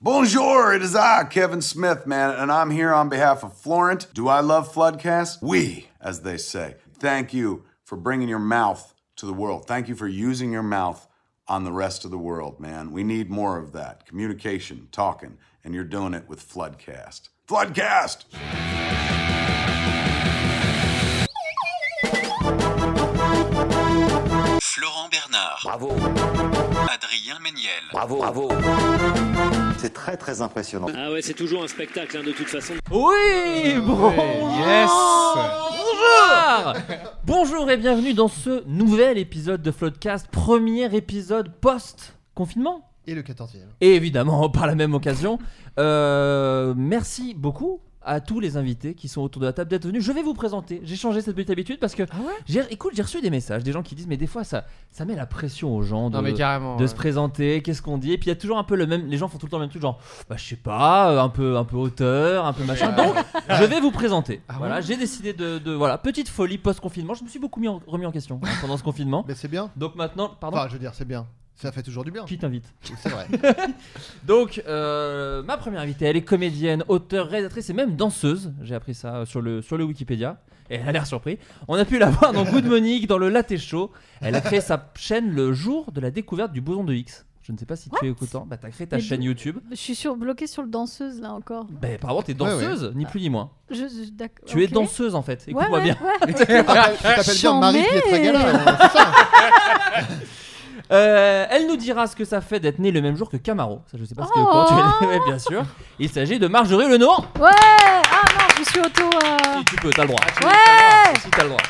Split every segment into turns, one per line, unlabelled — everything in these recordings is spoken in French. Bonjour, it is I, Kevin Smith, man, and I'm here on behalf of Florent. Do I love Floodcast? We, as they say. Thank you for bringing your mouth to the world. Thank you for using your mouth on the rest of the world, man. We need more of that communication, talking, and you're doing it with Floodcast. Floodcast!
Florent Bernard,
Bravo,
Adrien Méniel,
bravo, bravo. C'est très très impressionnant.
Ah ouais, c'est toujours un spectacle hein, de toute façon.
Oui, bon.
yes.
Bonjour. Bonjour et bienvenue dans ce nouvel épisode de Floodcast, premier épisode post confinement.
Et le 14e.
Et évidemment, par la même occasion, euh, merci beaucoup à tous les invités qui sont autour de la table d'être venus. Je vais vous présenter. J'ai changé cette petite habitude parce que
Ah
j'ai, écoute, j'ai reçu des messages des gens qui disent mais des fois ça ça met la pression aux gens de
Non mais carrément.
de se présenter, qu'est-ce qu'on dit. Et puis il y a toujours un peu le même. Les gens font tout le temps le même truc, genre, bah, je sais pas, euh, un peu, un peu auteur, un peu machin.
ouais.
Donc, je vais vous présenter.
Ah ouais
voilà, j'ai décidé de, de- Voilà, petite folie post-confinement. Je me suis beaucoup mis en- remis en question hein, pendant ce confinement.
Mais c'est bien.
Donc maintenant, pardon,
Enfin, je veux dire, c'est bien. Ça fait toujours du bien.
qui t'invite
C'est vrai.
Donc, euh, ma première invitée, elle est comédienne, auteure, réalisatrice et même danseuse. J'ai appris ça euh, sur le, sur le Wikipédia. Et elle a l'air surpris. On a pu la voir dans Good Monique, dans le Latte Show. Elle a créé sa chaîne le jour de la découverte du boson de X. Je ne sais pas si tu es écoutant. Bah, t'as créé ta
Mais
chaîne
d'où-
YouTube.
Je suis sur, bloquée sur le danseuse là encore.
Bah, apparemment, t'es
Ouais, ouais.
danseuse, ni plus ni moins.
Je, je- d'accord,
Tu es
Ah. ok.
danseuse en fait.
Ouais,
Écoute-moi
ouais,
bien.
ouais.
tu t'appelles tu t'appelles bien Marie
Chambé.
Pietragala. C'est ça.
Euh, elle nous dira ce que ça fait d'être né le même jour que Camaro. Ça, je sais pas ce que
Oh.
quand tu es né, mais bien sûr. Il s'agit de Marjorie Lenoir.
Ouais. Ah non, je suis auto. euh,
Si tu peux, t'as le droit.
Ouais.
Si t'as le droit.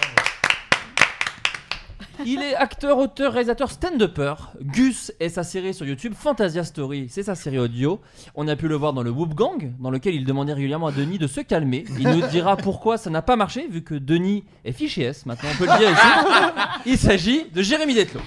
Il est acteur, auteur, réalisateur, stand-upper. Gus est sa série sur YouTube. Fantasia Story, c'est sa série audio. On a pu le voir dans le Whoop Gang, dans lequel il demandait régulièrement à Denis de se calmer. Il nous dira pourquoi ça n'a pas marché, vu que Denis est fiché S, maintenant on peut le dire ici. Il s'agit de Jérémy Detlo.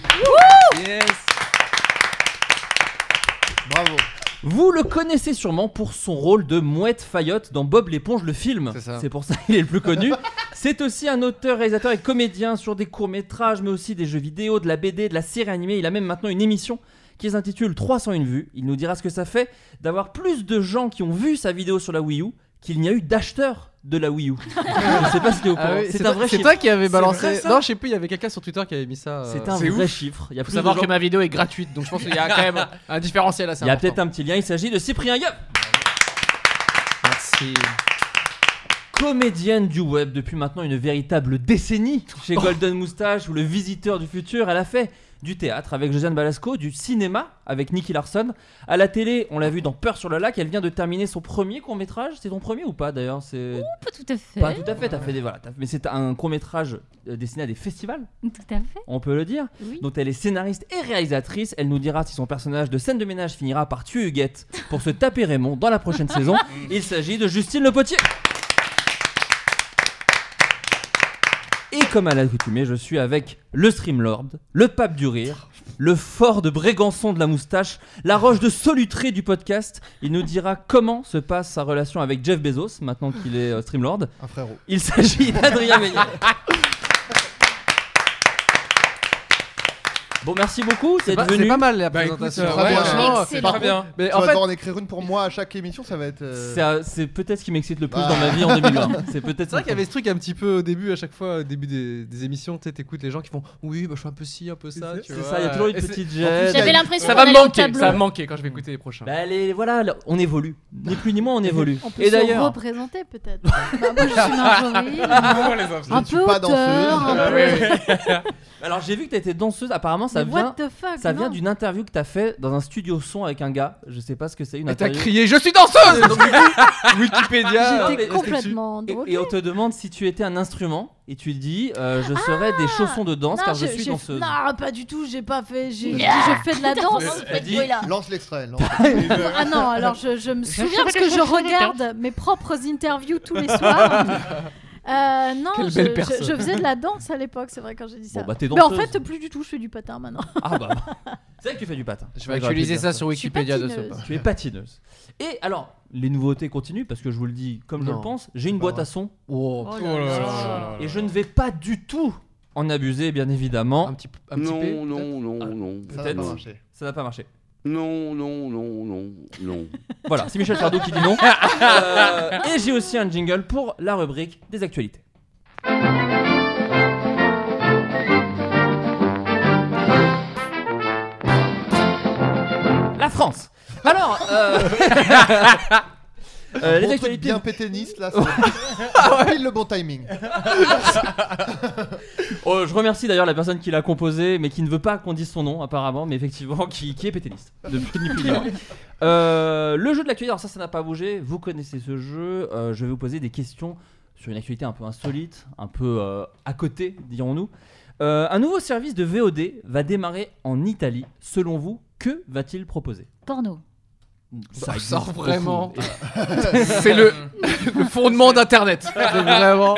Bravo.
Vous le connaissez sûrement pour son rôle de Mouette Fayotte dans Bob l'éponge le film.
C'est ça.
C'est pour ça qu'il est le plus connu. C'est aussi un auteur, réalisateur et comédien sur des courts-métrages, mais aussi des jeux vidéo, de la BD, de la série animée. Il a même maintenant une émission qui s'intitule 301 vues. Il nous dira ce que ça fait d'avoir plus de gens qui ont vu sa vidéo sur la Wii U qu'il n'y a eu d'acheteurs de la Wii U. Je sais pas si t'es au courant.
Ah oui,
c'est un vrai
C'est
chiffre.
toi qui avais
C'est vrai,
balancé.
ça
non, je sais plus, il y avait quelqu'un sur Twitter qui avait mis ça. euh,
C'est un
ouf.
vrai chiffre. Il y a
Faut
plus de
savoir
gens-
que ma vidéo est gratuite, donc je pense qu'il y a quand même un différentiel à ça.
Il y a peut-être un petit lien. Il s'agit de Cyprien Yap.
Merci.
comédienne du web depuis maintenant une véritable décennie
Oh.
chez Golden Moustache ou Le Visiteur du Futur. Elle a fait du théâtre avec Josiane Balasco, du cinéma avec Nicky Larson. À la télé, on l'a vu dans Peur sur le lac. Elle vient de terminer son premier court métrage. C'est ton premier ou pas d'ailleurs C'est
Pas tout à fait.
pas tout à fait. T'as fait des voilà. t'as- Mais c'est un court métrage destiné à des festivals.
Tout à fait.
On peut le dire.
Oui.
dont elle est scénariste et réalisatrice. Elle nous dira si son personnage de scène de ménage finira par tuer Huguette pour se taper Raymond dans la prochaine saison. Il s'agit de Justine Le Potier. Et comme à l'accoutumée, je suis avec le Streamlord, le pape du rire, le fort de Brégançon de la moustache, la roche de Solutré du podcast. Il nous dira comment se passe sa relation avec Jeff Bezos maintenant qu'il est euh, Streamlord.
Un frérot.
Il s'agit d'Adrien Meunier. Bon, merci beaucoup d'être
C'est pas,
venu. Bah,
c'est pas mal la
écoute,
présentation.
euh,
Ouais,
ouais,
franchement,
excellent.
par contre, Mais
Tu
en
vas
fait,
devoir en écrire une pour moi à chaque émission, ça va être. euh,
C'est euh, c'est peut-être ce qui m'excite le plus
Bah.
dans ma vie en 2020. C'est peut-être
c'est vrai qu'il y avait ce truc un petit peu au début, à chaque fois, au début des, des émissions, tu sais, t'écoutes les gens qui font Oui, bah, je suis un peu ci, un peu ça. tu
C'est
vois,
ça, il y a toujours une
et c'est-
petite
en
gêne.
plus, il y a-
J'avais l'impression
Ça
qu'on
va
allait
me
au
manquer,
tableau.
ça va me manquer quand je vais écouter les prochains.
Bah, les- voilà, le- on évolue. Ni plus ni moins, on évolue.
On peut
Et
se
d'ailleurs, Ah,
représenter peut-être. Bah, moi je suis Marjorie.
je
un
ne suis
peu
pas
auteur,
danseuse. Ah
un peu-
Ouais, ouais.
alors j'ai vu que t'étais danseuse. Apparemment, ça
Mais
vient,
What the fuck
ça vient
non.
d'une interview que t'as fait dans un studio son avec un gars. Je sais pas ce que c'est une
Et t'as
interview.
crié Je suis danseuse Donc, du coup, Wikipédia.
Ah, mais
J'étais
restez
complètement
Et,
drôle.
et on te demande si tu étais un instrument et tu dis euh, je serais des chaussons de danse
Non,
car je,
j'ai-
suis
j'ai-
danseuse.
Non, pas du tout, j'ai pas fait. J'ai j'ai dit, je fais de la danse.
Elle dit-
Lance l'extrait. lance.
Ah non, alors je, je me souviens parce que je regarde mes propres interviews tous les soirs. Euh, non,
Quelle
je,
belle
je-
personne.
je faisais de la danse à l'époque, c'est vrai quand j'ai dit ça.
Bon, bah, t'es
Mais en
danseuse.
fait, plus du tout, je fais du patin maintenant.
Ah bah. C'est vrai que tu fais du patin.
Je vais actualiser ça sur
Je suis
Wikipédia de ce
patineuse.
pas.
Tu es patineuse. Et alors, les nouveautés continuent parce que je vous le dis comme je
Non,
le pense, j'ai une
pas
boîte
vrai.
à son
Oh,
Wow.
et je ne vais pas du tout en abuser bien évidemment.
Un petit, un petit P, peut-être
Ah.
non, non,
Ça va pas marcher.
Ça n'a pas marché.
Non, non, non, non, non.
Voilà, c'est Michel Sardou qui dit non. Euh, et j'ai aussi un jingle pour la rubrique des actualités. La France. Alors, euh, euh, les
Bon truc
actualités.
bien péténiste là,
Ah
c'est pile le bon timing.
Oh, je remercie d'ailleurs la personne qui l'a composé, mais qui ne veut pas qu'on dise son nom apparemment, mais effectivement qui, qui est péténiste. Depuis ni plus ni moins. Euh, le jeu de l'actualité, alors ça, ça n'a pas bougé. Vous connaissez ce jeu. euh, je vais vous poser des questions sur une actualité un peu insolite, un peu euh, à côté, dirons-nous. Euh, un nouveau service de VOD va démarrer en Italie. Selon vous, que va-t-il proposer
Porno.
Ça existe
sort vraiment.
beaucoup. Et-
C'est le, le fondement d'Internet. C'est Vraiment.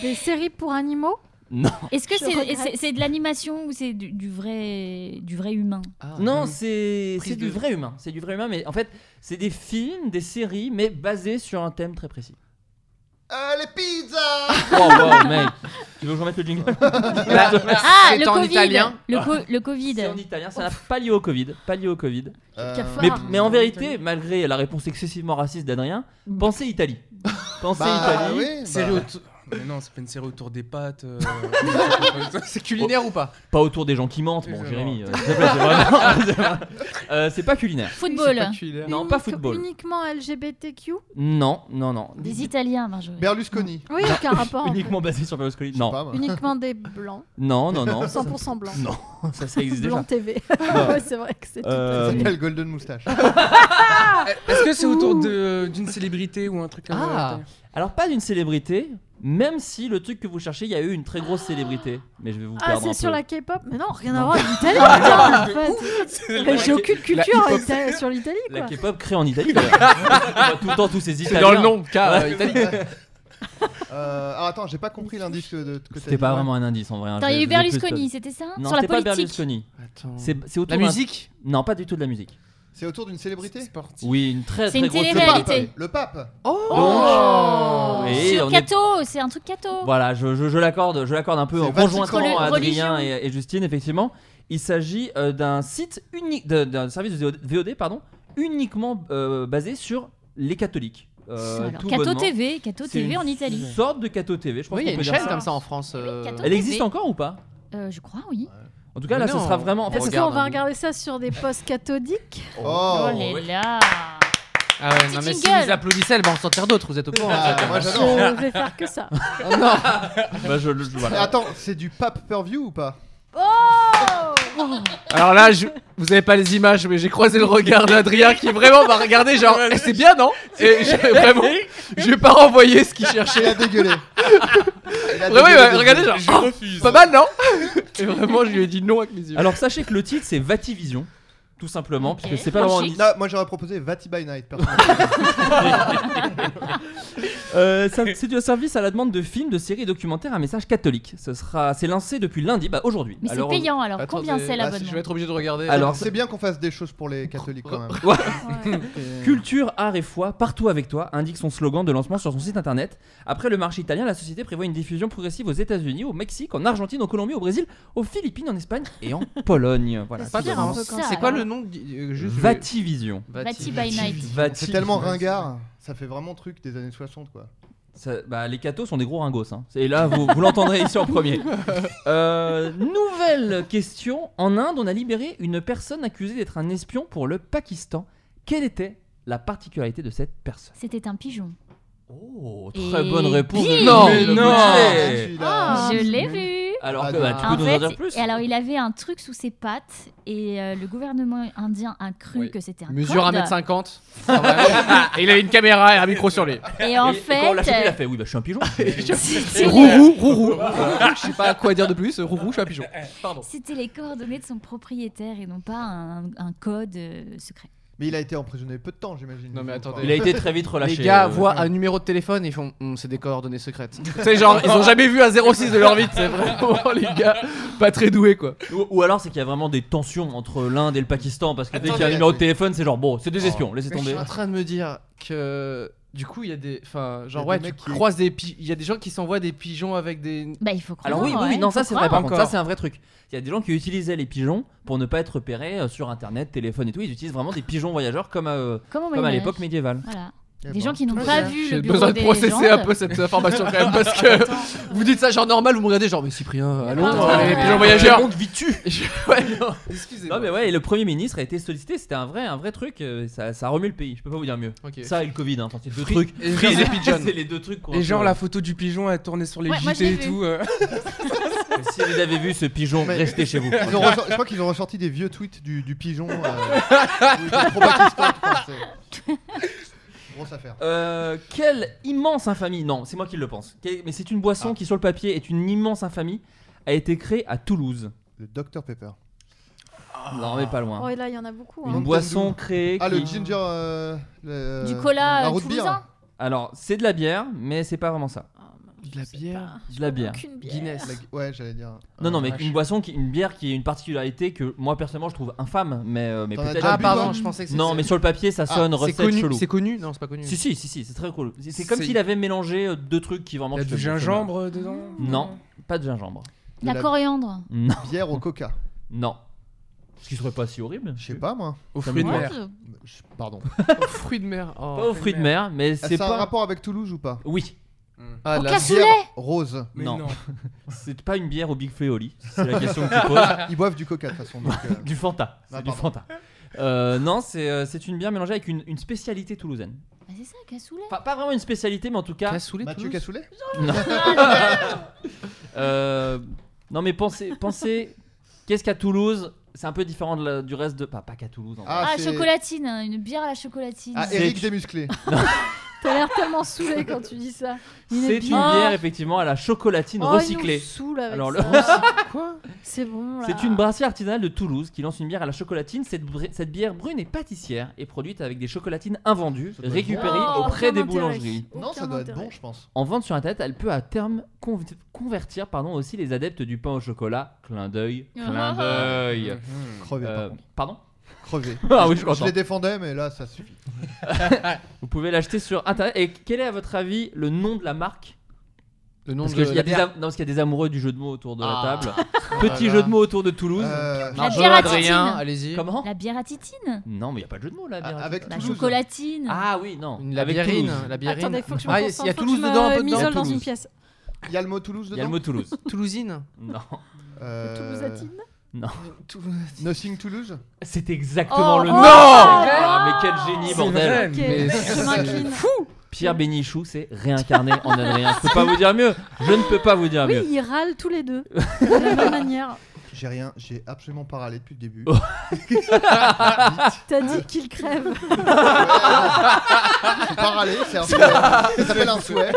Des séries pour animaux
Non.
Est-ce que
Je
c'est-
regrette.
c'est c'est de l'animation ou c'est du, du vrai du vrai humain
Ah,
Non, c'est
Ah. Prise
c'est du
de-
vrai humain. C'est du vrai humain, mais en fait, c'est des films, des séries, mais basés sur un thème très précis.
Euh, les pizzas
Wow, Oh, wow, mec. Bah, Tu veux que je remette le jingle
Ah,
C'est
le
en
Covid.
italien
Le, co- le Covid.
C'est en italien, ça n'a pas lié au Covid. Pas lié au Covid.
Euh,
Mais,
Ah.
mais en vérité, malgré la réponse excessivement raciste d'Adrien, pensez Italie. Pensez
bah,
Italie.
oui, bah,
Série autour. Mais non, c'est pas une série autour des pâtes. euh, c'est culinaire ou pas
Pas autour des gens qui mentent. Bon,
Évidemment.
Jérémy, euh, s'il te plaît, c'est vraiment- c'est vraiment- Euh, c'est pas culinaire.
Football.
Non,
Unique-
pas football.
Uniquement LGBTQ
Non, non, non.
Des Italiens, Marjorie.
Berlusconi.
Oui, aucun rapport. en fait.
Uniquement basé sur Berlusconi.
Je sais
Non,
pas, moi.
Uniquement des blancs.
non, non, non. Ça,
100% blancs.
Non, ça, ça existe déjà.
Blanc TV. Ouais, c'est vrai que c'est.
Euh,
Ça s'appelle Golden Moustache.
Eh, Est-ce que c'est autour de- d'une célébrité ou un truc comme
Ah.
alors, pas d'une célébrité, même si le truc que vous cherchez, il y a eu une très grosse célébrité. Mais je vais vous
Ah,
perdre un
c'est
peu.
sur la K-pop Mais non, rien à voir avec l'Italie. putain, en fait. Mais J'ai aucune culture
hip-hop.
ita- sur l'Italie,
La
quoi.
K-pop créée en Italie. d'ailleurs. On voit tout le temps tous ces Italiens.
dans le nom, car
Ouais.
euh, Italie.
Euh, alors attends, j'ai pas compris l'indice que, de, que t'as
C'était
dit.
pas vraiment un indice en vrai. hein.
Attends,
Je-
il
je
y a eu
l'ai plus
Berlusconi,
donné.
c'était ça
Non,
Sur la
c'était pas
politique.
Berlusconi.
Attends.
C'est c'est autour
La
d'un-
musique
Non, pas du tout de la musique.
C'est autour d'une célébrité
Sportive.
Oui, une très très
C'est une
grosse
Le
télé-réalité.
pape
célébrité.
Réalité.
Le pape
Oh.
Donc, oui,
Sur
on est-
Cato, c'est un truc Cato.
Voilà, je, je, je l'accorde, je l'accorde un peu
C'est
en
Vatican.
conjointement à
Entre le-
Adrien
religion.
et, et Justine effectivement. Il s'agit euh, d'un site unique, d'un- d'un service de VOD pardon, uniquement euh, basé sur les catholiques. Euh,
Alors,
tout
Cato
bonnement.
TV, Cato
C'est
TV
une
en Italie.
Sorte de Cato TV, je pense
Oui, il y a
qu'on
une
peut dire
chaîne
ça.
comme ça en France. euh,
Cato.
Elle existe hein.
TV.
encore ou pas
Euh, je crois, oui.
En tout cas,
Mais
là, ce
non.
sera vraiment. en fait,
Est-ce qu'on
regarde,
va
hein.
regarder ça sur des postes cathodiques
Oh,
Oh, les là.
Ah ouais, non, mais si
jingle.
vous applaudissez, elle va en sortir d'autres, vous êtes au courant.
Ah, moi j'adore
Je vais faire que ça.
Oh, non.
bah, je, je-
Mais
voilà.
Attends, c'est du pape per view ou pas
Alors là, je- vous avez pas les images, mais j'ai croisé le regard d'Adrien qui vraiment m'a regardé genre Eh, c'est bien non Et j'ai- vraiment, je vais pas renvoyer ce qu'il
Il
cherchait.
a dégueulé Il a
Vraiment, il
dégueulé,
m'a regardé genre Oh,
refuse.
pas mal non Et vraiment, je lui ai dit non avec mes yeux.
Alors, sachez que le titre, c'est Vativision, tout simplement,
Ok.
parce que c'est pas vraiment un
Chic.
Non, moi j'aurais proposé Vati by Night. personnellement.
Euh, ça- c'est un service à la demande de films, de séries et documentaires à message catholique. Ce sera, c'est lancé depuis lundi, bah aujourd'hui.
Mais c'est
Alors,
payant, alors combien
Attendez,
c'est
bah,
l'abonnement
Je vais être obligé de regarder.
Alors,
c'est bien qu'on fasse des choses pour les catholiques quand même.
euh, culture, art et foi, partout avec toi, indique son slogan de lancement sur son site internet. Après le marché italien, la société prévoit une diffusion progressive aux États-Unis, au Mexique, en Argentine, au Colombie, au Brésil, aux Philippines, en Espagne et en Pologne. Voilà.
Pas
tout
de
bonnement.
un peu
comme ça,
C'est quoi
alors.
le nom du-
hein.
euh, juste le-
Vativision.
Vati by Night.
Vati-
C'est tellement ringard, ça fait vraiment truc des années 60 quoi.
Ça- bah, les cathos sont des gros ringos. Hein. Et là, vous, vous l'entendrez ici en premier. Euh, nouvelle question. En Inde, on a libéré une personne accusée d'être un espion pour le Pakistan. Quelle était la particularité de cette personne
C'était un pigeon.
Oh,
très Et bonne réponse de
Non,
Julie Le
non.
Ah, tu l'as.
Ah.
Je l'ai vu.
Alors,
Ah,
que, bah, tu peux
En
nous
fait,
en dire plus
et alors il avait un truc sous ses pattes et euh, le gouvernement indien a cru
Oui.
que c'était un
Mesure
corde.
1m50. Ah, vraiment. Et il a une caméra et un micro sur lui.
Et en
Et- et quand on l'a chopé, il a
fait,
fait oui, bah, je suis un pigeon.
c'était-
Rourou, rourou. Voilà. Je sais pas quoi dire de plus. Rourou, je suis un pigeon. Pardon.
c'était les coordonnées de son propriétaire et non pas un, un code euh, secret.
Mais il a été emprisonné peu de temps, j'imagine.
Non, mais attendez.
il a été très vite
Les
relâché.
gars
euh,
voient un numéro de téléphone et ils font Hum, c'est des coordonnées secrètes. tu sais, genre, ils ont jamais vu un 06 de leur vie. C'est vraiment, les gars, pas très doués quoi.
Ou, ou alors, c'est qu'il y a vraiment des tensions entre l'Inde et le Pakistan. Parce que dès qu'il y a un
Attendez,
numéro de
attendez.
téléphone, c'est genre bon, c'est des espions, laissez
Je suis
tomber.
en train de me dire que Du coup, il y a des. Enfin,
Il y a
genre,
des
ouais, tu
mecs qui-
croises des pigeons. Il y a des gens qui s'envoient des pigeons avec des.
Bah, il faut croire.
Alors oui, oui, oui,
ouais,
non, ça
faut
c'est vrai.
croire.
Par contre, ça
Encore.
c'est un vrai truc. Il y a des gens qui utilisaient les pigeons pour ne pas être repérés euh, sur internet, téléphone et tout. Ils utilisent vraiment des pigeons voyageurs comme, euh,
Comme, au
comme à
Moyen-Âge.
l'époque médiévale.
Voilà.
Eh
Des
ben.
gens qui n'ont
Ouais,
pas
j'ai-
vu
J'ai
le bureau
besoin de
des
processer
légendes.
un peu cette information quand même parce que vous dites ça genre normal, vous me regardez genre mais Cyprien, allons
Pardon.
euh, les
Ouais.
pigeons voyageurs.
Donc vitu.
Ouais, non.
Excusez-moi.
Non mais ouais, et le premier ministre a été sollicité. C'était un vrai, un vrai truc. euh, Ça, ça remue le pays. Je peux pas vous dire mieux.
Ok.
Ça et le Covid, hein, enfin, c'est deux
Free-
trucs.
et
Free
free the
pigeons. C'est les deux trucs. qu'on-
Et genre la photo du pigeon à tourner sur les
Ouais, moi, je
JT et
l'ai vu.
tout. euh.
Euh, Si vous avez vu ce pigeon,
Mais-
restez chez vous.
Ils ont ressor- Je crois qu'ils ont ressorti des vieux tweets du, du pigeon. euh, ou des probatistotes, enfin, c'est- Grosse affaire.
Euh, quelle immense infamie, non, c'est moi qui le pense, Quelle- mais c'est une boisson qui sur le papier est une immense infamie, a été créée à Toulouse.
Le Dr Pepper.
Non, mais pas
Oh,
loin.
et là, il y en a beaucoup.
Une
hein.
boisson créée.
Ah,
qui-
le ginger. euh, le-
Du cola
la
euh,
root beer.
toulousain
Alors, c'est de la bière, mais c'est pas vraiment ça.
De la bière.
De
Ah,
la bière.
Aucune bière.
Guinness.
La- Ouais, j'allais dire. Euh,
Non, non, mais
vache.
une boisson, qui, une bière qui a une particularité que moi personnellement je trouve infâme, mais, euh, mais
T'en as
peut-être.
déjà
Ah
bu,
pardon,
toi
je pensais que c'était
Non, mais sur le papier ça
Ah,
sonne
c'est
recette
connu,
chelou.
c'est connu Non, c'est pas connu.
Si, si, si, si, c'est très cool. C'est- C'est comme
C'est-
s'il avait mélangé euh, deux trucs qui vraiment.
Il y a
tu
du
fais, bon, c'est
gingembre dedans
bon. Non, pas de gingembre.
De
La
la-
coriandre.
Non,
Bière au coca.
non. Ce qui serait pas si horrible.
Je sais pas, moi.
Aux
Ça
fruits de
me-
mer.
Je- Pardon.
Fruits de mer. oh.
Pas aux fruits de mer, mais
C'est
c'est
un
pas.
rapport avec Toulouse ou pas
Oui,
Ah,
Au
la-
cassoulet
Bière rose.
Mais
Non.
non.
c'est pas une bière au Big Fleoli, c'est la question que tu poses.
Ils boivent du coca de toute façon. donc, euh,
Du Fanta, c'est
Ah,
du
pardon.
Fanta. Euh, non, c'est euh, c'est une bière mélangée avec une, une spécialité toulousaine.
Bah, c'est ça, cassoulet.
Enfin, pas vraiment une spécialité, mais en tout cas.
Cassoulet.
Mathieu
Toulouse
Cassoulet
Euh, non, mais pensez, pensez qu'est-ce qu'à Toulouse C'est un peu différent de la- du reste de. Pas, pas qu'à Toulouse. En
Ah,
c'est-
chocolatine, hein, une bière à la chocolatine.
Ah,
C'est-
Eric Démusclé.
T'as l'air tellement saoulé quand tu dis ça.
vrai. C'est une
bière.
bière, effectivement, à la chocolatine
Oh, ils nous
recyclée.
saoulent avec
Alors, le-
ça.
Quoi
C'est bon. là.
C'est une brasserie artisanale de Toulouse qui lance une bière à la chocolatine. Cette, bri- cette bière brune est pâtissière et produite avec des chocolatines invendues,
Ça doit être
récupérées
Oh,
auprès
aucun
des
intérêt.
boulangeries.
Non, ça
Aucun
doit être
intérêt.
bon, je pense.
En vente sur Internet, elle peut à terme conv- convertir pardon, aussi les adeptes du pain au chocolat. Clin d'œil, clin d'œil.
Crevé,
Euh,
par contre.
pardon
Crevé.
Ah oui, je suis
Je
content.
les défendais, mais là, ça suffit.
Vous pouvez l'acheter sur Internet. Et quel est, à votre avis, le nom de la marque
Le nom
Parce
de
qu'il y, a
la
des
bière.
am- non, parce qu'il y a des amoureux du jeu de mots autour de
Ah.
la table. Petit jeu de mots autour de Toulouse.
Euh,
La
Non,
bière à
Adrien,
titine.
allez-y.
Comment
La bière à titine.
Non, mais il n'y a pas de jeu de mots là.
Ah,
bien.
avec
La
Toulouse.
chocolatine.
Ah oui, non.
Une- La
Avec
biérine.
Toulouse.
La biérine.
Attendez, faut que je me
Ah, il y a-
concentre,
il y a
faut que
Toulouse
je me
dedans, un peu dedans.
m'isole dans une
Toulouse.
pièce.
Il y a le mot Toulouse
Il y a le
dedans
mot Toulouse.
Toulousine.
Non.
Euh,
Toulousatine.
Nothing Toulouse
C'est exactement
Oh,
le
oh,
nom.
Non
Ah, Mais quel génie,
C'est
bordel.
Ok,
Mais
je
c'est-
m'incline.
Pierre Bénichou s'est réincarné en Adrien. Je peux pas vous dire mieux. Je ne peux pas vous dire
Oui,
mieux.
ils râlent tous les deux. De la même manière.
J'ai rien, j'ai absolument pas râlé depuis le début.
Oh.
T'as dit qu'ils crèvent.
J'ai pas râlé, c'est un souhait. Ça s'appelle un souhait.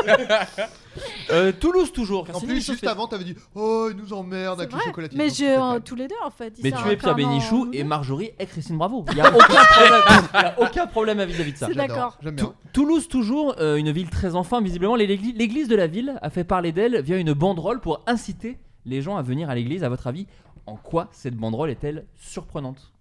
Euh, Toulouse toujours. car
En
c'est
plus,
Bénichou
juste
fait-
avant, t'avais dit Oh, il nous emmerde avec
C'est
les
vrai.
chocolatines.
Mais
Donc,
j'ai
c'était
euh,
calme.
tous les deux en fait. Ils
Mais
sont
tu es Pierre
encore dans-
Bénichou et Marjorie et Christine Bravo. Il n'y a aucun problème. Il y a aucun problème à vis-à-vis de ça.
C'est
J'adore,
d'accord.
J'aime
Tou-
bien.
Toulouse toujours, euh, une ville très en forme visiblement. Les- L'église l'église de la ville a fait parler d'elle via une banderole pour inciter les gens à venir à l'église. À votre avis, en quoi cette banderole est-elle surprenante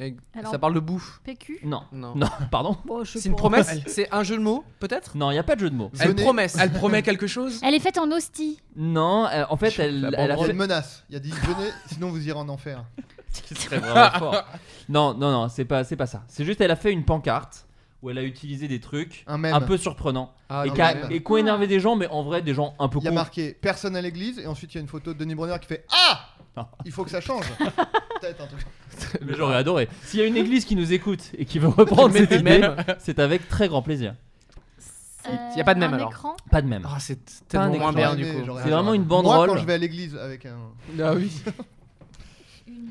Et-
Alors-
Ça parle de bouffe.
PQ.
Non,
Non.
non, pardon.
Bon, je sais
C'est une
pas.
promesse C'est un jeu de mots, peut-être
Non, il n'y a pas de jeu de mots.
Elle,
Venez.
promet, elle promet quelque chose
Elle est faite en hostie.
Non, euh, en fait, elle, elle a
Il y a
fait.
une menace. Il y a dit Venez, sinon vous irez en enfer.
Ce serait vraiment fort. Non, non, non, c'est pas, c'est pas ça. C'est juste, elle a fait une pancarte où elle a utilisé des trucs
Un mème.
un peu surprenants
Ah,
et
non,
qui a-
mais même.
et qui ont énervé des gens, mais en vrai, des gens un peu
Il y a
cons.
marqué personne à l'église et ensuite il y a une photo de Denis Brunner qui fait Ah Il faut que ça change. Peut-être un truc.
Mais J'aurais adoré. S'il y a une église qui nous écoute et qui veut reprendre cette idée, c'est avec très grand plaisir.
Il
y a pas de même,
Euh, un
alors.
Écran.
Pas de même.
Ah, c'est
Pas un
tellement moins
écran.
bien
J'aurais
du
aimé,
coup.
j'aurais
C'est
adoré.
vraiment une
Moi,
banderole.
quand je vais à l'église avec un.
Ah oui.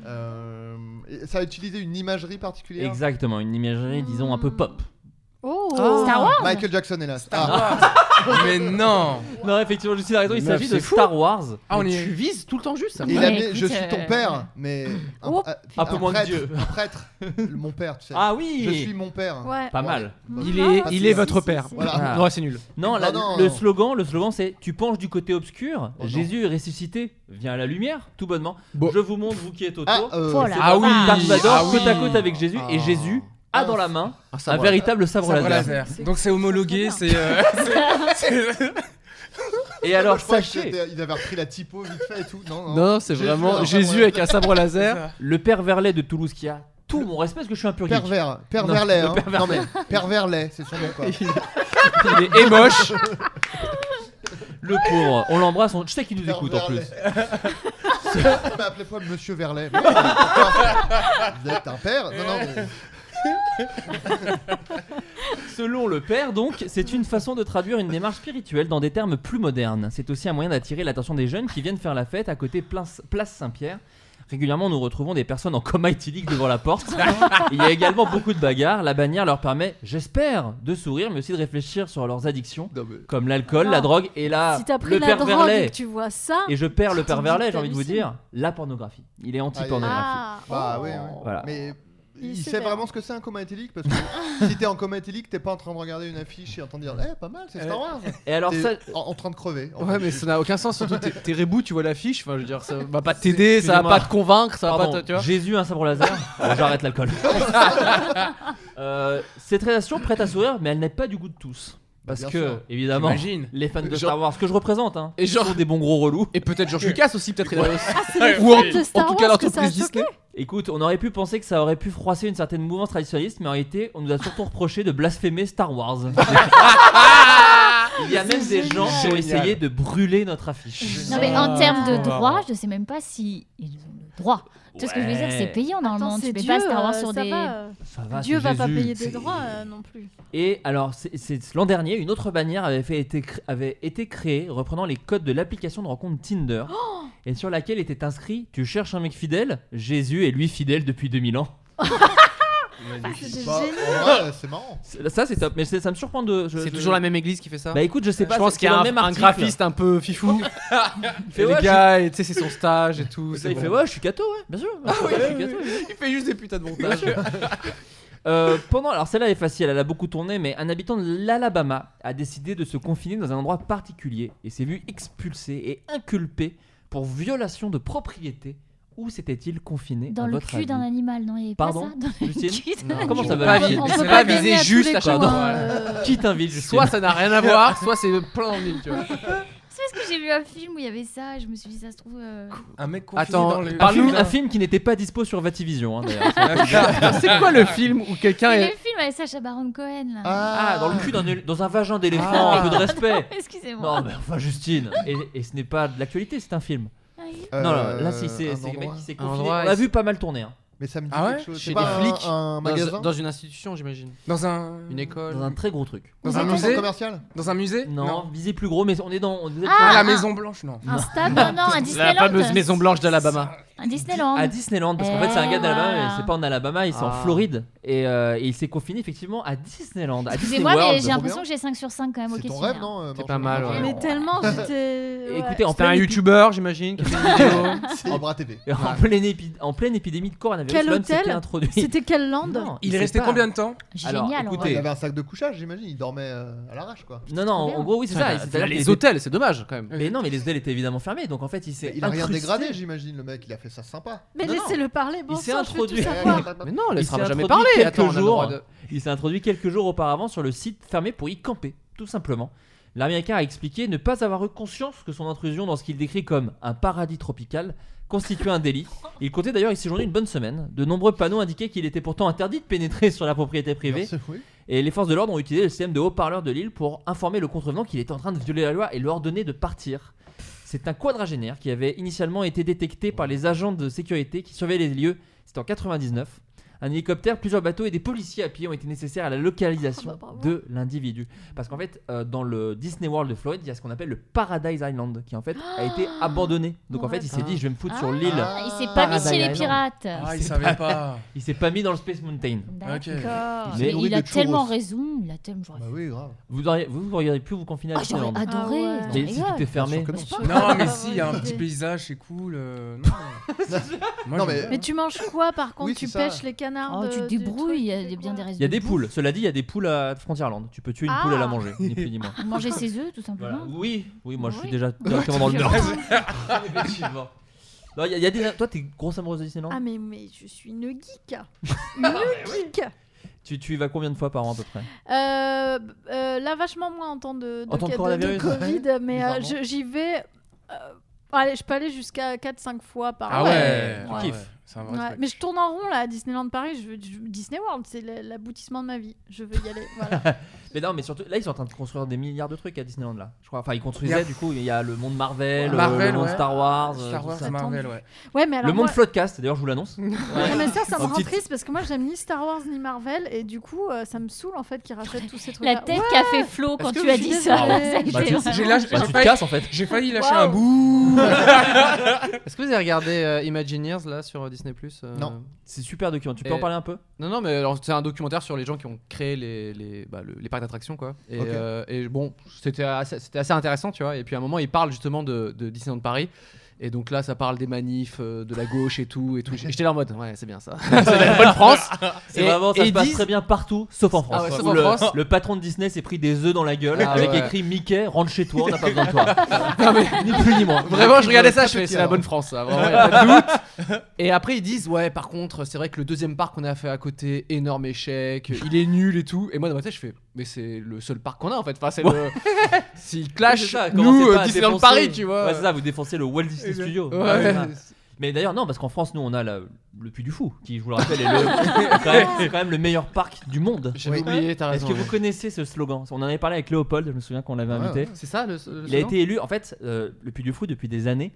euh, et ça a utilisé une imagerie particulière.
Exactement, une imagerie, disons, un peu pop.
Oh,
Star Wars
Michael Jackson est là. Ah.
Mais non
Non, effectivement, je suis la raison, il
Meuf,
s'agit de
c'est fou.
Star Wars.
Ah, on est... Tu vises tout le temps juste, ça
Et il a
Mais
mis,
écoute,
je suis ton
euh,
père, mais un,
Oh,
Un peu moins que
prêtre,
Dieu.
Un prêtre, Le- mon père, tu sais.
Ah
Je suis
oui
mon père.
Ouais.
Pas
Ouais.
mal.
Il est,
Parce
il
que-
est votre père.
Voilà.
Ah.
Non, c'est nul.
Non,
Non,
la-
non,
le
non.
slogan, le slogan c'est tu penches du côté obscur,
Oh, non.
Jésus est ressuscité, viens à la lumière, tout bonnement.
Bon.
Je vous montre vous qui êtes autour.
Ah, euh,
Voilà.
C'est vraiment
Ah oui,
Darth Vader
ah oui.
côte à côte avec Jésus et
Ah.
Jésus a dans la main
Un
un
sabre laser.
véritable sabre,
Sabre
laser.
laser. Donc c'est homologué, c'est. euh, c'est- c'est-
Et alors
Je crois que
sachez,
c'était- il avait repris la typo vite fait et tout. Non, non.
Non, non, c'est
Jésus
vraiment
a un
Jésus
sabre
avec un sabre laser.
hein.
ça.
le père Verlet de Toulouse qui a tout mon respect parce que je suis un pur geek.
Pervers, pervers lait,
le
hein.
pervers
Non mais, pervers lait, c'est son nom quoi.
Il est et moche. Le pauvre, on l'embrasse, on- je sais qu'il nous écoute en plus.
Mais Bah, appelez-moi Monsieur Verlet. Mais pourquoi Vous êtes un père Non, non, mais-
Selon le père, donc, c'est une façon de traduire une démarche spirituelle dans des termes plus modernes. C'est aussi un moyen d'attirer l'attention des jeunes qui viennent faire la fête à côté plein- place Saint-Pierre. Régulièrement, nous retrouvons des personnes en coma éthylique devant la porte. Il y a également beaucoup de bagarres. La bannière leur permet, j'espère, de sourire, mais aussi de réfléchir sur leurs addictions,
Non, mais-
comme l'alcool,
Non.
la drogue et là,
Ah,
Si t'as pris
le
la
père
drogue et
Verlet.
que tu vois ça.
Et je perds le
Tu te
père
dis
Verlet,
que
j'ai envie de vous
t'hallucines.
dire, la pornographie. Il est anti-pornographie.
Ah,
Bah
oh.
oui, oui.
Voilà.
Mais
Il
il,
sait
sait
faire.
vraiment ce que c'est un coma éthylique parce que si t'es en coma éthylique, t'es pas en train de regarder une affiche et entendre dire Eh, pas mal, c'est Star Wars.
Et alors,
T'es
ça,
en, en train de crever. en
Ouais,
fait.
mais ça n'a aucun sens. Surtout, t'es- t'es reboot, tu vois l'affiche. Enfin, je veux dire, ça va pas t'aider, ça va
Excusez-moi.
pas te convaincre, ça va
Pardon,
pas te. Tu vois
Jésus, un sabre laser. Bon, J'arrête l'alcool. Euh, cette relation prête à sourire, mais elle n'est pas du goût de tous. Parce
bien
que,
sûr.
évidemment,
J'imagine.
les fans de
Genre-
Star Wars, que je représente, hein,
Et genre-
sont des bons gros relous.
Et peut-être George Lucas aussi, peut-être. il a-
Ah, C'est les
Ou en,
fans de Star
en tout
Wars
cas,
que ça a
l'entreprise
choqué.
Disney.
Écoute, on aurait pu penser que ça aurait pu froisser une certaine mouvance traditionnaliste, mais en réalité, on nous a surtout reproché de blasphémer Star Wars. Il y a même des gens qui ont
Génial.
essayé de brûler notre affiche.
Non mais en
Ah.
termes de droit, je sais même pas si ils ont le droit. Tout ce que je veux dire,
Ouais.
c'est payant normalement.
Attends,
tu
c'est
peux
Dieu,
pas Star Wars
euh,
sur
ça
des.
va, euh,
Ça va,
Dieu
Ah, c'est
va pas
Jésus.
payer des
C'est-
droits euh, non plus.
Et alors, c'est- c'est l'an dernier, une autre bannière avait, fait, été, cr- avait été créée reprenant les codes de l'application de rencontre Tinder et sur laquelle était inscrit Tu cherches un mec fidèle Jésus est lui fidèle depuis 2000 ans.
C'est
Bah,
génial.
en vrai, c'est marrant.
C'est- Ça, c'est top, mais c'est- ça me surprend de. je-
C'est
je-
toujours la même église qui fait ça
Bah écoute, je sais pas.
Je pense
c'est-
qu'il y
c'est
a
dans
un,
le même
un
article.
graphiste un peu fifou.
Il fait,
Et les
ouais, je-
gars, et tu sais, c'est son stage et tout.
ça,
c'est
il fait
bon.
Ouais, je suis catho, ouais, bien sûr. bien sûr, Ah je suis catho, bien sûr.
Il fait juste des putains de
Bien
montages.
sûr. Euh, pendant, alors celle-là est facile, elle a beaucoup tourné, mais un habitant de l'Alabama a décidé de se confiner dans un endroit particulier et s'est vu expulsé et inculpé pour violation de propriété. Où s'était-il confiné
Dans
à
le
votre
cul d'un
avis
animal, non, il n'y avait
Pardon
pas ça dans le
Lucille
cul d'un
Non,
Comment
tu
ça
peux
va,
pas
Lucille
viser-
On
c'est
peut
pas
pas
viser
gagner à tous
juste
les
la
coups,
chatte.
hein, euh,
Qui t'invite Justine
Soit ça n'a rien à voir, soit c'est plein en mille, tu vois.
C'est parce que j'ai vu un film où il y avait ça et je me suis dit, ça se trouve. euh,
Un mec confiné
Attends,
dans le.
un film,
Parle-nous-
un film qui n'était pas dispo sur Vativision hein, d'ailleurs.
Ah. C'est quoi le film où quelqu'un
C'est le
est.
film avec Sacha Baron Cohen là.
Ah, dans le cul d'un éle- dans un vagin d'éléphant,
Ah.
un peu de respect. Non
Excusez-moi.
mais enfin Justine, et, et ce n'est pas de l'actualité, c'est un film.
Ah,
Euh,
non, non, là c'est c'est
un
c'est le mec
endroit.
qui s'est
Un
confiné.
endroit,
On l'a
il
vu pas mal tourner. hein.
Mais ça me dit
Ah ouais
quelque chose.
Chez
C'est pas
les
un-
flics,
un magasin
Dans, dans une institution, j'imagine.
Dans un.
Une école.
Hmm. Dans un très gros truc.
Dans
Dans
un
un centre
musée
commercial
Dans un musée
Non, visez plus gros, mais on est dans. on est
Ah,
Ah,
la
ah.
Maison Blanche, non.
Un stade Non, non, un Disneyland.
La
euh,
fameuse Maison Blanche d'Alabama.
Un Disneyland.
à Disneyland, parce qu'en
Eh,
fait c'est un gars d'Alabama,
voilà.
mais c'est pas en Alabama, il est en
Ah.
Floride. Et, euh, et il s'est confiné effectivement à Disneyland. À Disney
Excusez-moi, mais
World.
j'ai
Trop bien.
l'impression que j'ai 5 sur 5 quand même au
C'est ton
Kessiner.
rêve, non euh,
C'est
Benjamin
pas mal, ouais.
Mais tellement j'étais. ouais.
Écoutez, en
C'était un
pleine, épi-
youtubeur, j'imagine, qui a fait une vidéo.
C'est Libra TV.
en, pleine épi- en pleine épidémie de coronavirus,
Quel
l'homme
hôtel
s'était introduit.
C'était quelle lande
Non,
Il est
sait
resté
pas.
combien de temps
Alors,
Génial. en
écoutez,
vrai.
Il avait un sac de couchage, j'imagine. Il dormait euh, à l'arrache, quoi.
Non, non,
Trop bien.
en gros, oui, c'est ça.
Putain,
il-
t'as-
c'est-à-dire qu'il
Bah, les
était-
hôtels, c'est dommage quand même.
Mais non, mais les hôtels étaient évidemment fermés, donc en fait, il s'est.
Il a rien
incrusté-
dégradé, j'imagine, le mec. Il a fait ça sympa.
Mais
Non, non.
laissez-le parler, bon
Il s'est
sang, je veux tout
introduit.
savoir.
Mais non,
Il
laisse
s'est
jamais
introduit
parler.
quelques
Attends, on a le
jours.
droit de-
Il s'est introduit quelques jours auparavant sur le site fermé pour y camper, tout simplement. L'Américain a expliqué ne pas avoir eu conscience que son intrusion dans ce qu'il décrit comme un paradis tropical constituait un délit. Il comptait d'ailleurs y séjourner une bonne semaine. De nombreux panneaux indiquaient qu'il était pourtant interdit de pénétrer sur la propriété privée.
Merci, oui.
Et les forces de l'ordre ont utilisé le système de haut-parleurs de l'île pour informer le contrevenant qu'il était en train de violer la loi et lui ordonner de partir. C'est un quadragénaire qui avait initialement été détecté par les agents de sécurité qui surveillaient les lieux. C'était en 99. Un hélicoptère, plusieurs bateaux et des policiers à pied ont été nécessaires à la localisation
Ah bah bravo.
de l'individu. Parce qu'en fait, euh, dans le Disney World de Floride, il y a ce qu'on appelle le Paradise Island, qui en fait a été abandonné. Donc
Mon
en fait,
rêve.
il s'est dit, je vais me foutre
Ah.
sur l'île.
Ah.
Ah, Il s'est pas mis
Paradise
chez les
Island.
pirates.
Ah, il savait pas.
Il s'est pas mis dans le Space Mountain.
Ok.
Oh.
D'accord.
Il
Mais
est
nourri
il a
de
tellement
churros.
raison. Il a tellement. j'aurais
Bah
fait-
oui, grave.
Vous auriez, vous auriez pu vous confiner à
Ah, j'aurais
Disneyland.
adoré.
Ah ouais.
j'en
Mais si
rigole.
tout est fermé.
Bien
Je
sûr
sais
que
pas.
Non, mais
Ah,
si,
ouais,
il y a un
ouais.
petit paysage, c'est cool. euh, Non, Moi,
Non,
j'aime
mais-
bien.
Mais tu manges quoi par contre
Oui,
Tu
c'est ça.
pêches les canards
Oh,
de-
tu te
du
débrouilles, il y a
truc, c'est
bien
quoi
des restes.
Il y a
de
des
bouffe.
poules, cela dit, il y a des poules à Frontierland. Tu peux tuer une
Ah.
poule et la manger, ni plus ni moins.
Manger ses œufs, tout
Voilà.
simplement.
Oui, oui, moi je suis
Oui.
déjà directement dans le mur. Effectivement. Non, il y a- il y a des... Toi, t'es grosse amoureuse de Disneyland
Ah mais, mais je suis une geek Une geek
Tu, tu y vas combien de fois par an à peu près
Euh, euh, là, vachement moins en temps de, de,
En temps de
de- de
coronavirus, ouais.
Covid, mais euh,
Bizarrement.
je- j'y vais. euh, allez, je peux aller jusqu'à 4-5 fois par
Ah
an.
ouais, tu kiffes. C'est un vrai
Ouais,
spectacle.
mais je tourne en rond là à Disneyland de Paris. Je veux- je- Disney World, c'est la- l'aboutissement de ma vie. Je veux y aller. Voilà.
Mais non, mais surtout, là, ils sont en train de construire des milliards de trucs à Disneyland, là. Je crois. Enfin, ils construisaient, du coup, il y a le monde Marvel,
Marvel,
le monde
ouais.
Star Wars. euh,
Star
tout
Wars,
ça.
Marvel, ouais.
Ouais, mais alors
le monde
moi-
Floodcast, d'ailleurs, je vous l'annonce.
Ouais, mais ça, ça me
En
rend
petite-
triste parce que moi, j'aime ni Star Wars ni Marvel et du coup, euh, ça me saoule en fait qu'ils rachètent tous ces trucs.
La tête qu'a fait Flo quand tu as dit ça. Ça a été
Bah, tu-
vraiment-
J'ai lâché-
Bah,
j'ai
tu te
failli-
casses, en fait.
J'ai failli lâcher
Waouh.
un bout.
Est-ce que vous avez regardé euh, Imagineers là sur euh, Disney Plus
Non.
C'est super document. Tu peux
Et-
en parler un peu
Non, non, mais alors c'est un documentaire sur les gens qui ont créé les, les, bah, le- les parcs d'attractions, quoi. Et,
Ok.
euh, et bon, c'était assez, c'était assez intéressant, tu vois. Et puis à un moment, ils parlent justement de, de Disneyland Paris. Et donc là, ça parle des manifs, euh, de la gauche et tout. Et tout. Et J'étais là en mode, ouais, c'est bien ça. c'est la bonne France.
C'est
Et-
vraiment, ça
et
se
ils
passe
disent-
très bien partout, sauf en France.
Ah ouais, sauf
Où
en
le,
France.
le patron de Disney s'est pris des œufs dans la gueule
Ah
avec
ouais.
écrit Mickey, rentre chez toi, on n'a pas besoin de toi. Non, mais ni plus ni moins.
Vraiment, je regardais ça, je
N'importe
fais,
qui,
c'est la
alors.
bonne France, ça. Vraiment, y a pas de doute. Et après, ils disent, ouais, par contre, c'est vrai que le deuxième parc qu'on a fait à côté, énorme échec, il est nul et tout. Et moi, dans ma tête, je fais, mais c'est le seul parc qu'on a en fait. Enfin, c'est le. S'il
Oui, c'est
clash,
ça, commencez
nous,
pas
euh,
à
Disneyland
défoncer-
Paris, tu vois.
Ouais, c'est ça, vous défoncez le Walt Disney Studio.
Ouais.
Ouais, c'est ça. Mais d'ailleurs, non, parce qu'en France, nous, on a la- le Puy du Fou, qui, je vous le rappelle, est, le- c'est quand même, c'est quand même le meilleur parc du monde.
J'ai oublié, t'as
Est-ce
raison.
que vous
ouais. Ah,
connaissez ce slogan On en avait parlé avec Léopold, je me souviens qu'on l'avait
Ouais,
invité.
ouais.
C'est ça le. le
Il a
slogan
été élu, en fait, euh, le Puy du Fou, depuis des années,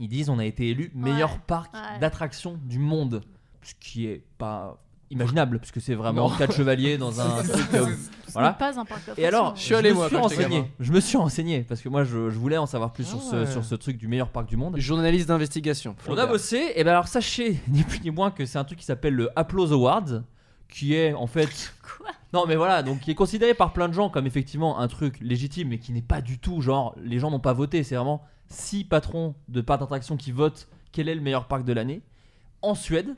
ils disent on a été élu meilleur parc
ouais.
d'attraction du monde. Ce qui est pas imaginable, puisque c'est vraiment quatre chevaliers dans un truc. euh, voilà.
Pas un parc
Et alors,
d'attractions.
suis allé,
me
moi,
suis
quand j'étais
renseigné.
gamin.
Je me suis renseigné parce que moi, je, je voulais en savoir plus sur,
Ah
ce,
ouais.
sur ce truc du meilleur parc du monde.
Journaliste d'investigation.
On a bossé, et ben alors sachez, ni plus ni moins, que c'est un truc qui s'appelle le Applause Award, qui est en fait. Non mais voilà, donc qui est considéré par plein de gens comme effectivement un truc légitime, mais qui n'est pas du tout genre les gens n'ont pas voté, c'est vraiment six patrons de parcs d'attraction qui votent quel est le meilleur parc de l'année en Suède.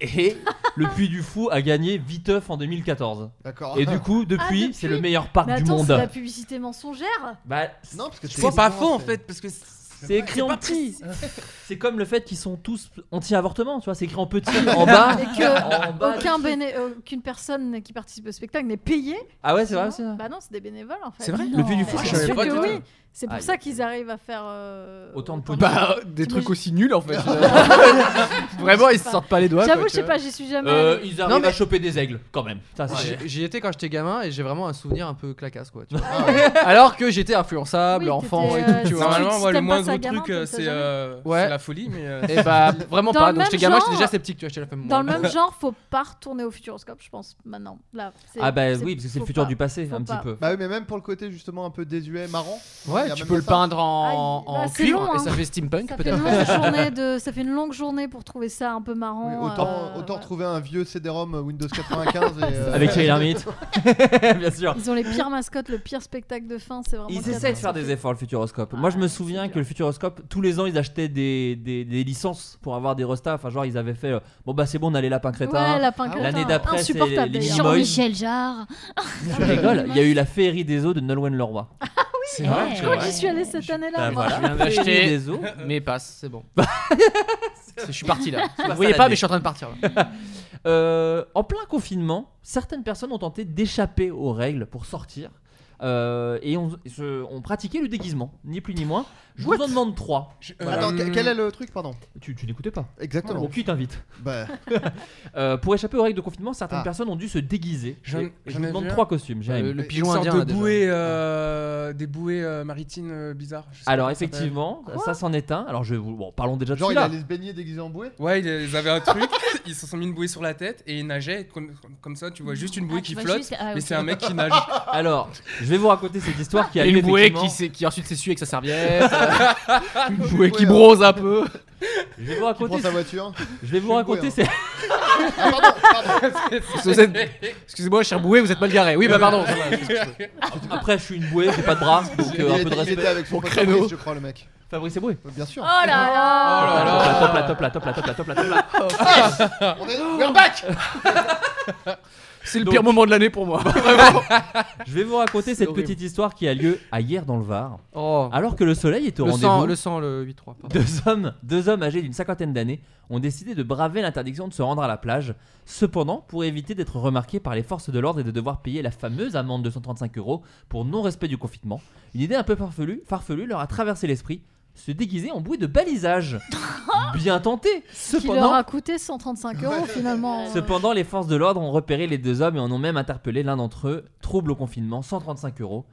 Et le Puy du Fou a gagné Viteuf en 2014.
D'accord.
Et du coup, depuis,
Ah, depuis
c'est le meilleur parc
Mais
du
attends,
monde.
c'est la publicité mensongère.
Bah,
Non, parce que
C'est pas faux en fait, parce que.
c'est écrit en petit. C'est comme le fait qu'ils sont tous anti-avortement, tu vois. C'est écrit en petit en bas.
Et que
Ah. en bas,
aucun
tout.
béné- aucune personne qui participe au spectacle n'est payée.
Ah ouais, c'est vrai, c'est
Sinon-
vrai.
Bah non, c'est des bénévoles en fait.
C'est vrai
Mais
Le Puy du
Ah, c'est
Fou, je
sûr
savais pas
que
du
oui. C'est pour
Aïe.
ça qu'ils arrivent à faire euh,
Autant de pognon.
Bah, des
trucs
trucs
T'imagines-
aussi nuls en fait. Vraiment, ils se sortent pas les doigts.
J'avoue,
quoi,
je
tu
sais
vois.
pas, j'y suis jamais.
Euh,
allée.
ils arrivent
Non, mais-
à choper des aigles quand même. Ça,
Ah,
c'est-
J'y- J'y étais quand j'étais gamin et j'ai vraiment un souvenir un peu clacasse quoi. tu vois.
Ah
Alors que j'étais influençable,
Oui,
enfant et
t'étais,
tout, tu
euh,
vois.
Normalement,
si
moi, le
t'aimes pas
moins
ça,
gros
gamin,
truc,
t'aimes
euh,
ça
c'est
jamais.
euh,
Ouais.
c'est la folie, mais. euh,
Et bah vraiment
Dans
pas.
le
Donc
même
j'étais gamin, j'étais
genre-
déjà sceptique, tu vois, j'étais la femme.
Dans le même genre, faut pas retourner au Futuroscope, je pense, maintenant. Là, c'est-
Ah bah
c'est-
oui, parce que c'est le
faut
futur
pas.
du passé,
Faut
un petit
pas.
peu.
Bah oui, mais même pour le côté justement un peu désuet, marrant. il y
Ouais,
a
tu
même
peux le
ça.
peindre en,
Ah, il- bah,
en
c'est
cuivre
long, hein.
et ça fait steampunk
Ça fait, une
peut-être.
longue journée de... ça fait une longue journée pour trouver ça un peu marrant.
Oui, autant
euh,
autant
ouais.
trouver un vieux CD-ROM euh, Windows 95 et, euh,
Avec Thierry Lhermitte. Bien sûr.
Ils ont les pires mascottes, le pire spectacle de fin, c'est vraiment.
Ils essaient de faire des efforts, le Futuroscope. Moi, je me
Ouais,
souviens
Ah, c'est
que le Futuroscope, tous les ans, ils achetaient des, des, des licences pour avoir des restas. Enfin, genre, ils avaient fait euh, Bon, bah, c'est bon, on a les lapins crétins.
Ouais, lapin
Ah,
crétin.
hein. L'année d'après, c'est les,
Insupportable,
les
d'ailleurs.
Minimoys.
Jean-Michel Jarre.
Je rigole. Il y a eu la féerie des eaux de Nolwenn Leroy.
C'est
vrai,
Je crois que j'y suis allée cette année-là.
Bah,
moi.
voilà.
Je viens d'acheter-
Féerie des eaux.
Mais passe, c'est bon. Je suis parti là. Vous
passe
voyez
à la
pas,
dé.
mais je suis en train de partir. là.
Euh, en plein confinement, certaines personnes ont tenté d'échapper aux règles pour sortir. Euh, et on, se- on pratiquait le déguisement, ni plus ni moins. Je vous en demande trois.
je-
Attends,
euh,
que- quel est le truc, pardon
Tu, tu n'écoutais pas.
Exactement.
Bon, qui t'invite
Bah,
Euh, Pour échapper aux règles de confinement, certaines
Ah.
personnes ont dû se déguiser.
J'en-
Et je
j'en
vous
ai
demande
vu un.
trois costumes. Jérémy.
Euh, le
une
pigeon
sorte
indien.
de
là, déjà.
bouée, euh, des bouées euh, maritimes euh, bizarres. je sais
Alors
pas comment ça s'appelle.
effectivement, ça s'en est un. Alors je vais vous... Bon, parlons déjà de
genre il
celui-là.
allait se baigner déguisé en bouée
Ouais, ils- ils avaient un truc, ils se sont mis une bouée sur la tête et ils nageaient comme, comme ça, tu vois juste une bouée
Ah, tu
qui
vois
flotte,
juste- ah,
mais
ok.
c'est un mec qui nage.
Alors, je vais vous raconter cette histoire qui a
Et
eu
une bouée
effectivement-
qui, s'est- qui ensuite s'essuie avec sa serviette. euh, une bouée qui
bouée,
bronze un peu.
Je vais vous
euh, Qui prend
raconter,
sa voiture
je vais vous
une
raconter
bouée, hein.
cette-
Ah pardon, pardon
Vous êtes- Excusez-moi, cher bouée, vous êtes mal garé. Oui, bah pardon.
Après, je suis une bouée, j'ai pas de bras, donc
il,
euh, un peu de
était, il était
respect.
avec son
Mon
pote
créneau.
Fabrice, je crois le mec.
Fabrice Eboué.
Bien sûr.
Ah,
Oh là là
Oh là là.
Top là, top là, top là, top là, top là, top là.
On est... We're back
C'est le
Donc-
pire moment de l'année pour moi. Vraiment.
Je vais vous raconter
C'est
cette
horrible.
petite histoire qui a lieu à hier dans le Var.
Oh.
Alors que le soleil est au
Le sang-
rendez-vous.
le sang, le 8-3, pardon.
Deux hommes, deux hommes âgés d'une cinquantaine d'années ont décidé de braver l'interdiction de se rendre à la plage. Cependant, pour éviter d'être remarqués par les forces de l'ordre et de devoir payer la fameuse amende de 135 euros pour non-respect du confinement, une idée un peu farfelue, farfelue leur a traversé l'esprit se déguiser en bouée de balisage. Bien tenté
Qui leur
Cependant,
a coûté 135 euros finalement.
Cependant, les forces de l'ordre ont repéré les deux hommes et en ont même interpellé l'un d'entre eux. Trouble au confinement, 135 euros.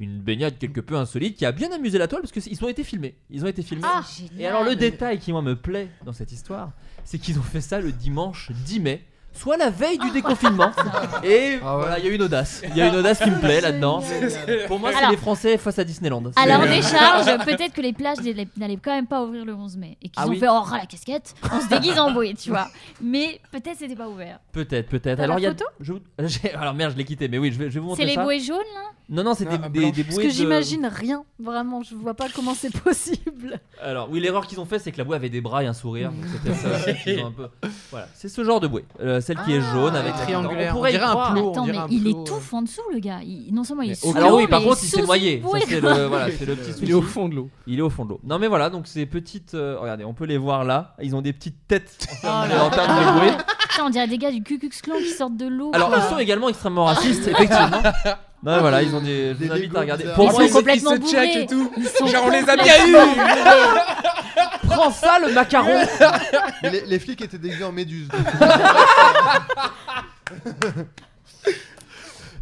Une baignade quelque peu insolite qui a bien amusé la toile parce qu'ils ont été filmés. Ils ont été filmés.
Ah, génial.
et alors le détail qui moi me plaît dans cette histoire, c'est qu'ils ont fait ça le dimanche 10 mai, soit la veille du déconfinement. Et voilà, il y a une audace. Il y a une audace qui me plaît là-dedans.
Génial.
Pour moi, c'est
Alors-
les Français face à Disneyland.
À
C'est-
leur décharge, peut-être que les plages n'allaient n'allaient quand même pas ouvrir le 11 mai et qu'ils
Ah
ont
oui.
fait oh ras la casquette, on se déguise en bouée, tu vois. Mais peut-être c'était pas ouvert.
Peut-être, peut-être.
T'as
Alors
la
il y a.
photo
je vous- j'ai- Alors merde, je l'ai quitté, mais oui, je vais, je vais vous montrer
C'est les
ça.
bouées jaunes là
Non, non, c'est des, des, des bouées.
Parce que
de-
j'imagine rien, vraiment, je vois pas comment c'est possible.
Alors oui, l'erreur qu'ils ont fait, c'est que la bouée avait des bras et un sourire. donc C'était ça. qu'ils ont un peu- Voilà, c'est ce genre de bouée, Euh, celle qui est jaune avec des
triangulaire.
On pourrait
On
y
dirait un
croire.
plot, on
Attends,
dirait
mais
un
il
plot,
étouffe en dessous le gars. Il- Non seulement il est sous
euh, Alors
l'eau,
oui, par
mais
contre, il
sous
s'est
une
noyé. Ça,
bouée.
c'est le, voilà, c'est le petit
Il
souci.
est au fond de l'eau.
Il est au fond de l'eau. Non mais voilà, donc ces petites, euh, regardez, on peut les voir là. Ils ont des petites têtes en termes de- en termes de bouées.
Putain, on dirait des gars du Ku Klux Klan qui sortent de l'eau.
Alors euh, ils sont également extrêmement racistes, effectivement. Non mais voilà, ils ont des. Je
Des
vous invite
Legos
à regarder.
bizarres.
Pour
Ils
moi,
sont
ils-
complètement
Ils se checkent
bourrés.
et tout.
Ils sont
Genre, on les a bien
complètement
eus.
bourrés.
prends ça le macaron.
Mais les, les flics étaient déguisés en méduse.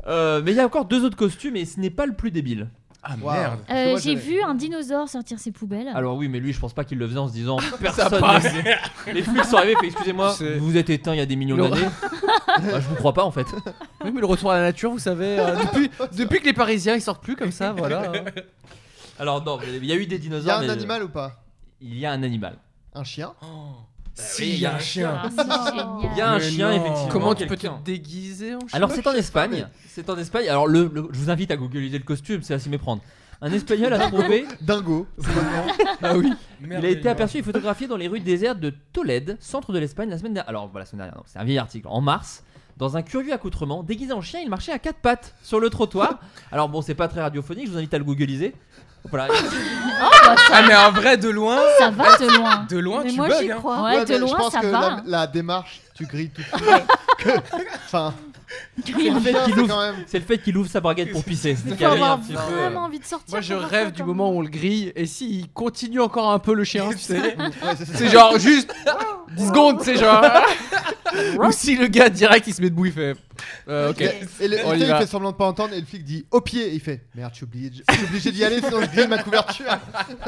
Euh, mais il y a encore deux autres costumes et ce n'est pas le plus débile.
Ah
Wow.
merde.
Euh,
Parce que moi,
J'ai
j'avais-
vu un dinosaure sortir ses poubelles.
Alors oui, mais lui, je pense pas qu'il le faisait en se disant personne. ne- Les flics sont arrivés, fait excusez-moi,
C'est-
vous êtes éteint il y a des millions
Le-
d'années. Bah, je vous crois pas en fait.
Oui, mais le retour à la nature, vous savez, euh, depuis, depuis que les Parisiens ils sortent plus comme ça, voilà. hein.
Alors non, il y a eu des
Il y a
dinosaures.
un
mais-
animal ou pas
Il y a un animal.
Ah.
Un chien
Si, il y a un chien.
Ah, c'est
Il
génial.
y a un
Mais
chien
non.
effectivement.
Comment tu peux
quelqu'un.
te déguiser en chien
Alors c'est en Espagne. C'est en Espagne. Alors le, le- je vous invite à googliser le costume, c'est à s'y méprendre. Un espagnol a trouvé.
Dingo.
Ah oui. Il a
Merveilleux.
été aperçu et photographié dans les rues désertes de Tolède, centre de l'Espagne, la semaine dernière. Alors voilà, la semaine dernière, non, c'est un vieil article. En mars, dans un curieux accoutrement, déguisé en chien, il marchait à quatre pattes sur le trottoir. Alors bon, c'est pas très radiophonique, je vous invite à le googliser. Voilà.
Ah, mais en vrai, de loin,
Ça va de loin.
de loin,
Mais
tu
moi j'y
bugs. hein.
crois.
Ouais, de
mais je
loin,
pense
ça
que
va,
la,
hein.
la démarche, tu grilles tout de suite. Que- Enfin,
C'est le
bien,
fait
c'est
qu'il ouvre,
quand même.
c'est le fait qu'il ouvre sa braguette pour pisser. C'est qu'il
Il faut
y avait
avoir
un petit peu, euh,
vraiment envie de sortir.
Moi je
pour voir ça
rêve du
comme-
moment où on le grille et s'il continue encore un peu le chien, tu sais.
Ouais, c'est ça.
C'est genre juste 10 secondes, tu sais, genre. Ou si le gars direct il se met debout, il fait. euh, ok.
Et- Et le
On y
tu sais, il
va.
fait semblant de pas entendre et le flic dit au pied et il fait merde je suis obligé, de- je suis obligé d'y aller sinon je grille ma couverture.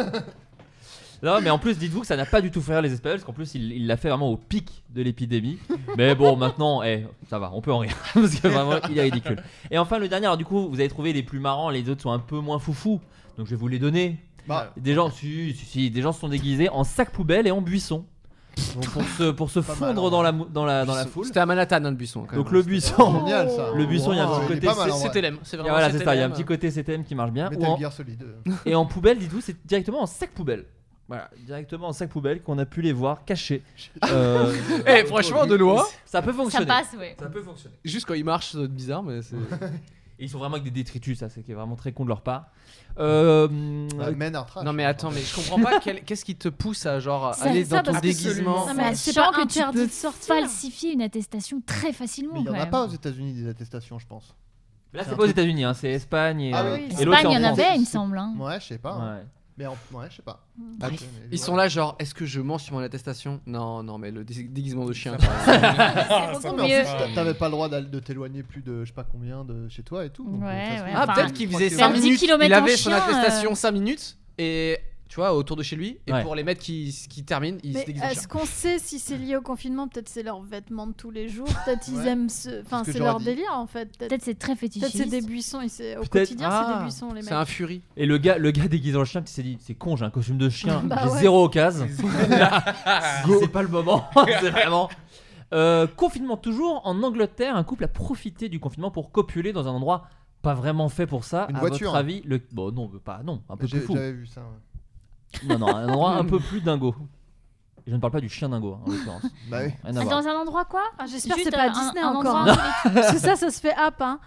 Non, mais en plus, dites-vous que ça n'a pas du tout fait rire les Espagnols, parce qu'en plus, il il l'a fait vraiment au pic de l'épidémie. Mais bon, maintenant, eh, ça va, on peut en rire, parce que vraiment, il est ridicule. Et enfin, le dernier, alors du coup, vous avez trouvé les plus marrants, les autres sont un peu moins foufou, donc je vais vous les donner.
Bah,
Des gens, si, si, si, des gens se sont déguisés en sac poubelle et en buisson. Donc, pour se, pour se
Pas mal,
fondre
hein.
dans, la, mou- dans,
Ah,
la, dans la foule.
C'était à Manhattan, hein, le buisson. Quand
Donc
même.
le buisson.
génial ça. Oh,
Le buisson, il y a un petit
il est
côté-
pas mal, en vrai.
C'était l'aime, c'est
Et
vraiment.
voilà,
cet
c'est ça, il y a un
LM.
petit côté CTM qui marche bien. Ou en-
Metal Gear Solid. euh.
et en poubelle, dites-vous, c'est directement en sac poubelle. Voilà, directement en sac poubelle qu'on a pu les voir cachés. Euh,
Eh, franchement, de loin,
ça peut
Ça
fonctionner.
passe, ouais.
Ça peut fonctionner.
juste quand il marche, ça doit être bizarre, mais c'est.
Et ils sont vraiment avec des détritus, ça, c'est qui est vraiment très con de leur part. Euh, hum,
Bah, Men are trash.
Non, mais attends, mais je comprends pas quel- qu'est-ce qui te pousse à genre
Ça-
aller
ça,
dans ton
parce que-
déguisement.
Non, mais c'est
Sachant
pas
que tu
interdit
peux
de sortir.
Falsifier une attestation très facilement.
Mais il y en
quand
a
même.
pas aux États-Unis des attestations, je pense.
là, c'est pas aux États-Unis, hein, c'est Espagne et,
Ah
euh,
oui.
et
Espagne,
l'autre, c'est
il y en
France.
avait, il me semble. hein.
Ouais, je sais pas. hein.
Ouais. Bah,
Mais en... ouais, je sais pas.
Mm.
Bref.
Ok, mais-
Ils sont là, genre, est-ce que je mens sur mon attestation Non, non, mais le dé- déguisement de chien.
Ah,
beaucoup
ça
Non,
va.
mieux.
mais en plus, t'a- T'avais pas le droit d'al- de t'éloigner plus de je sais pas combien de chez toi et tout. donc,
Ouais,
euh, ça se
ouais.
fait.
Ah,
Enfin,
peut-être qu'il faisait
je
5
crois que-
minutes.
10 kilomètres
il avait
en
son
chien,
euh.
attestation 5 minutes et tu vois, autour de chez lui. Et
Ouais.
pour les mecs qui, qui terminent, ils se
Mais
déguisent en chien.
est-ce euh, qu'on sait si c'est lié au confinement Peut-être c'est leurs vêtements de tous les jours. Peut-être ils
Ouais.
aiment ce. Enfin,
C'est ce que
c'est
j'aurais
leur
dit.
délire en fait. Peut-être
Peut-être c'est très
peut-être
fétichiste.
c'est des buissons. ils se- Au
Peut-être-
quotidien, c'est
Ah,
des buissons, les mecs.
C'est un furie.
Et le gars, le gars déguisé en chien, il s'est dit c'est con, j'ai un costume de chien,
Bah
j'ai
ouais.
zéro occasion. Go. c'est pas le moment, c'est vraiment. Euh, confinement toujours, en Angleterre, un couple a profité du confinement pour copuler dans un endroit pas vraiment fait pour ça.
Une
à
voiture. hein.
votre avis, le... bon non, pas non, un peu plus
J'ai-
fou.
J'avais vu ça. ouais.
Non non, un endroit un peu plus dingo. Et je ne parle pas du chien dingo, hein, en l'occurrence.
bah oui.
Rien à
Ah,
voir.
Dans un endroit quoi
Ah, J'espère que
Juste
c'est pas
un-
Disney
un
encore.
endroit
hein.
où les-
Parce que ça, ça se fait app. Hein.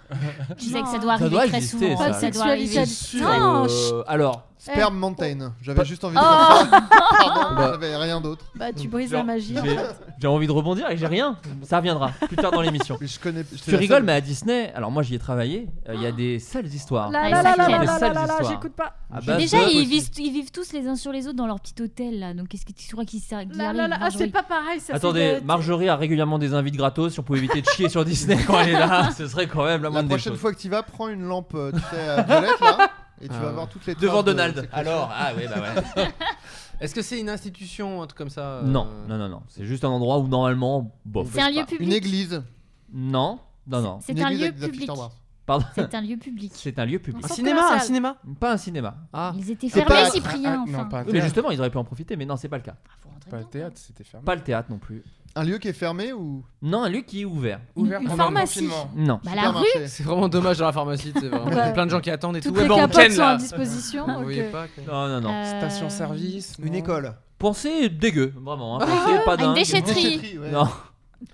Tu sais
Non.
que ça doit
Ça
arriver
doit
très
exister,
souvent.
ça.
Ça doit
Sexualité.
arriver.
sûr.
Non, chut.
Euh, alors,
Sperm Mountain. J'avais juste envie de
Oh.
dire ça. Pardon,
Bah.
j'avais rien d'autre.
Bah, tu brises
Genre,
la magie.
j'ai- j'ai envie de rebondir et j'ai rien. Ça reviendra plus tard dans l'émission.
Mais je connais. c'est
Tu
la
rigoles,
seule-
mais à Disney, alors moi j'y ai travaillé, euh, il y a des sales histoires.
Là,
Ah,
là,
ça
là,
crée
là,
des
là, là,
sales
là, là,
histoires.
j'écoute pas.
Ah
Mais
bah,
déjà,
c'est-
ils vivent, ils vivent tous les uns sur les autres dans leur petit hôtel là. Donc qu'est-ce que tu crois qu'ils sar- qu'ils
Là, là,
arrivent,
là, ah, c'est
Marjorie
pas pareil. Ça
Attendez,
c'est de-
Marjorie a régulièrement des invites gratos. Si on pouvait éviter de chier sur Disney quand elle est là, ce serait quand même la
La
moindre des
prochaine
choses.
fois que tu y vas, prends une lampe, euh, tu sais, à violette là, et tu
Ah
vas
ouais.
voir toutes les.
Devant
traces de-
Donald.
c'est quoi
Alors, ah ouais, bah ouais.
Est-ce que c'est une institution, un truc comme ça euh,
Non, non, non, non. C'est juste un endroit où normalement, bof.
C'est un lieu
ça Une
public.
église.
Non, non, non.
C'est
Une
un
église
lieu
avec des affiches
public.
en bas.
Pardon.
C'est un lieu public.
C'est un lieu public.
Un
Centre
cinéma, un
commercial.
cinéma.
Pas un cinéma.
Ah.
Ils étaient
C'est
fermés,
pas-
Cyprien.
Ah, non,
enfin.
pas un
Oui, mais
théâtre.
justement, ils auraient pu en profiter, mais non, c'est pas le cas.
Ah, faut rentrer
Pas un
dedans,
théâtre, c'était fermé.
Pas le théâtre non plus.
Un lieu qui est fermé ou
Non, un lieu qui est ouvert.
Ouvert
Une
pendant le
pharmacie.
confinement.
Non.
Bah, la rue.
C'est vraiment dommage dans la pharmacie, c'est vraiment.
Ouais.
Plein de gens qui attendent et
Toutes
tout. Ouais,
les
bah, on
capotes
ken
sont à
là.
disposition.
Vous
ok.
voyez pas quoi.
Non, non, non.
Euh,
Station-service.
une
non.
école.
Pensez dégueu, vraiment. hein. Pensez pas
Ah, une
dingue.
déchetterie.
Déchetterie, ouais.
Non,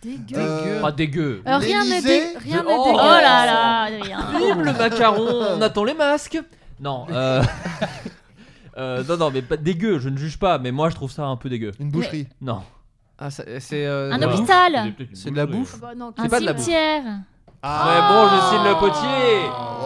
Dégueu.
Euh,
pas dégueu.
Euh, Rien n'est
L'Élysée.
dé- rien
Je-
n'est
Oh.
Oh
dégueu.
là là, Adrien.
Horrible, le macaron, on attend les masques. Non, euh... euh, non, non, mais pas dégueu, je ne juge pas, mais moi je trouve ça un peu dégueu.
Une boucherie.
Non.
Ah, ça- c'est. euh,
Un
Voilà.
hôpital.
C'est de la bouffe.
Bah, non,
Un
pas de la bouffe.
cimetière.
Mais Ah. bon, Justine Le Potier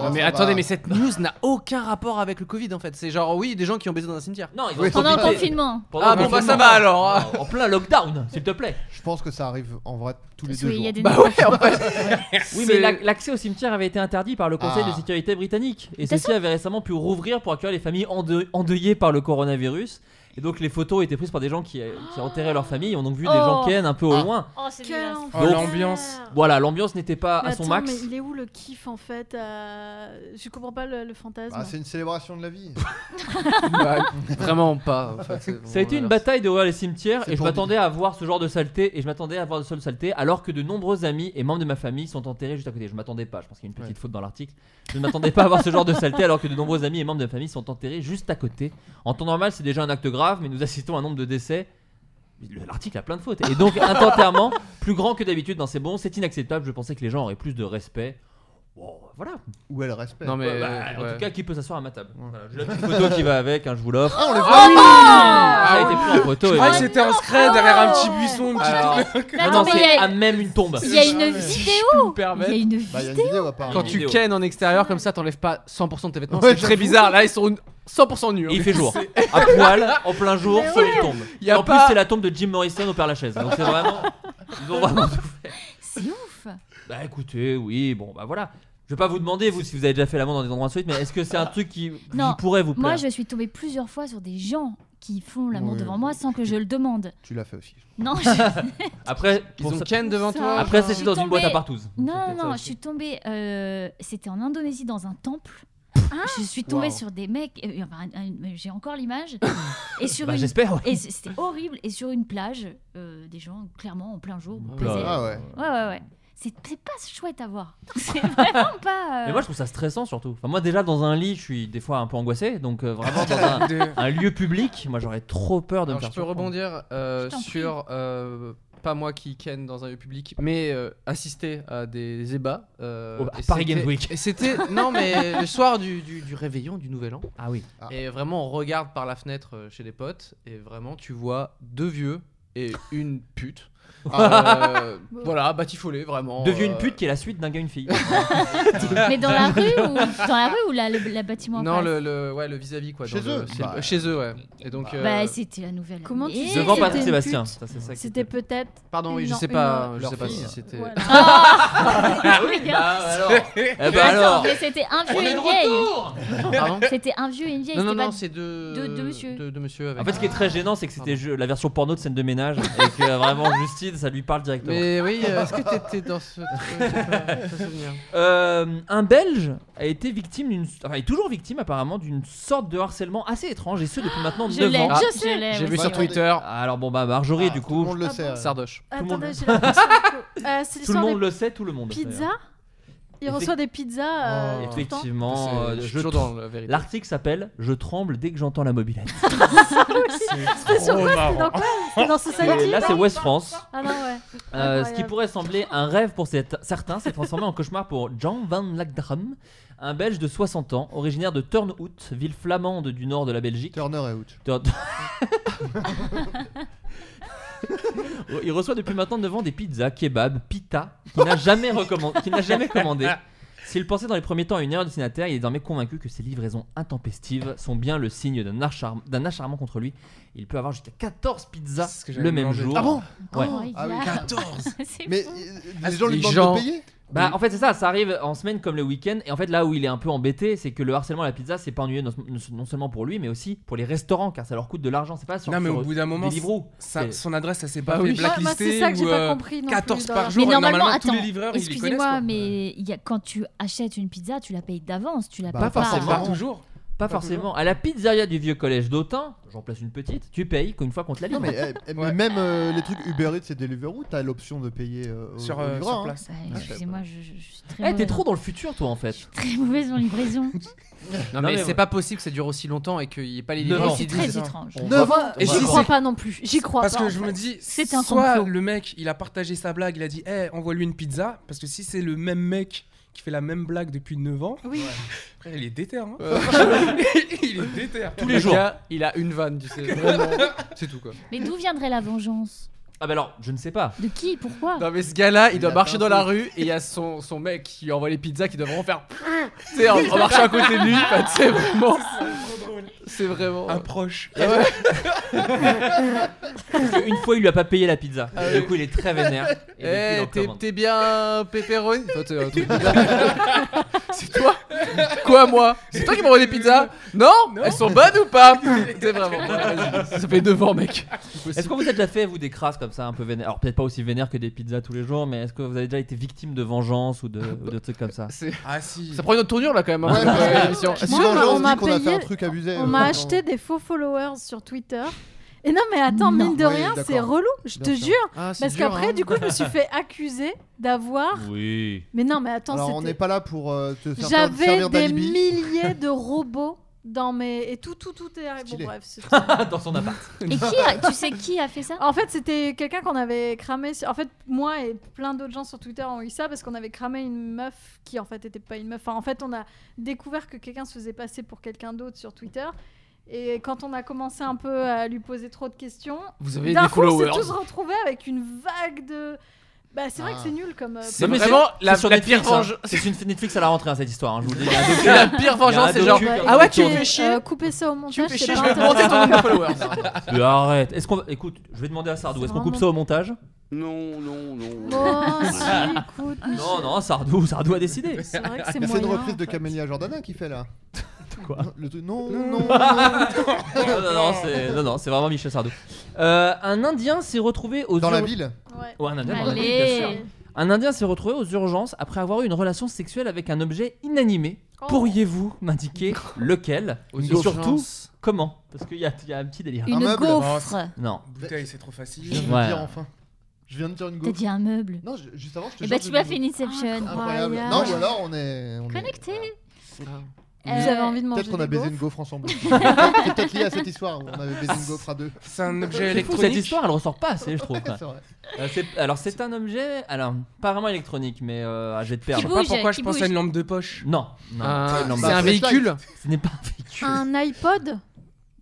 Non, mais
Ah. Oh, ça
attendez,
va.
mais cette news n'a aucun rapport avec le Covid en fait. C'est genre, oui, des gens qui ont baisé dans un cimetière.
Non, ils ont
Oui.
Pendant le
profité.
confinement.
Pendant
Ah,
le
bon, bah,
confinement.
ça va, alors.
En plein lockdown, s'il te plaît.
Je pense que ça arrive en vrai tous les
Parce
deux
qu'il
jours.
y a des
Bah ouais, en fait.
Oui,
C'est-
mais la- l'accès au cimetière avait été interdit par le Conseil
Ah.
de sécurité britannique. Et
De toute
ceci avait récemment pu rouvrir pour accueillir les familles endeu- endeuillées par le coronavirus. Et donc les photos étaient prises par des gens qui, qui enterraient leurs familles. On a donc vu des gens
Oh.
qui aiment un peu au
Ah.
loin.
Oh, c'est
Quel
dégueulasse.
enfer.
l'ambiance.
Voilà, l'ambiance n'était pas à
Mais
son
attends,
max.
Mais il est où le kiff en fait euh, Je comprends pas le, le fantasme.
Ah, c'est une célébration de la vie.
Bah, vraiment pas. en fait, c'est-
Ça a été
bon,
une
voilà.
bataille de voir les cimetières
C'est
et je
pour
m'attendais à voir ce genre de saleté et je m'attendais à voir de seule saleté alors que de nombreux amis et membres de ma famille sont enterrés juste à côté. Je m'attendais pas, je pense qu'il y a une petite faute dans l'article. Je ne m'attendais pas à voir ce genre de saleté alors que de nombreux amis et membres de ma famille sont enterrés juste à côté. En temps normal, c'est déjà un acte grave, mais nous assistons à un nombre de décès. Le- L'article a plein de fautes et donc un enterrement plus grand que d'habitude dans ces bons, c'est inacceptable. Je pensais que les gens auraient plus de respect. Bon, voilà.
Où elle respecte.
Non, mais.
Bah,
ouais.
En tout cas, qui peut s'asseoir à ma table. Voilà, J'ai la petite photo qui va avec, hein, je vous l'offre.
Ah, on les voit.
Ah,
Ça a été pris en photo.
Je
et-
Ah,
croyais que c'était inscrit derrière un petit buisson. une petite-
Alors,
Mais
non,
attends,
non,
mais
c'est
il y a-
à même une tombe.
Il y a une
Si
vidéo.
Vous me
Il y a
permettez
une
Bah, il y a
vidéo.
une vidéo apparemment.
Quand
Une
tu
vidéo.
kennes en extérieur comme ça, t'enlèves pas 100% de tes vêtements.
Ouais,
c'est très
j'avoue.
bizarre. Là, ils sont une- 100% nus. hein.
Et il fait jour, à poil, en plein jour,
Mais
sur une tombe.
Y a
en plus,
pas-
c'est la tombe de Jim Morrison au Père Lachaise. Donc c'est vraiment. Ils ont vraiment tout fait.
C'est ouf.
Bah écoutez, oui, bon, bah voilà. Je vais pas vous demander, vous, si vous avez déjà fait l'amende dans des endroits insolites, mais est-ce que c'est un truc qui, qui
Non,
pourrait vous plaire
Moi, je suis tombée plusieurs fois sur des gens qui font l'amour
Oui.
devant moi sans que je le demande.
Tu l'as fait aussi.
Non, je-
Après,
Ils
pour
ont
ça-
ken devant
ça-
toi.
Après,
genre.
c'était dans une boîte à
tombée.
partouze.
non, non, je suis tombée. euh, C'était en Indonésie dans un temple.
Ah
je suis tombée
Wow.
sur des mecs. euh, enfin, un- un- J'ai encore l'image. et sur
Bah
une.
j'espère, ouais.
Et c- c'était horrible. Et sur une plage, euh, des gens clairement en plein jour.
Oula.
posaient.
Ah ouais.
Ouais, ouais, ouais. C'est c'est pas chouette à voir. C'est vraiment pas. euh,
Mais moi, je trouve ça stressant surtout. Enfin, moi, déjà, dans un lit, je suis des fois un peu angoissé. Donc, euh, vraiment, dans un,
Des-
un lieu public, moi, j'aurais trop peur de
Alors,
me
je
faire
peux
surprendre.
rebondir euh,
Je t'en prie.
sur euh, pas moi qui ken dans un lieu public, mais euh, assister à des ébats. euh,
Au- à
et
Paris Games
c'était-
Week.
Et c'était non mais le soir du, du, du réveillon du Nouvel An.
Ah oui.
Ah.
Et vraiment on regarde par la fenêtre euh, chez les potes et vraiment tu vois deux vieux et une pute. Euh, voilà, batifolé
Oh.
vraiment.
Deviens une
euh,
pute qui est la suite d'un gars, une fille.
Mais dans la rue ou dans la rue ou la, le, la bâtiment en
Non,
face
le, le- ouais, le vis-à-vis quoi.
Chez
dans le-
eux.
c'est-
Bah.
Chez eux, ouais. Et donc. euh,
Bah, c'était la nouvelle.
Comment
année.
tu sais
Devant
c'était
Patrick
une
Sébastien.
pute.
Ça, c'est ça qui
C'était
était-
peut-être.
Pardon, oui, je
une-
sais pas,
une-
je
leur
sais pas
fille.
si c'était.
Voilà.
Ah oui, bah alors. Eh bah
Oh Attends,
alors.
mais c'était un vieux
On
et
est de
une vieille.
retour.
Pardon
C'était un vieux et une vieille.
Non, non,
c'était
non,
pas-
c'est deux.
deux- deux monsieur.
Deux, deux monsieur avec.
En fait, ce qui est très gênant, c'est que c'était ju- la version porno de scène de ménage et que euh, vraiment Justine, ça lui parle directement.
Mais oui, euh, est-ce que t'étais dans ce truc J'ai pas- j'ai pas souvenir.
Euh, un Belge a été victime d'une, enfin, est toujours victime apparemment d'une sorte de harcèlement assez étrange et ce depuis maintenant
Je
9
l'ai,
ans.
je
Ah.
sais. Je l'ai,
J'ai vu
oui.
oui.
sur Twitter.
Alors bon bah Marjorie,
Ah,
du
Tout le
coup,
monde le
Ah
sait.
bon
euh.
Sardoche.
le monde.
Attendez, j'ai l'impression que- Euh, C'est
tout le
l'histoire
monde
de
le sait, hein. Oh. tout le monde.
pizza Il reçoit des pizzas. euh, tout le temps.
Effectivement,
C'est-
euh,
je suis
je
toujours
tr-
dans la vérité.
L'article s'appelle Je tremble dès que j'entends la mobilette.
C'était sur quoi C'était dans quoi C'était dans Society
Et là, c'est
non
West France.
Ah non, ouais.
Euh, ce qui
Incroyable.
pourrait sembler un rêve pour cet- certains s'est transformé en cauchemar pour Jean Van Lagdram, un Belge de 60 ans, originaire de Turnhout, ville flamande du nord de la Belgique.
Turner et Hout.
Tur- Il reçoit depuis maintenant 9 ans des pizzas, kebabs, pita, qu'il n'a jamais, recommandé, qu'il n'a jamais commandé. S'il pensait dans les premiers temps à une erreur destinataire, il est désormais convaincu que ces livraisons intempestives sont bien le signe d'un, acharn- d'un acharnement contre lui. Il peut avoir jusqu'à 14 pizzas
C'est ce que j'allais
le même
demander.
jour.
Ah bon
Ouais.
Oh,
Ah oui.
yeah.
14
C'est
Mais
fou.
euh,
Ah,
les gens lui
les
demandent
gens.
de payer
Bah, en fait, c'est ça, ça arrive en semaine comme le week-end. Et en fait, là où il est un peu embêté, c'est que le harcèlement à la pizza, c'est pas ennuyeux non, non seulement pour lui, mais aussi pour les restaurants, car ça leur coûte de l'argent. C'est pas sur,
Non, mais
sur
au bout d'un moment,
Deliveroo.
ça-
C'est- Ah
son adresse, ça s'est pas
Ah
Bah
fait
oui.
Moi, moi, c'est
blacklister
ça que j'ai
ou,
pas
euh,
compris. Non
14
plus, dans
par
la-
jour.
Mais normalement,
tous les
attends,
livreurs, ils les connaissent.
Excusez-moi,
quoi.
mais il y a, quand tu achètes une pizza, tu la payes d'avance, tu la
Bah,
payes
pas
pas.
forcément.
Pas toujours.
Pas forcément. À la pizzeria du vieux collège d'Autun, j'en place une petite, tu payes qu'une fois qu'on te la livre.
Non, mais, euh, mais
Ouais.
même euh, les trucs Uber Eats et Deliveroo, t'as l'option de payer euh, au,
Sur,
au
euh,
livreur,
sur
hein.
place.
Ouais,
Ah,
Excusez-moi, je, je- je suis très,
Eh, t'es
mauvaise-
trop dans le futur, toi, en fait.
très mauvaise en livraison.
Non,
Non,
mais,
mais
c'est
ouais.
pas possible que ça dure aussi longtemps et qu'il n'y ait pas les
Neuf
livreurs
ans.
qui
très
disent. hein.
étrange.
On
Neuf
va-
ans.
on
Et
va-
si c'est-
J'y crois pas non plus. J'y crois
Parce
pas.
que
en
je
fait.
me dis,
C'est un
soit
complot.
le mec, il a partagé sa blague, il a dit, eh, envoie-lui une pizza. Parce que si c'est le même mec qui fait la même blague depuis 9 ans,
Oui.
frère, il est déter. Hein. il est déter.
Euh. Tous les
Le
jours.
gars, il a une vanne, tu sais. vraiment. C'est tout quoi.
Mais d'où viendrait la vengeance
Ah, bah alors, je ne sais pas.
De qui Pourquoi
Non mais ce gars-là, il,
Il
doit
a
marcher
pas
dans
un
la
sou.
rue et il y a son, son mec qui lui envoie les pizzas qui doit vraiment faire. tu sais, en, en marchant à côté de lui, enfin, tu sais, vraiment. C'est vraiment.
Un proche.
Parce qu'une fois, il lui a pas payé la pizza. du coup, il est très vénère. Et
Eh,
depuis, il en
t'es-
commande.
t'es bien pepperoni Toi, t'es un truc bizarre. C'est toi Quoi, moi C'est toi qui m'envoie les pizzas non, Elles sont bonnes ou pas C'est vraiment. Vas-y, Ça fait 9 ans, mec.
Est-ce que vous avez déjà fait, vous, des crasses comme ça, un peu vénères Alors, peut-être pas aussi vénères que des pizzas tous les jours, mais est-ce que vous avez déjà été victime de vengeance ou de, ou de trucs comme ça
C'est-
Ah si.
Ça prend une autre tournure là quand même. hein,
Ouais,
cette, euh,
ouais.
émission.
Ah,
Moi,
sinon,
on
là, on,
m'a-
se dit qu'on a fait
payé-
un truc abusé.
On
euh,
m'a
non.
acheté des faux followers sur Twitter. Et non, mais attends,
Non.
mine de
Oui,
rien,
d'accord.
c'est relou, je te
Bien sûr.
jure.
Ah, c'est
Parce
dur,
qu'après,
hein.
du coup, je me suis fait accuser d'avoir.
Oui.
Mais non, mais attends,
Alors, on n'est
c'était.
pas là pour euh, te faire
J'avais
servir
des
d'alibi.
milliers de robots dans mes. Et tout, tout, tout est arrivé. Bon,
Stylé.
bref. c'était-
Dans son appart.
Et qui a- Tu sais qui a fait ça
En fait, c'était quelqu'un qu'on avait cramé. sur- En fait, moi et plein d'autres gens sur Twitter ont eu ça parce qu'on avait cramé une meuf qui, en fait, était pas une meuf. Enfin, en fait, on a découvert que quelqu'un se faisait passer pour quelqu'un d'autre sur Twitter. Et quand on a commencé un peu à lui poser trop de questions,
Vous avez
d'un
des
coup, on s'est
followers.
tous retrouvés avec une vague de. Bah, c'est vrai
Ah.
que c'est nul comme. euh,
C'est
Non, mais
vraiment
c'est-
la,
c'est sur
la pire
Netflix, hein.
vengeance.
C'est une Netflix à la rentrée, hein, cette histoire. hein, je vous le dis. Il y a un docu-
La pire vengeance,
Il
c'est
y a un
genre.
docu
bah,
Ah ouais, tu me
écoutez,
fais chier.
euh, Coupez ça au
Tu me
montage.
fais
c'est
chier,
pas
je vais te
intéressant.
monter ton nombre de followers.
Mais arrête. Est-ce qu'on va- Écoute, je vais demander à Sardou.
C'est
Est-ce qu'on coupe
vraiment-
ça au montage
Non, non, non.
Oh, si, écoute.
Non, non, Sardou, Sardou a décidé.
C'est vrai que c'est
Mais
moyen.
C'est une reprise
en
de
fait.
Camélia Jordana qui fait là.
Quoi
Le truc- Non, non,
non,
non.
non, non, c'est non, non, c'est vraiment Michel Sardou. Euh, un Indien s'est retrouvé aux
Dans la
ur-
ville.
Ouais.
Ouais, un Indien, dans la ville, bien sûr.
Allez
Un Indien s'est retrouvé aux urgences après avoir eu une relation sexuelle avec un objet inanimé.
Oh.
Pourriez-vous m'indiquer lequel
Aux
Et
urgences.
surtout, comment Parce qu'il y, a- il y a un petit délire.
Une
meuble.
gaufre.
Non.
Bouteille, c'est trop
Je viens
facile.
de
Ouais.
le dire enfin. Je viens de dire une
T'as
gaufre.
dit un meuble.
Non, je- juste avant, je te
Eh
Et
jure
ben,
bah
que
tu
je
m'as
dis-
fait Inception.
Incroyable.
Incroyable.
Non, ou alors on est. on est-
Connecté.
Vous
Euh,
avez envie de manger
Peut-être qu'on
des
a baisé
gaufres
une gaufre ensemble. C'est peut-être lié à cette histoire où on avait baisé une gaufre à deux.
C'est un objet
C'est fou, cette
électronique.
histoire, elle ressort pas assez, je trouve.
C'est vrai.
Euh, c'est- alors, c'est un objet, alors, pas vraiment électronique, mais euh, ah, je vais te
Je
perdre.
sais
Qui
pas
bouge,
pourquoi je
qui
pense à
bouge.
une lampe de poche.
Non, non,
Ah,
pas une lampe.
C'est un
flashlight.
véhicule.
ce n'est pas un véhicule.
Un iPod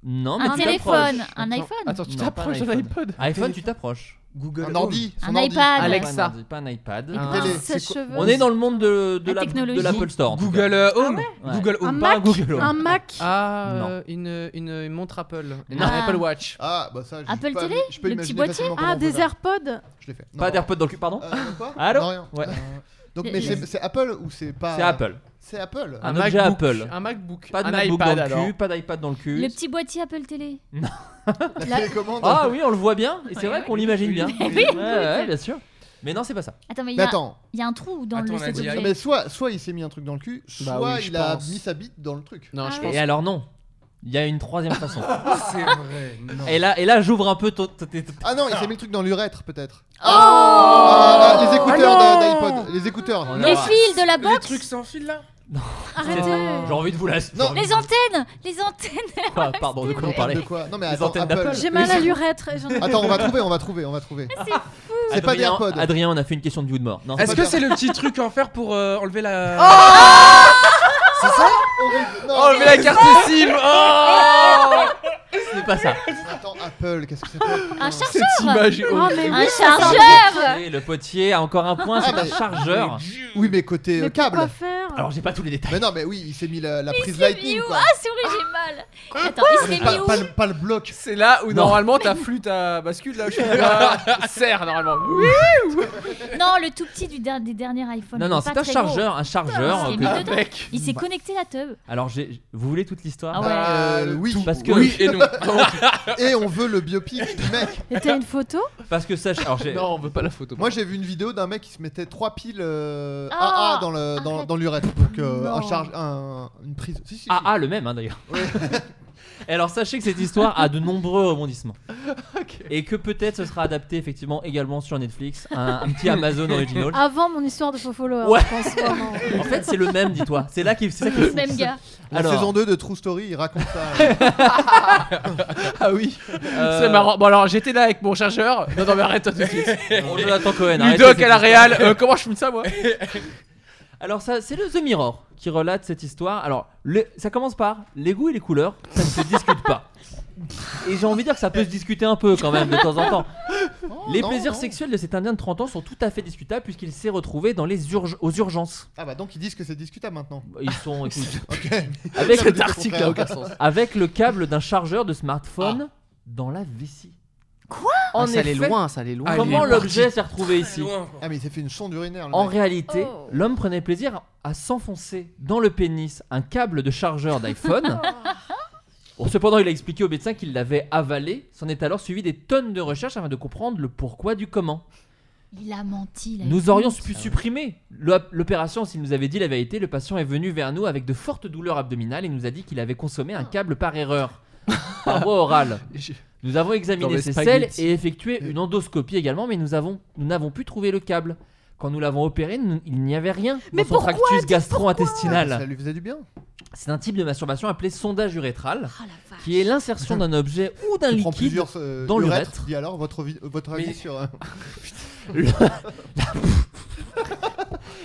Non, mais tu
Un
t'approches.
téléphone. Un
Attends,
iPhone.
Attends, tu
Non, pas
t'approches
un
d'un iPod.
iPhone, tu t'approches.
Google
Un
Home.
ordi. son
Un
ordi.
iPad.
Alexa.
Pas un ordi, Pas un iPad.
Et
Un
quoi,
télé.
Sa cheveuse.
On est dans le monde de, de
La
la- de
technologie.
l'Apple Store. en tout cas.
Google
euh,
Home.
Ouais.
Google
Un
Home.
Pas un
Mac.
Google Home.
Un Mac.
Ah,
Non.
euh, une, une, une montre Apple. Une
Ah.
Apple Watch.
Ah, bah ça, je
Apple
je peux-
Télé,
je peux
le
imaginer
petit boîtier.
facilement comment
Ah,
on peut
des
faire.
AirPods.
Je l'ai fait. Non.
Pas d'AirPod dans le cul, pardon
Euh, même pas
Allô
Non, rien.
Ouais.
Euh, Donc,
Il y a-
mais
il y a-
c'est c'est Apple ou c'est pas.
C'est Apple.
C'est Apple.
Un objet
MacBook.
Apple.
Un MacBook.
Pas de
un
MacBook
iPad,
dans le
alors.
cul, pas d'iPad dans le cul.
Le petit boîtier Apple Télé.
La télécommande.
Ah oui, on le voit bien, et c'est vrai qu'on l'imagine bien.
Oui, oui.
Ouais, ouais, bien sûr. Mais non, c'est pas ça.
Attends, mais il y,
Mais
a-
attends,
il y a un trou dans
Attends,
le
on a
cet
dit-
objet.
mais soit, soit il s'est mis un truc dans le cul,
Bah
soit
oui, je
il a
pense.
mis sa bite dans le truc.
Non,
Ah
je
oui.
pense.
Et alors non. Il y a une troisième façon.
C'est vrai, non.
Et là, et là j'ouvre un peu ton- ton- tes- tes-
Ah non, il s'est mis le truc dans l'urètre peut-être.
Oh
Ah, Les écouteurs
Ah non
d'i- d'iPod, les écouteurs.
Les fils de la
Les
box
trucs sans fil là
Arrêtez
J'ai envie de vous la. j'ai
Non.
envie de-
Les antennes Les antennes
Quoi, Pardon, de quoi on
De
parlait
quoi Non mais
Les
attends,
antennes
Apple.
d'Apple.
J'ai mal à l'urètre et j'en ai
Attends, on va trouver, on va trouver, on va trouver. C'est pas des
Adrien,
AirPods.
Adrien, on a fait une question de vie ou de mort. Non.
Est-ce
pas
que
bien.
c'est le petit truc en fer pour euh, enlever la.
C'est ça Horrible. Non,
Enlevez la carte SIM oh
C'est pas ça.
Attends, Apple, qu'est-ce que c'est pas
Un chargeur
Cette image est
Oh,
horrible.
mais
Un
oui,
chargeur
Et le potier a encore un point, c'est
Ah,
un
mais-
chargeur.
Oui, mais côté euh,
Mais
câble.
pourquoi faire
Alors j'ai pas tous les détails.
Mais non, mais oui, il s'est mis la, la prise
mis
Lightning
où
quoi.
Ah, c'est vrai, j'ai mal Attends, il se l'est
Pas,
mis où
pas le, pas le bloc.
C'est là où
Non.
normalement ta flûte à bascule là, je suis là, serre normalement.
Non, le tout petit du der- des derniers iPhones.
Non, non,
pas
c'est un
très
chargeur,
gros.
un Bah. chargeur.
C'est
que-
mis dedans.
Avec.
Il s'est connecté la teub.
Alors j'ai. Vous voulez toute l'histoire
Ah ouais.
Euh, oui.
Parce que,
Oui et non.
Et on veut le biopic du mec.
Et t'as une photo
parce que sache. Alors j'ai.
Non, on veut pas la photo.
Moi j'ai vu une vidéo d'un mec qui se mettait trois piles euh,
Ah,
AA dans le dans,
arrête.
dans l'urètre. Donc euh,
Non.
un charge un- une prise. Si, si, si.
Ah, ah, le même hein, d'ailleurs. Et Alors sachez que cette histoire a de nombreux rebondissements. Et que peut-être ce sera adapté effectivement également sur Netflix, un, un petit Amazon original.
Ah,
Avant mon histoire de faux follower,
Ouais.
je pense vraiment.
En fait, c'est le même, dis-toi. C'est là qui Bah, c'est ça qui est
Le
fou.
même gars.
La
Alors.
saison 2 de True Story, il raconte ça.
Ah oui,
Euh,
c'est marrant. Bon alors j'étais là avec mon chargeur. Non non mais arrête toi tout de suite.
bon, Jonathan Cohen. arrêtez
Ludoc
cette
à la
histoire.
Real, euh, comment je filme ça moi
Alors ça, c'est le The Mirror qui relate cette histoire. Alors le- ça commence par les goûts et les couleurs, ça ne se discute pas. Et j'ai envie de dire que ça peut se discuter un peu quand même de temps en temps.
Oh,
Les
non,
plaisirs
non.
sexuels de cet Indien de 30 ans sont tout à fait discutables puisqu'il s'est retrouvé dans les urg- aux urgences.
ah bah donc ils disent que c'est discutable maintenant.
Ils sont écoute,
Ok.
avec,
Cet
Article n'a aucun sens.
avec le câble d'un chargeur de smartphone dans la vessie. Quoi
Ah,
En
Ah, ça allait
effet,
loin, ça allait loin.
Ah,
Comment
il est
l'objet s'est retrouvé ici
Ah mais il s'est fait une sonde urinaire. Le
En
mec.
réalité,
Oh.
l'homme prenait plaisir à s'enfoncer dans le pénis un câble de chargeur d'iPhone.
Oh,
Bon, cependant, il a expliqué au médecin qu'il l'avait avalé. S'en est alors suivi des tonnes de recherches afin de comprendre le pourquoi du comment.
Il a menti. là.
Nous aurions pu supprimer l'op- l'opération s'il nous avait dit la vérité. Le patient est venu vers nous avec de fortes douleurs abdominales et nous a dit qu'il avait consommé un câble par erreur, par voie orale. Nous avons
Dans
examiné
les
ses selles
spaghettis.
et effectué une endoscopie également, mais nous avons nous n'avons pu trouver le câble. Quand nous l'avons opéré, nous- il n'y avait rien
Mais
dans son
pourquoi
tractus
Ça
gastro-intestinal.
lui faisait du bien.
C'est un type de masturbation appelé sondage urétral,
Oh la vache.
qui est l'insertion d'un objet ou d'un
Il prend
liquide
plusieurs euh,
dans
urètres,
l'urètre.
Dis alors votre vi- votre avis
Mais-
sur. euh,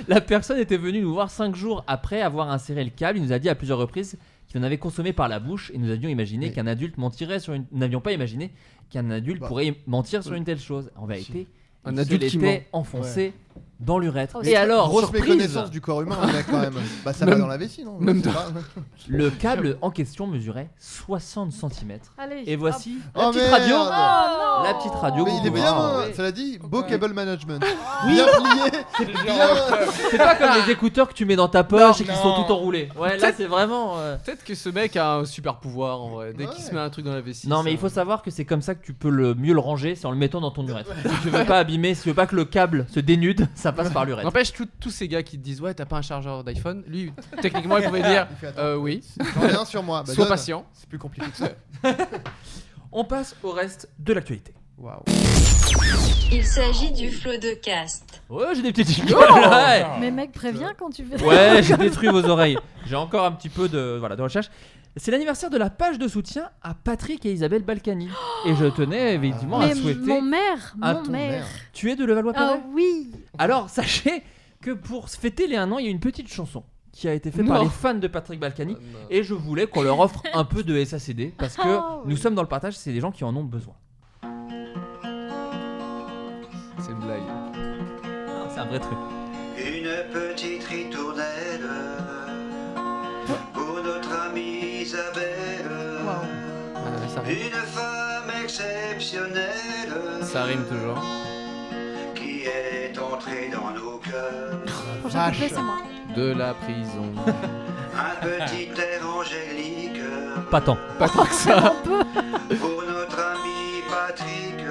La personne était venue nous voir 5 jours après avoir inséré le câble. Il nous a dit à plusieurs reprises qu'il en avait consommé par la bouche et nous avions imaginé
Oui.
qu'un adulte mentirait sur une. Nous n'avions pas imaginé qu'un adulte
Bah.
pourrait mentir sur une telle chose. En vérité,
Un
il
adulte
se
qui
l'était enfoncé dans l'urètre.
Oh,
et
c'est-
alors,
Grosse
surprise,
méconnaissance du corps humain, le mec, quand même. Bah ça va
Même-
dans la vessie, non
même
Je sais
dans-
pas.
le câble en question mesurait 60 cm.
Allez.
Et voici
Oh,
la petite
merde.
radio.
Oh, non.
La petite radio.
Mais
que
il
vous
est
pouvez
bien,
Ah.
voir.
hein, cela dit, beau cable management. Bien plié. bien-
C'est pas comme les écouteurs que tu mets dans ta poche et qui
non.
sont tout enroulés. Ouais, là c'est vraiment. euh,
Peut-être que ce mec a un super pouvoir en vrai. Dès qu'il se
Ouais.
met un truc dans la vessie.
Non,
ça-
mais il faut savoir que c'est comme ça que tu peux le mieux le ranger, c'est en le mettant dans ton urètre. Si tu veux pas abîmer, si tu veux pas que le câble se dénude, ça passe par l'urètre.
N'empêche tous tous ces gars qui te disent ouais t'as pas un chargeur d'iPhone, lui techniquement il pouvait dire
Il fait, attends,
euh, oui,
J'en ai un sur moi. Bah,
sois
donne.
patient.
C'est plus compliqué que ça.
On passe au reste de l'actualité.
Waouh.
Il s'agit du flot de caste.
Ouais, j'ai des petites jingles. ouais.
Mais mec, préviens quand tu fais ça.
Ouais, j'ai détruit vos oreilles. J'ai encore un petit peu de, voilà, de recherche. C'est l'anniversaire de la page de soutien à Patrick et Isabelle Balkany. Et je tenais effectivement
Mais
à souhaiter.
mon maire,
à
mon
ton
maire.
Tu es de Levallois-Perret
Ah oui.
Alors, sachez que pour fêter les 1 an, il y a une petite chanson qui a été faite par
Non.
les fans de Patrick Balkany.
Euh, non.
Et je voulais qu'on leur offre un peu de SACD parce que
Oh, oui.
nous sommes dans le partage, c'est les gens qui en ont besoin.
C'est une blague.
Ah, C'est un vrai truc.
Une petite ritournelle pour notre amie Isabelle.
Ah, ça rime.
Une femme exceptionnelle
Ça rime toujours.
qui est entrée dans nos cœurs.
Prochain couplet, c'est moi.
De la prison.
Un petit
Ah.
air angélique
Pas tant.
pas tant que ça.
pour notre ami Patrick.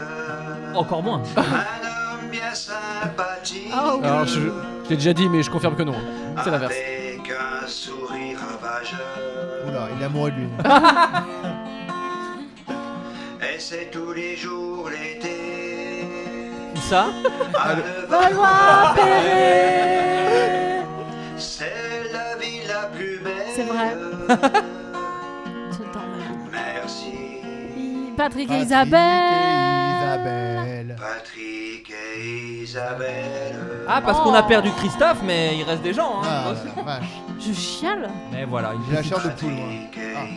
Oh.
Encore moins.
Un homme bien sympathique.
Ah, oui.
Alors je, je l'ai déjà dit mais je confirme que non. C'est l'inverse.
Avec un sourire esprit ravageur.
Oula, il est amoureux de lui.
Et c'est tous les jours l'été.
Ça
Ah,
À
Valois
Perret. C'est la ville la plus belle.
C'est vrai.
Merci.
Patrick et Isabelle.
Isabelle.
Patrick et Isabelle.
Ah, parce qu'on a perdu Christophe, mais il reste des gens.
Ah,
Hein.
la vache.
Je chiale.
Mais voilà, une
J'ai la chair de
petite-
poule, moi. Ah, pardon.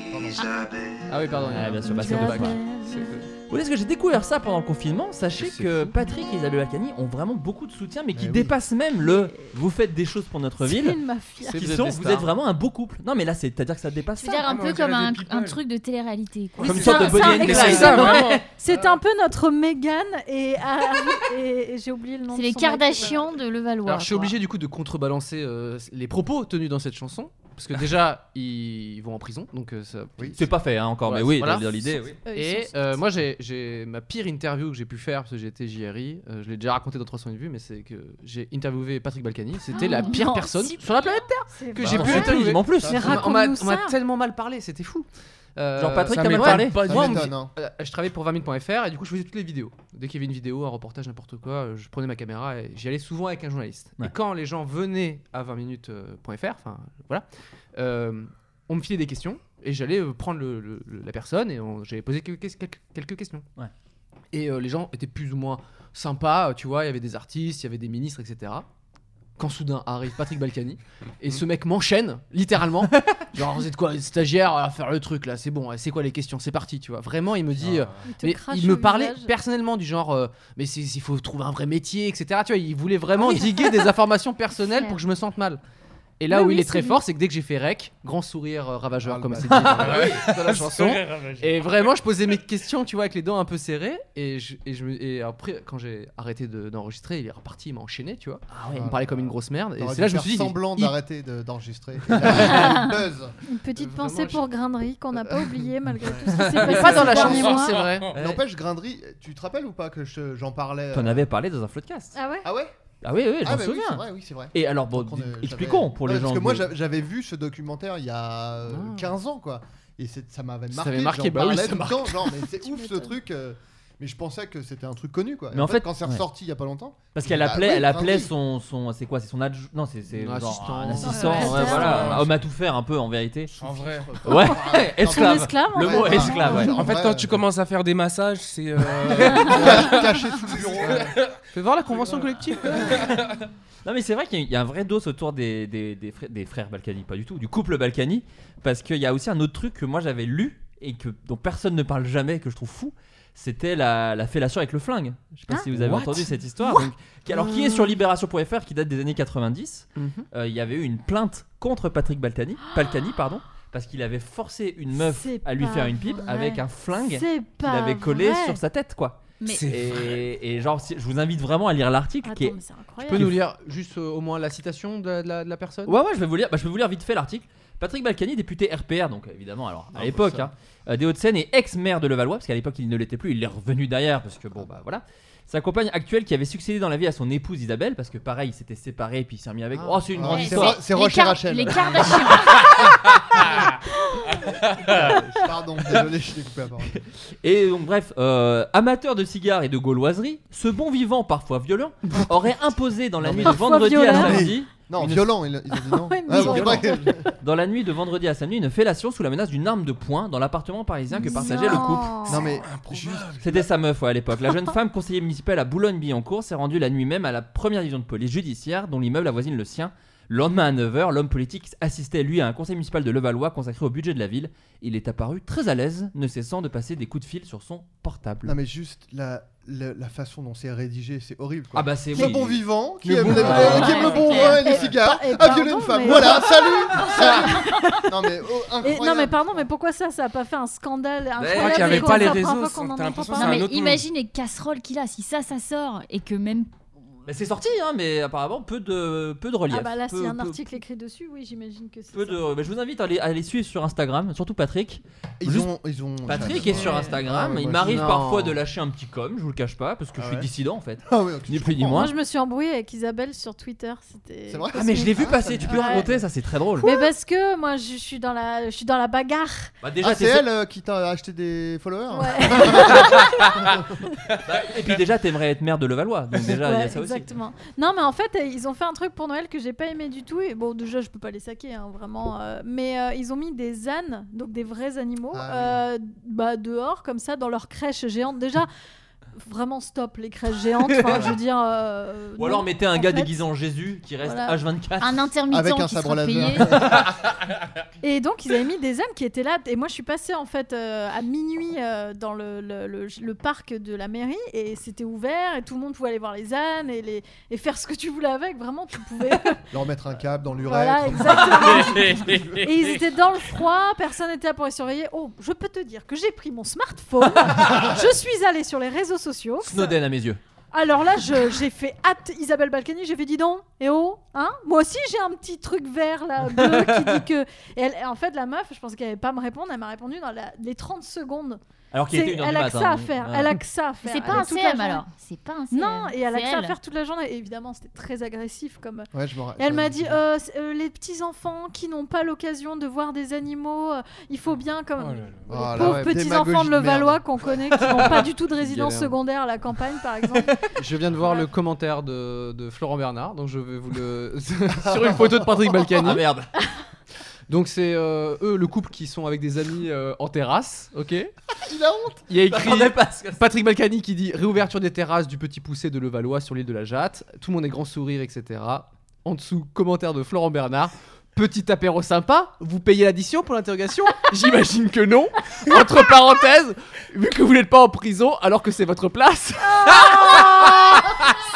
Ah oui, pardon. il y a-
Ah, bien sûr, bah, c'est dommage. Vous voyez, ce que j'ai découvert ça pendant le confinement Sachez que Patrick et Isabelle Balkany ont vraiment beaucoup de soutien, mais qui dépassent même le vous faites des choses pour notre
C'est une
ville.
mafia.
Bah C'est-
Qui
vous êtes
sont,
des
vous
stars.
êtes vraiment un beau couple. Non, mais là, c'est- c'est-à-dire que ça dépasse
Je veux
ça.
dire, un
Ah,
peu
on
comme
dirait
un,
des people.
un truc de télé-réalité. Quoi.
Comme une
C'est
sorte de
un- c'est un-
Bonnie and Clyde.
exactement.
vraiment.
hein,
C'est un peu notre Meghan et, ah, et- et j'ai oublié le nom.
C'est
de
les
son mec.
Kardashians de Levallois.
Alors, je suis
quoi.
obligé du coup de contrebalancer euh, les propos tenus dans cette chanson. Parce que déjà, ils vont en prison. Donc, euh, ça.
C'est pas fait hein, encore,
Ouais,
mais oui,
voilà.
dans l'idée. oui.
Euh, ils
Et
sont-
euh, moi, j'ai- j'ai ma pire interview que j'ai pu faire parce que j'ai été JRI. euh, je l'ai déjà raconté dans 300 vues, mais c'est que j'ai interviewé Patrick Balkany. C'était la
Oh,
pire
non,
personne
si
sur la planète Terre
c'est
que
vrai.
j'ai
Bah,
pu
c'est
interviewer.
terrible, en plus.
Ça,
Mais
On m'a- on m'a-
raconte-nous
on m'a
ça.
tellement mal parlé, c'était fou. Euh,
Genre, Patrick,
ça
t'as mal
m'étonne
parlé
pas
Ça
du tout.
m'étonne, hein.
Euh, je travaillais pour 20minutes.fr et du coup je faisais toutes les vidéos. Dès qu'il y avait une vidéo, un reportage, n'importe quoi, euh, je prenais ma caméra et j'y allais souvent avec un journaliste.
Ouais.
Et quand les gens venaient à euh, 20minutes.fr, enfin voilà, euh, on me filait des questions et j'allais euh, prendre le- le- le- la personne et on- j'avais posé quelques, quelques- quelques questions.
Ouais.
Et euh, les gens étaient plus ou moins sympas, euh, tu vois, il y avait des artistes, il y avait des ministres, etc. Quand soudain arrive Patrick Balkany et ce mec m'enchaîne littéralement Genre, vous êtes quoi, les stagiaires à faire le truc là C'est bon, ouais, c'est quoi les questions C'est parti, tu vois. Vraiment, il me dit. euh,
Il te
mais
crache
il me
au
parlait
visage.
personnellement du genre, euh, mais c'est- il faut trouver un vrai métier, etc. Tu vois, il voulait
Ah
vraiment diguer des informations personnelles pour que je me sente mal. Et là
Oui,
où
oui,
il est
c'est
très
lui.
fort, c'est que dès que j'ai fait rec, grand sourire euh, ravageur,
Ah,
comme
bah,
c'est dit
bah,
dans la- dans la chanson.
Sourire ravagé.
Et vraiment, je posais mes questions, tu vois, avec les dents un peu serrées. Et, je, et, je me- et après, quand j'ai arrêté de- d'enregistrer, il est reparti, il m'a enchaîné, tu vois.
Ah
Il me parlait comme une grosse merde. Et
T'aurais
c'est là
dû
je me suis dit.
faire
il est
semblant
hyper
d'arrêter de- d'enregistrer. Et là, il y a eu le buzz.
Une petite
Euh,
pensée
vraiment,
pour Grindry qu'on n'a pas oublié malgré tout ce qui s'est
Mais
passé.
pas dans la
ces derniers
chanson,
mois.
c'est vrai.
N'empêche, Grindry, tu te rappelles ou pas que je- j'en parlais euh,
T'en avais parlé dans un floodcast.
Ah ouais
Ah ouais
Ah oui, oui, j'en me
Ah, bah oui, c'est
souviens.
vrai, oui, c'est vrai.
Et alors, bon,
Donc, on est- j'avais-
expliquons pour
Ouais,
les gens.
Parce que moi,
de-
j'a- j'avais vu ce documentaire il y a euh,
Ah.
15 ans, quoi. Et c'est- ça m'avait
Ça
marqué.
avait marqué,
j'en
bah oui,
parlais
ça
tout le
marque.
temps, genre, mais c'est
Tu
ouf ce
m'étonnes.
truc. euh, Mais je pensais que c'était un truc connu, quoi. Et
Mais en fait,
quand c'est
ouais.
ressorti il y a pas longtemps,
Parce qu'elle
Bah
appelait,
oui,
elle
grave,
appelait
oui.
son, son c'est quoi, c'est son adjoint, non, c'est c'est
Un
genre
assistant.
un assistant,
Ouais,
ouais,
ouais,
voilà,
ouais.
un homme à tout faire un peu en vérité.
En vrai.
Ouais,
Son
esclave.
esclave.
Le
en
mot
fait.
esclave, ouais.
En
euh,
fait, quand tu commences à faire des massages, c'est. euh,
caché sous le bureau.
Fais voir la convention collective.
Non mais c'est vrai qu'il y a- il y a un vrai dos autour des, des, des, frères, des frères Balkany, pas du tout, du couple Balkany, parce qu'il y a aussi un autre truc que moi j'avais lu et que dont personne ne parle jamais et que je trouve fou, c'était la, la fellation avec le flingue. Je sais pas
Ah,
Hein
si vous avez
What
entendu cette histoire. donc, qui- alors qui est sur libération.fr qui date des années 90, euh,
Mhm.
il y avait eu une plainte contre Patrick Balkany, Balkany pardon, parce qu'il avait forcé une meuf
C'est
à lui
pas
faire une pipe
vrai.
avec un flingue
C'est
qu'il
pas.
avait collé
vrai.
sur sa tête quoi.
Mais-
C'est
Et, et genre si- je vous invite vraiment à lire l'article qui est
Attends, mais
Tu
c'est
peux
incroyable.
nous lire juste euh, au moins la citation de la, de la- de la personne
Ouais, ouais, je vais vous lire, bah, je vais vous lire vite fait l'article. Patrick Balkany, député RPR, donc évidemment, alors à
Ah,
l'époque,
bah, ça.
hein, euh, des Hauts-de-Seine et ex-maire de Levallois, parce qu'à l'époque il ne l'était plus, il est revenu derrière, parce que bon, bah voilà. Sa compagne actuelle qui avait succédé dans la vie à son épouse Isabelle, parce que pareil, ils s'étaient séparés puis il s'est remis avec.
Ah.
Oh, c'est une
Ah,
grande
Ouais,
c'est
histoire!
vrai. c'est
les
Roche et
Car-
Rachel.
Les Kardashians.
Pardon, désolé, je t'ai coupé la parole.
Et donc, bref, euh, amateur de cigares et de gauloiseries, ce bon vivant, parfois violent, aurait imposé dans la nuit de
Parfois
vendredi
violent.
à samedi.
Non,
Une-
violent, il a, il a dit non.
Ouais, mais
Ah, bon,
violent.
c'est vrai.
Dans la nuit de vendredi à samedi, une fellation sous la menace d'une arme de poing dans l'appartement parisien que partageait le couple.
Non, mais
Bah.
C'était sa meuf ouais, à l'époque. La jeune femme conseillère municipale à Boulogne-Billancourt s'est rendue la nuit même à la première division de police judiciaire dont l'immeuble avoisine le sien. Le lendemain à 9h, l'homme politique assistait lui à un conseil municipal de Levallois consacré au budget de la ville. Il est apparu très à l'aise, ne cessant de passer des coups de fil sur son portable.
Non mais juste la, la, la façon dont c'est rédigé, c'est horrible. Quoi.
ah bah c'est
le
oui.
bon vivant, qui
Le
aime,
bon
la-
vivant.
qui aime le
Ouais,
bon
c'est
vin et
clair.
les
Et-
cigares,
et
a
pardon,
violé Ah, une femme.
mais-
Voilà, salut, salut. non mais oh,
Et-
incroyable.
non mais pardon mais pourquoi ça ça a pas fait un
je
scandale
crois
incroyable
qu'il y avait
et qu'on-
pas les
ça prend
réseaux,
pas qu'on en
t'as
entend
l'impression
pas.
que c'est
Non,
un
mais
autre monde.
imagine les casseroles qu'il a. Si ça, ça sort et que même.
Bah, c'est sorti, hein, mais apparemment peu de, peu de relief.
Ah bah là,
peu-
s'il y a un
peu-
article écrit dessus, oui, j'imagine que c'est.
peu
ça.
de- bah, je vous invite à les, à les suivre sur Instagram, surtout Patrick.
Ils
Juste-
ont- ils ont-
Patrick
Ouais.
est sur Instagram.
Ah ouais,
il
bah,
m'arrive
non.
parfois de lâcher un petit com, je vous le cache pas, parce que
Ah
je suis
ouais.
dissident en fait.
Ah ouais, ok,
ni
je
plus ni
comprends.
moins.
Moi, je me suis embrouillée avec Isabelle sur Twitter. C'était.
C'est vrai Ah, mais je l'ai vu passer, tu peux
Ouais.
raconter, ça c'est très drôle.
Mais parce que moi, je suis dans la, je suis dans la bagarre.
Bah, déjà,
ah,
t'es
c'est
seul-
elle euh, qui t'a acheté des
Oh.
followers
Et puis déjà, t'aimerais être maire de Levallois, donc déjà, il y a
Ouais,
ça aussi.
exactement. Non, mais en fait, euh, ils ont fait un truc pour Noël que j'ai pas aimé du tout. Et bon, déjà, je peux pas les saquer, hein, vraiment. euh, mais euh, ils ont mis des ânes, donc des vrais animaux,
Ah
euh, bah, dehors, comme ça, dans leur crèche géante. Déjà, vraiment stop les crèches géantes. Enfin, je veux dire. euh,
Ou alors
non,
mettez un
en
gars
fait.
déguisé en Jésus qui reste
Voilà.
H24.
Un intermittent Avec un qui sabre sera payé. Et donc, ils avaient mis des ânes qui étaient là. Et moi, je suis passée en fait euh, à minuit euh, dans le, le- le- le parc de la mairie et c'était ouvert et tout le monde pouvait aller voir les ânes et, les, et faire ce que tu voulais avec. Vraiment, tu pouvais.
Leur mettre un câble dans l'urètre.
Voilà, exactement. et ils étaient dans le froid, personne n'était là pour les surveiller. Oh, je peux te dire que j'ai pris mon smartphone, je suis allée sur les réseaux sociaux.
Snowden à mes yeux.
Alors là, je- j'ai fait hâte Isabelle Balkany, j'ai fait dis donc, et oh, hein Moi aussi j'ai un petit truc vert là, bleu, qui dit que. Et elle- en fait, la meuf, je pense qu'elle n'allait pas me répondre, elle m'a répondu dans la- les 30 secondes.
Alors qu'il
C'est-
était une heure
Elle
du
a que
matin,
ça à
donc,
faire,
ouais.
elle a que ça à
Mais
faire.
c'est pas un CM alors. C'est pas un CM.
Non, et elle a
C'est
que ça à
elle.
faire toute la journée. Et évidemment, c'était très agressif comme.
Ouais, je Ah, me ra-
Et elle
je-
m'a dit euh, c'est- euh, les petits enfants qui n'ont pas l'occasion de voir des animaux, euh, il faut bien comme
Oh là
les
là,
pauvres
ouais,
petits
démagogie
enfants de
de merde. hein.
Levallois qu'on connaît qui n'ont pas du tout de
Galère.
résidence secondaire à la campagne par exemple.
Je viens de voir le commentaire de, de Florent Bernard, donc je vais vous le. sur une photo de Patrick Balkany.
Ah, merde.
Donc c'est euh, eux, le couple qui sont avec des amis euh, en terrasse, ok
Il a honte
Il y a écrit
J'attendais pas ce que-
Patrick Balkany qui dit réouverture des terrasses du petit poussé de Levallois sur l'île de la Jatte. Tout le monde est grand sourire, etc. En dessous, commentaire de Florent Bernard. Petit apéro sympa, vous payez l'addition pour l'interrogation J'imagine que non. Entre parenthèses, vu que vous n'êtes pas en prison alors que c'est votre place.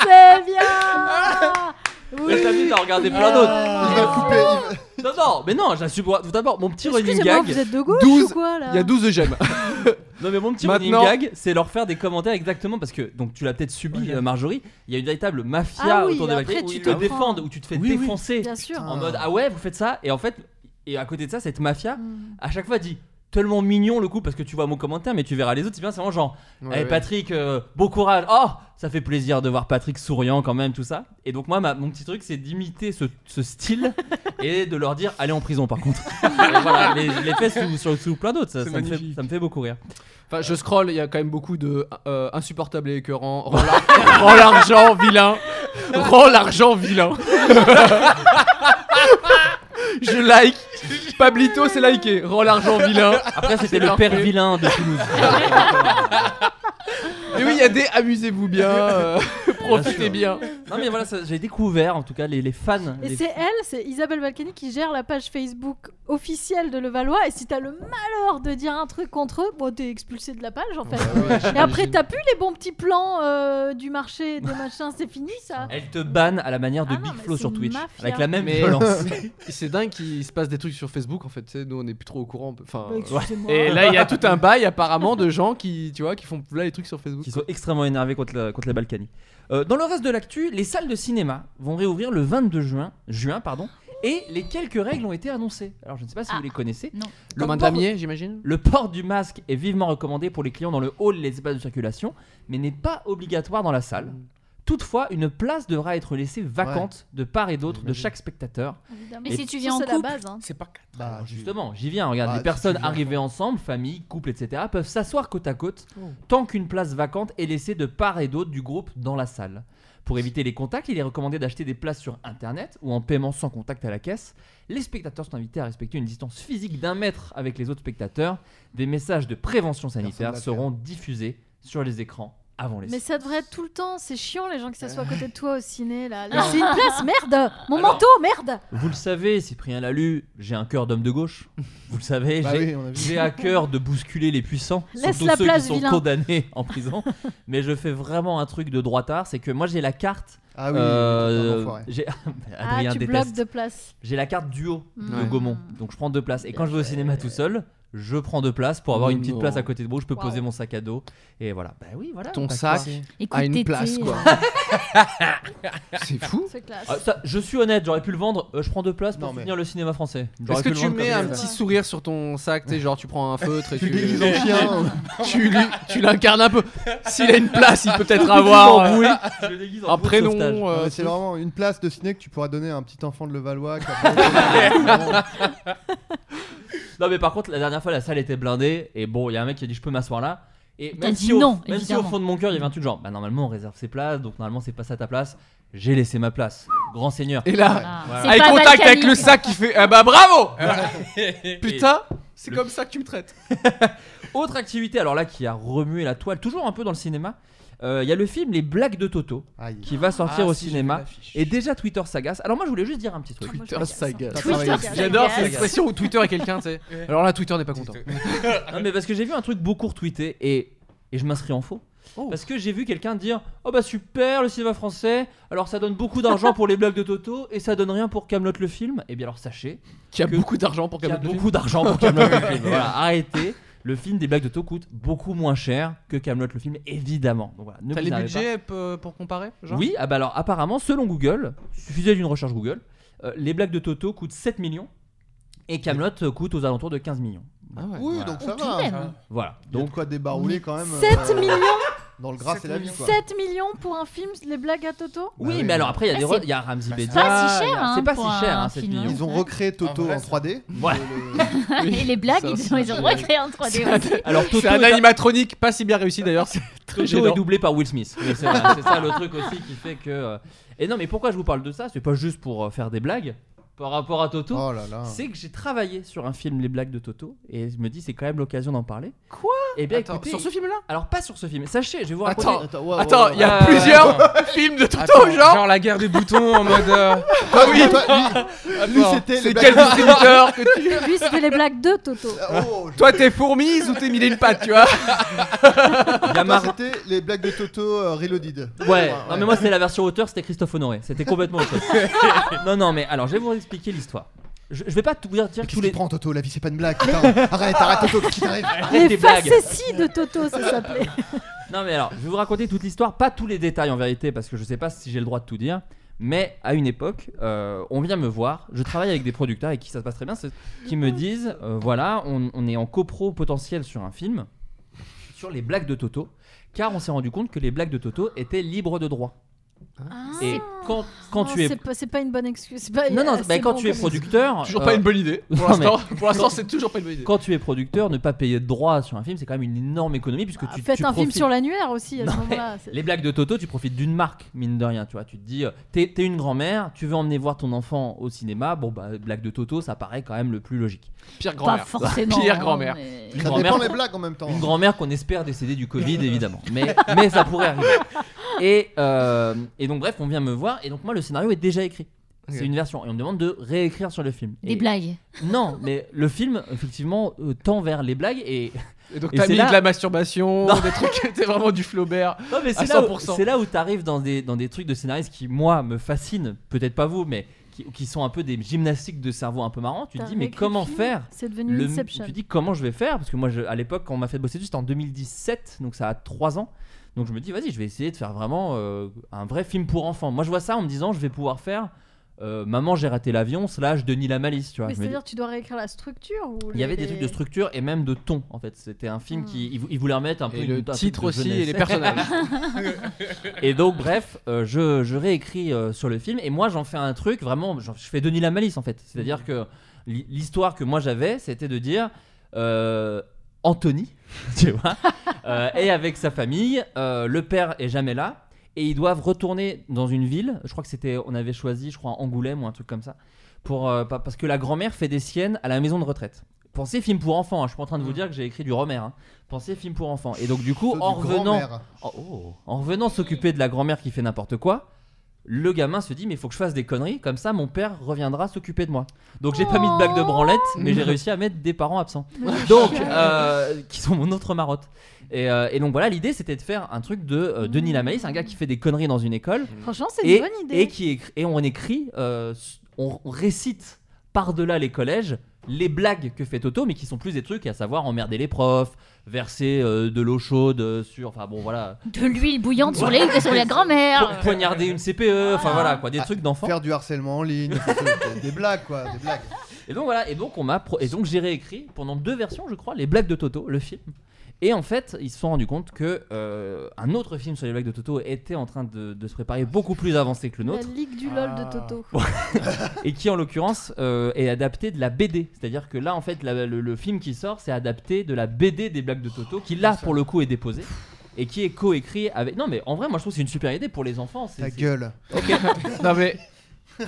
C'est bien
Là, je t'invite à regarder plein d'autres.
Il va couper.
Non, non, mais non, j'assume. Tout d'abord, mon petit running
Excusez-moi,
gag.
vous êtes de gauche ou
12,
quoi là
Il y a 12 j'aime.
Non mais mon petit
Maintenant-
running gag, c'est leur faire des commentaires exactement parce que donc tu l'as peut-être subi euh, Marjorie, il y a une véritable mafia
Ah oui,
autour de
après,
Valkyrie où
tu
ils
te
te
prends.
défendent où tu te fais
Oui, oui.
défoncer
Bien sûr.
en mode ah ouais, vous faites ça et en fait et à côté de ça, cette mafia à chaque fois dit tellement mignon le coup parce que tu vois mon commentaire mais tu verras les autres, c'est bien c'est vraiment genre
Ouais,
"Eh,
ouais.
Patrick euh, bon courage. Oh, ça fait plaisir de voir Patrick souriant quand même tout ça. Et donc moi ma- mon petit truc c'est d'imiter ce, ce style et de leur dire allez en prison par contre. Et voilà, les, les fesses sous, sur- sous plein d'autres, ça,
C'est
ça me fait,
magnifique.
ça me fait beaucoup rire.
Enfin, je scroll, il y a quand même beaucoup de euh, insupportables et écœurants. Rends l'ar- rends l'argent, vilain. Rends l'argent, vilain. je like. Pablito, c'est liké. Rends l'argent, vilain.
Après, c'était le père vilain de Toulouse.
Mais oui, il y a des amusez-vous bien, euh, profitez bien.
Non, mais voilà, ça- j'ai découvert en tout cas les, les fans.
Et
les-
c'est elle, c'est Isabelle Balkany qui gère la page Facebook officielle de Levallois. Et si t'as le malheur de dire un truc contre eux, bon, t'es expulsé de la page
Ah
en fait. et après, t'as plus les bons petits plans euh, du marché, des machins, c'est fini ça.
Elle te banne à la manière
Ah
de Big Flo sur
une
Twitch.
mafia.
Avec la même
Mais-
violence.
C'est dingue qu'il se passe des trucs sur Facebook en fait. tu sais, Nous, on est plus trop au courant. on peut- Enfin,
Bah, excusez-moi.
Et là, il y a tout un bail apparemment de gens qui, tu vois, qui font là les trucs sur Facebook.
qui sont extrêmement énervés contre la, contre la Balkany. Euh, dans le reste de l'actu, les salles de cinéma vont réouvrir le 22 juin, juin pardon, et les quelques règles ont été annoncées. Alors je ne sais
Ah,
pas si vous les connaissez.
Non.
Le main
port-
damier, j'imagine.
Le port du masque est vivement recommandé pour les clients dans le hall et les espaces de circulation, mais n'est pas obligatoire dans la salle. Toutefois, une place devra être laissée vacante de part et d'autre de chaque spectateur.
Évidemment.
Mais
Et-
si tu
Ça,
viens en
c'est la
couple,
base. hein.
C'est pas quatre.
Bah,
Justement, j'y viens. Regarde,
Bah,
les
si
personnes
tu viens,
arrivées ensemble, famille, couple, etc., peuvent s'asseoir côte à côte
Oh.
tant qu'une place vacante est laissée de part et d'autre du groupe dans la salle. Pour éviter les contacts, il est recommandé d'acheter des places sur internet ou en paiement sans contact à la caisse. Les spectateurs sont invités à respecter une distance physique d'un mètre avec les autres spectateurs. Des messages de prévention sanitaire
l'a fait.
seront diffusés sur les écrans avant les
Mais ça devrait être tout le temps, c'est chiant les gens qui s'assoient à côté de toi au ciné là. Laissez une place, merde Mon
Alors-
manteau, merde
Vous le savez, Cyprien l'a lu, j'ai un cœur d'homme de gauche. Vous le savez,
Bah
j'ai
oui, on a vu.
j'ai à cœur de bousculer les puissants,
Laisse
surtout
la
ceux
place,
qui sont
vilain.
condamnés en prison. Mais je fais vraiment un truc de droitard, c'est que moi j'ai la carte.
Ah oui,
euh,
t'es un enfoiré.
j'ai-
Ah,
Adrien
tu bloques
déteste.
de place.
J'ai la carte duo de
Mm.
Gaumont, donc je prends deux places. Et quand je vais au cinéma tout seul, je prends deux places pour avoir
Mais
une petite
non.
place à côté de moi où je peux poser
Wow.
mon sac à dos. Et voilà. Bah oui, voilà.
Ton
t'as
sac
quoi.
Écoute, a une t'étais, place, quoi. euh. C'est fou. C'est classe.
Ah, ça, je suis honnête, j'aurais pu le vendre. euh, je prends deux places pour
Non, mais-
soutenir le cinéma français. J'aurais
Est-ce que
pu le
tu
vendre
mets
comme
un
ça.
petit sourire sur ton sac, tu sais, genre tu prends un feutre et
Tu
tu
déguises en chien,
hein.
tu, lui- tu l'incarnes un peu. S'il a une place, il peut peut-être avoir euh, un prénom. euh,
Non, mais c'est
truc.
vraiment une place de ciné que tu pourras donner à un petit enfant de Levallois. qui a pas-
Non, mais par contre, la dernière fois, la salle était blindée. Et bon, il y a un mec qui a dit Je peux m'asseoir là. Et
T'as
même,
dit
si, au,
non,
même si au
évidemment.
fond de mon cœur, il y avait un truc genre Bah, normalement, on réserve ses places. Donc, normalement, c'est pas ça ta place. J'ai laissé ma place. Grand seigneur.
Et là, eye contact avec le sac qui fait. Ah bah bravo Voilà. Putain, c'est
Le-
comme ça que tu me traites.
Autre activité, alors là, qui a remué la toile, toujours un peu dans le cinéma. euh, Il y a le film Les Blagues de Toto qui va sortir
Ah,
au
si, j'ai vu
cinéma et déjà Twitter s'agace. Alors moi je voulais juste dire un petit truc.
Twitter s'agace.
T'as
Twitter
travaillé.
s'agace. J'adore cette expression où Twitter est quelqu'un, tu sais. Ouais. Alors là, Twitter n'est pas content. Ah,
non mais parce que j'ai vu un truc beaucoup retweeté et et je m'inscris en faux.
Oh.
Parce que j'ai vu quelqu'un dire Oh bah super le cinéma français, alors ça donne beaucoup d'argent pour les blagues de Toto et ça donne rien pour Camelot le film. Et bien alors sachez
qu'il y a beaucoup d'argent pour
Camelot.
Kaamelott le film.
beaucoup d'argent pour Kaamelott le film. Voilà, arrêtez. Le film des blagues de Toto coûte beaucoup moins cher que Camelot le film évidemment. Donc voilà, ne
T'as
vous
les
énervez pas.
budgets euh, pour comparer genre
Oui, ah bah alors apparemment, selon Google, suffisait d'une recherche Google, euh, les blagues de Toto coûtent 7 millions et Camelot coûte aux alentours de 15 millions.
Ah
Oui, donc ça va.
Voilà.
Il y a de
Donc
quoi débarouler quand
euh,
même. euh,
7 millions
Dans le gras, c'est la vie quoi.
7 millions pour un film, les blagues à Toto
oui, mais alors après il y a
Ah,
des
c'est-
re- il y a Ramzi
Bah, c'est
Bedia.
pas si cher,
il y a- C'est
hein,
pas
pour
si cher
un
hein, 7
film,
millions.
Ils ont recréé Toto en 3D.
Ouais.
Et les blagues, ils ont- ils ont recréé en 3D aussi.
Alors, Toto
c'est un
est un- Ah,
animatronique pas si bien réussi d'ailleurs. C'est
Toto
très
est
gênant.
doublé par Will Smith. Mais C'est voilà, c'est ça le truc aussi qui fait que. euh, Et non, mais pourquoi je vous parle de ça C'est pas juste pour euh, faire des blagues par rapport à Toto.
Ah.
Oh là là.
C'est que j'ai travaillé sur un film Les blagues de Toto et je me dis c'est quand même l'occasion d'en parler.
Quoi
Eh bien,
Attends,
écoutez,
sur ce film-là
Alors pas sur ce film. Sachez, je vais vous raconter.
Attends, attends, il y a
Euh,
plusieurs films de Toto,
Attends,
genre.
Genre la guerre des boutons en mode. euh,
Ah oui.
lui,
Attends,
c'était
C'est
les
quel
blagues.
distributeur que tu.
Lui, c'était les blagues de Toto.
Oh,
Toi, t'es fourmise ou t'es mille et une pattes, tu vois
Toi, c'était les blagues de Toto euh, reloaded.
Ouais, non mais moi c'était la version auteur, c'était Christophe Honoré, c'était complètement autre chose. non non mais alors je vais vous expliquer l'histoire. Je, je vais pas tout vous dire tous les
Prends Toto, la vie c'est pas une blague. Putain. Arrête, arrête Toto, qui t'arrive
Arrête
Les
tes blagues. Ah.
facéties de Toto, ça s'appelait.
Non mais alors, je vais vous raconter toute l'histoire, pas tous les détails en vérité, parce que je sais pas si j'ai le droit de tout dire. Mais à une époque, euh, on vient me voir, je travaille avec des producteurs et qui ça se passe très bien, c'est- qui me disent, euh, voilà, on, on est en copro potentiel sur un film, sur les blagues de Toto, car on s'est rendu compte que les blagues de Toto étaient libres de droit. Et quand, quand
Non,
tu es...
Ah. c'est pas- C'est pas une bonne excuse. c'est pas-
Non, non,
euh,
bah,
c'est
quand
bon
tu es
comme-
producteur. euh,
Toujours pas une bonne idée. Pour
non, mais-
l'instant- pour l'instant, c'est toujours pas une bonne idée.
Quand tu es producteur, ne pas payer de droits sur un film, c'est quand même une énorme économie puisque tu.
Ah, Faites
tu
un film
profites-
sur l'annuaire aussi à ce
Non, mais
moment-là. c'est-
Les blagues de Toto, tu profites d'une marque, mine de rien. Tu vois, tu te dis, euh, t'es t'es une grand-mère, tu veux emmener voir ton enfant au cinéma. Bon, bah, blague de Toto, ça paraît quand même le plus logique.
Pire grand-mère. Pas forcément,
hein,
Pire grand-mère. mais-
Une
Ça
grand-mère
dépend des
qu'on-
blagues en même temps.
Une grand-mère qu'on espère décédée du Covid, évidemment. Mais, mais ça pourrait arriver. Et, euh, et donc, bref, on vient me voir. Et donc, moi, le scénario est déjà écrit. C'est
Ok.
une version. Et on me demande de réécrire sur le film.
Des
Et-
blagues.
Non, mais le film, effectivement, euh, tend vers les blagues. Et,
Et donc
et
t'as
c'est
mis
là-
de la masturbation,
Non.
des trucs, t'es vraiment du Flaubert
Non, mais
à
c'est là où-
100%.
c'est là où, t'arrives dans des, dans des trucs de scénaristes qui, moi, me fascinent, peut-être pas vous, mais qui, qui sont un peu des gymnastiques de cerveau un peu marrants. Tu te
T'as
dis, mais
réécrit
comment
le film
faire
C'est devenu
le-
Inception.
Tu dis, comment je vais faire Parce que moi, je- à l'époque, quand on m'a fait bosser dessus, c'était en 2017, donc ça a 3 ans. Donc je me dis, vas-y, je vais essayer de faire vraiment euh, un vrai film pour enfants. Moi, je vois ça en me disant, je vais pouvoir faire euh, Maman, j'ai raté l'avion, slash Denis la malice. Tu vois.
Mais
Je me dis-
c'est-à-dire, tu dois réécrire la structure ou
il y avait des
les- Hmm.
trucs de structure et même de ton en fait. C'était un film qui il, vou- il voulait remettre un peu
Et
une-
le
un truc
titre
de
aussi et
jeunesse.
les personnages.
et donc bref, euh, je, je réécris euh, sur le film et moi j'en fais un truc vraiment. j'en- Je fais Denis la malice en fait.
Mm.
C'est-à-dire que l'hi- l'histoire que moi j'avais, c'était de dire euh, Anthony, tu vois, euh, est avec sa famille, euh, le père est jamais là. Et ils doivent retourner dans une ville. Je crois que c'était, on avait choisi, je crois, Angoulême ou un truc comme ça pour, euh, pa- parce que la grand-mère fait des siennes à la maison de retraite. Pensez film pour enfants, hein, je suis pas en train
Mm.
de vous dire que j'ai écrit du Romer. Hein. Pensez film pour enfants. Et donc du coup,
Plutôt
en
du
revenant,
grand-mère.
en- oh, en revenant s'occuper de la grand-mère qui fait n'importe quoi, le gamin se dit mais il faut que je fasse des conneries, comme ça mon père reviendra s'occuper de moi. Donc j'ai pas mis de blague de branlette, mais j'ai réussi à mettre des parents absents. donc euh, qui sont mon autre marotte. Et, euh, et donc voilà, l'idée c'était de faire un truc de euh, Denis Lamaïs, un gars qui fait des conneries dans une école.
Franchement, Mmh. c'est
Et-
une bonne idée.
Et, qui écrit, et on écrit, euh, s- on on récite par-delà les collèges les blagues que fait Toto, mais qui sont plus des trucs, à savoir emmerder les profs, verser euh, de l'eau chaude euh, sur. Enfin bon, voilà.
De l'huile bouillante sur, les, sur la
Po-
grand-mère.
Poignarder une CPE, enfin voilà, quoi, des
Ah,
trucs d'enfants.
Faire du harcèlement en ligne, des- des blagues quoi, des blagues.
Et donc voilà, et donc on m'a pro- et donc j'ai réécrit pendant deux versions, je crois, les blagues de Toto, le film. Et en fait, ils se sont rendus compte que euh, un autre film sur les blagues de Toto était en train de, de se préparer beaucoup plus avancé que le
La
nôtre,
ligue du lol
Ah.
de Toto.
et qui en l'occurrence euh, est adapté de la BD. C'est-à-dire que là, en fait, la- le, le film qui sort, c'est adapté de la BD des blagues de Toto, qui là pour le coup est déposée. Et qui est coécrit avec. Non, mais en vrai, moi je trouve que c'est une super idée pour les enfants. c'est-
Ta
c'est-
gueule.
Ok.
Non, mais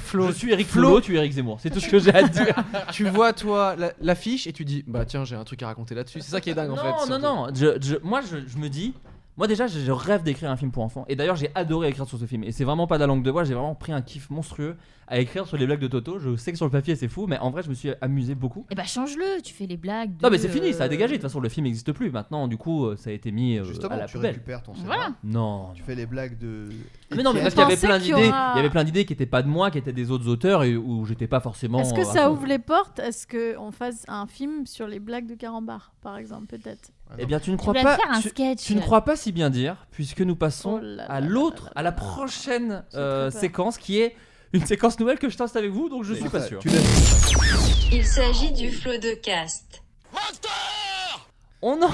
Flo, je suis Eric
Flo.
Flo, tu es Eric Zemmour. C'est tout ce que j'ai à dire.
tu vois toi la- l'affiche et tu dis bah tiens j'ai un truc à raconter là-dessus. C'est ça qui est dingue en
non,
fait. surtout.
Non, non, Je- je- moi, je, je me dis. Moi, déjà, je, je rêve d'écrire un film pour enfants. Et d'ailleurs, j'ai adoré écrire sur ce film. Et c'est vraiment pas de la langue de bois. J'ai vraiment pris un kiff monstrueux à écrire sur les blagues de Toto. Je sais que sur le papier, c'est fou. Mais en vrai, je me suis amusé beaucoup.
Et bah change-le, tu fais les blagues. de-
Non, mais c'est fini, ça a
euh,
dégagé. De toute façon, le film n'existe plus. Maintenant, du coup, euh, ça a été mis euh, à
Justement,
la
tu
poubelle.
récupères ton cerveau.
Voilà.
Non.
Tu fais les blagues de.
Mais non, mais parce
Étienne.
qu'il y avait
pensais
plein
qu'il y
d'idées. Il y
aura-
avait plein d'idées qui étaient pas de moi, qui étaient des autres auteurs et où j'étais pas forcément.
Est-ce que
euh, à
ça
fond.
ouvre les portes à ce qu'on fasse un film sur les blagues de Carambar, par exemple, peut-être
Eh bien, tu ne
Tu
crois
vas
pas.
faire un
tu-
sketch.
Tu ne crois pas si bien dire, puisque nous passons
Oh là
à l'autre, à la prochaine euh,
peur.
séquence qui est une séquence nouvelle que je teste avec vous, donc je suis pas sûr.
Il s'agit du flot de caste.
On en.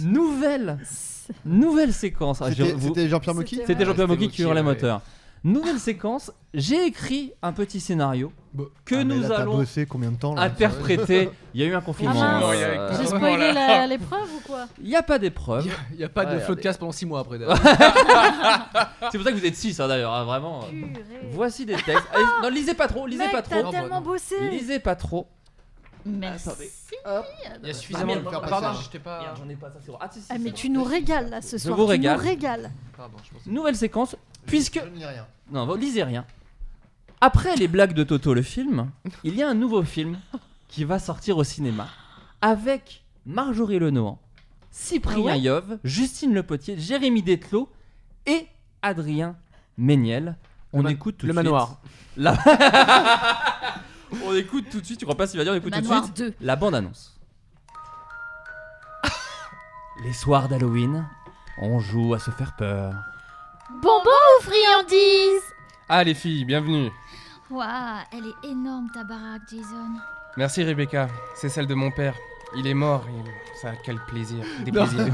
nouvelle Nouvelle séquence. Ah, je-
C'était-
vous-
c'était Jean-Pierre Mocky C'était
C'était Jean-Pierre
ouais,
Mocky qui
c'était
hurlait
Mocky, ouais.
moteur. Nouvelle séquence, j'ai écrit un petit scénario que
Ah, mais
nous
là, t'as
allons
bossé combien de temps là
interpréter. Il y a eu un confinement.
Ah mince,
euh,
J'ai spoilé la- l'épreuve ou quoi
Il n'y a pas d'épreuve.
Il y a pas de
Ouais,
flot de
regardez.
casse pendant 6 mois après. d'ailleurs.
C'est pour ça que vous êtes 6 d'ailleurs, hein, vraiment.
Purée.
Voici des textes. Allez, non, lisez pas trop, lisez
Mec,
pas
t'as
trop.
tellement bossé
Lisez pas trop. Attendez.
Merci.
Il y a suffisamment de
Merde,
pardon,
pardon,
j'étais pas.
Merde, j'en ai pas, ça, c'est bon. Ah, si, si,
Ah,
c'est
mais
bon.
tu nous régales là ce soir.
vous
tu
régale.
nous régales.
Pardon, je pensais-
Nouvelle séquence, puisque.
Je ne lis rien.
Non, vous lisez rien. Après les blagues de Toto, le film, il y a un nouveau film qui va sortir au cinéma avec Marjorie Lenoir, Cyprien
Ah ouais
Yov, Justine Lepotier, Jérémy Detlo et Adrien Méniel. On
ma-
écoute tout
le
de suite.
manoir.
La... on écoute tout de suite, tu crois pas s'il va dire, on écoute tout de
Manoir
suite.
2.
La bande-annonce. Les soirs d'Halloween, on joue à se faire peur.
Bonbon ou friandises
Ah les filles, bienvenue.
Waouh, elle est énorme ta baraque, Jason.
Merci Rebecca, c'est celle de mon père. Il est mort, il- ça quel plaisir, des
Non.
plaisirs.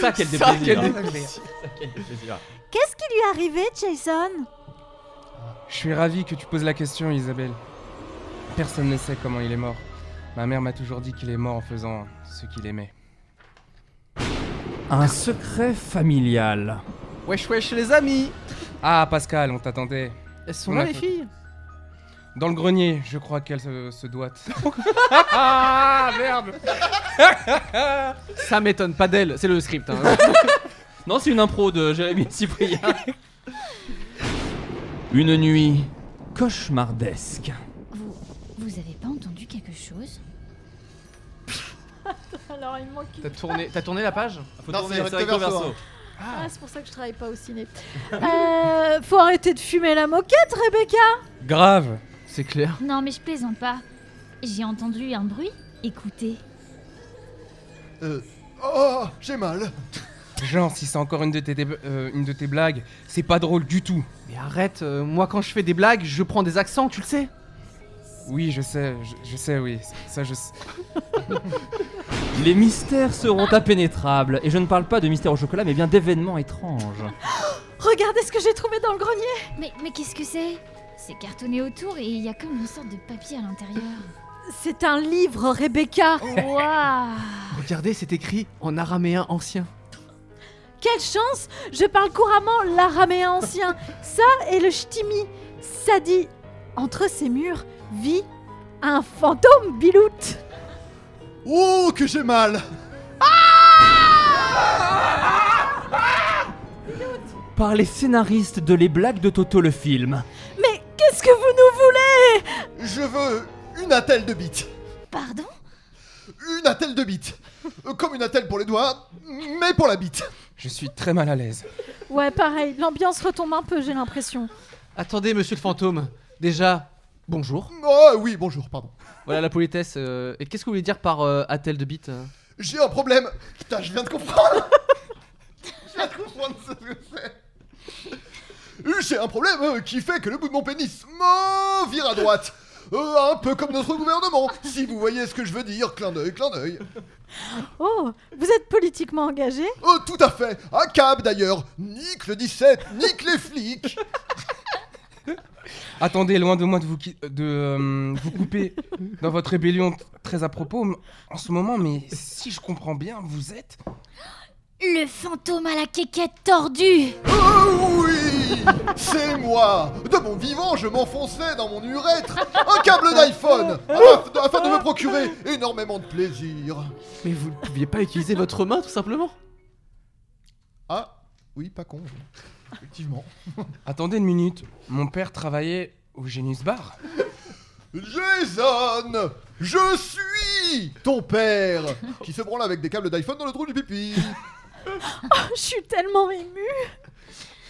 Ça, quel
Ça, quel
déplaisir.
déplaisir.
Ça, quel déplaisir.
Qu'est-ce qui lui est arrivé, Jason
Je suis ravi que tu poses la question, Isabelle. Personne ne sait comment il est mort. Ma mère m'a toujours dit qu'il est mort en faisant ce qu'il aimait.
Un secret familial.
Wesh wesh les amis.
Ah, Pascal, on t'attendait.
Elles sont
On
là
a
les
fait-
filles.
Dans le grenier, je crois qu'elle se, se doit.
Ah merde. ça m'étonne pas d'elle, c'est le script. hein.
Non, c'est une impro de Jérémy Cyprien. Une nuit cauchemardesque.
Vous, vous avez pas entendu quelque chose
Alors il me manque. une-
T'as tourné, t'as tourné la page
Faut
Non,
tourner,
c'est
c'est recto
recto-verso.
verso.
Ah, c'est pour ça que je travaille pas au ciné. Euh, faut arrêter de fumer la moquette, Rebecca.
Grave.
C'est clair.
Non, mais je plaisante pas. J'ai entendu un bruit. Écoutez.
Euh, Oh, j'ai mal.
Genre, si c'est encore une de tes, dé- euh, une de tes blagues, c'est pas drôle du tout.
Mais arrête, euh, moi quand je fais des blagues, je prends des accents, tu le sais.
Oui, je sais, je, je sais, oui. Ça, je sais.
Les mystères seront impénétrables. Et je ne parle pas de mystères au chocolat, mais bien d'événements étranges.
Regardez ce que j'ai trouvé dans le grenier.
Mais, mais qu'est-ce que c'est C'est cartonné autour et il y a comme une sorte de papier à l'intérieur.
C'est un livre,
Oh.
Rebecca.
Waouh
Regardez, c'est écrit en araméen ancien.
Quelle chance Je parle couramment l'araméen ancien. Ça et le ch'timi. Ça dit entre ces murs vit un fantôme biloute.
Oh, que j'ai mal.
Par les scénaristes de Les Blagues de Toto, le film.
Mais qu'est-ce que vous nous voulez
Je veux une attelle de bite.
Pardon
Une attelle de bite. Euh, Comme une attelle pour les doigts, mais pour la bite.
Je suis très mal à l'aise.
Ouais, pareil. L'ambiance retombe un peu, j'ai l'impression.
Attendez, monsieur le fantôme. Déjà, Bonjour.
Oh oui, bonjour, pardon.
Voilà la politesse. euh, et qu'est-ce que vous voulez dire par euh, attel de bite euh
J'ai un problème. Putain, je viens de comprendre. je viens de comprendre ce que c'est. J'ai un problème euh, qui fait que le bout de mon pénis me vire à droite. Euh, un peu comme notre gouvernement. Si vous voyez ce que je veux dire, clin d'œil, clin d'œil.
Oh, vous êtes politiquement engagé
Oh, tout à fait. Un cab d'ailleurs. Nique le 17, nique les flics.
Attendez, loin de moi de vous, qui- de, euh, vous couper dans votre rébellion t- très à propos mais en ce moment, mais si je comprends bien, vous êtes.
Le fantôme à la quéquette tordue
Oh oui C'est moi De mon vivant, je m'enfonçais dans mon urètre un câble d'iPhone afin, afin de me procurer énormément de plaisir.
Mais vous ne pouviez pas utiliser votre main tout simplement
Ah, oui, pas con. Effectivement.
Attendez une minute, mon père travaillait au Genius Bar.
Jason Je suis ton père qui se branle avec des câbles d'iPhone dans le trou du pipi.
Je suis tellement émue.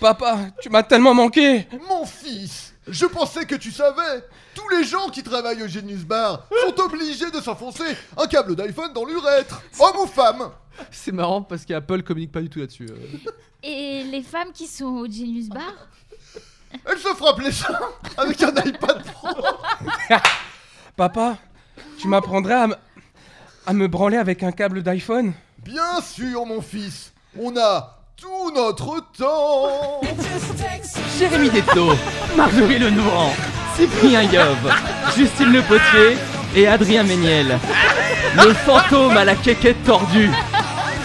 Papa, tu m'as tellement manqué
Mon fils Je pensais que tu savais Tous les gens qui travaillent au Genius Bar sont obligés de s'enfoncer un câble d'iPhone dans l'urètre Homme ou femme
C'est marrant parce qu'Apple communique pas du tout là-dessus. euh.
Et les femmes qui sont au Genius Bar
Elle se frappe les seins avec un iPad Pro
Papa, tu m'apprendrais à, me- à me branler avec un câble d'iPhone
Bien sûr, mon fils, on a tout notre temps.
Jérémy Detto, Marjorie Lenoir, Cyprien Yov, Justine Le Potier et Adrien Méniel. Le fantôme à la quéquette tordue.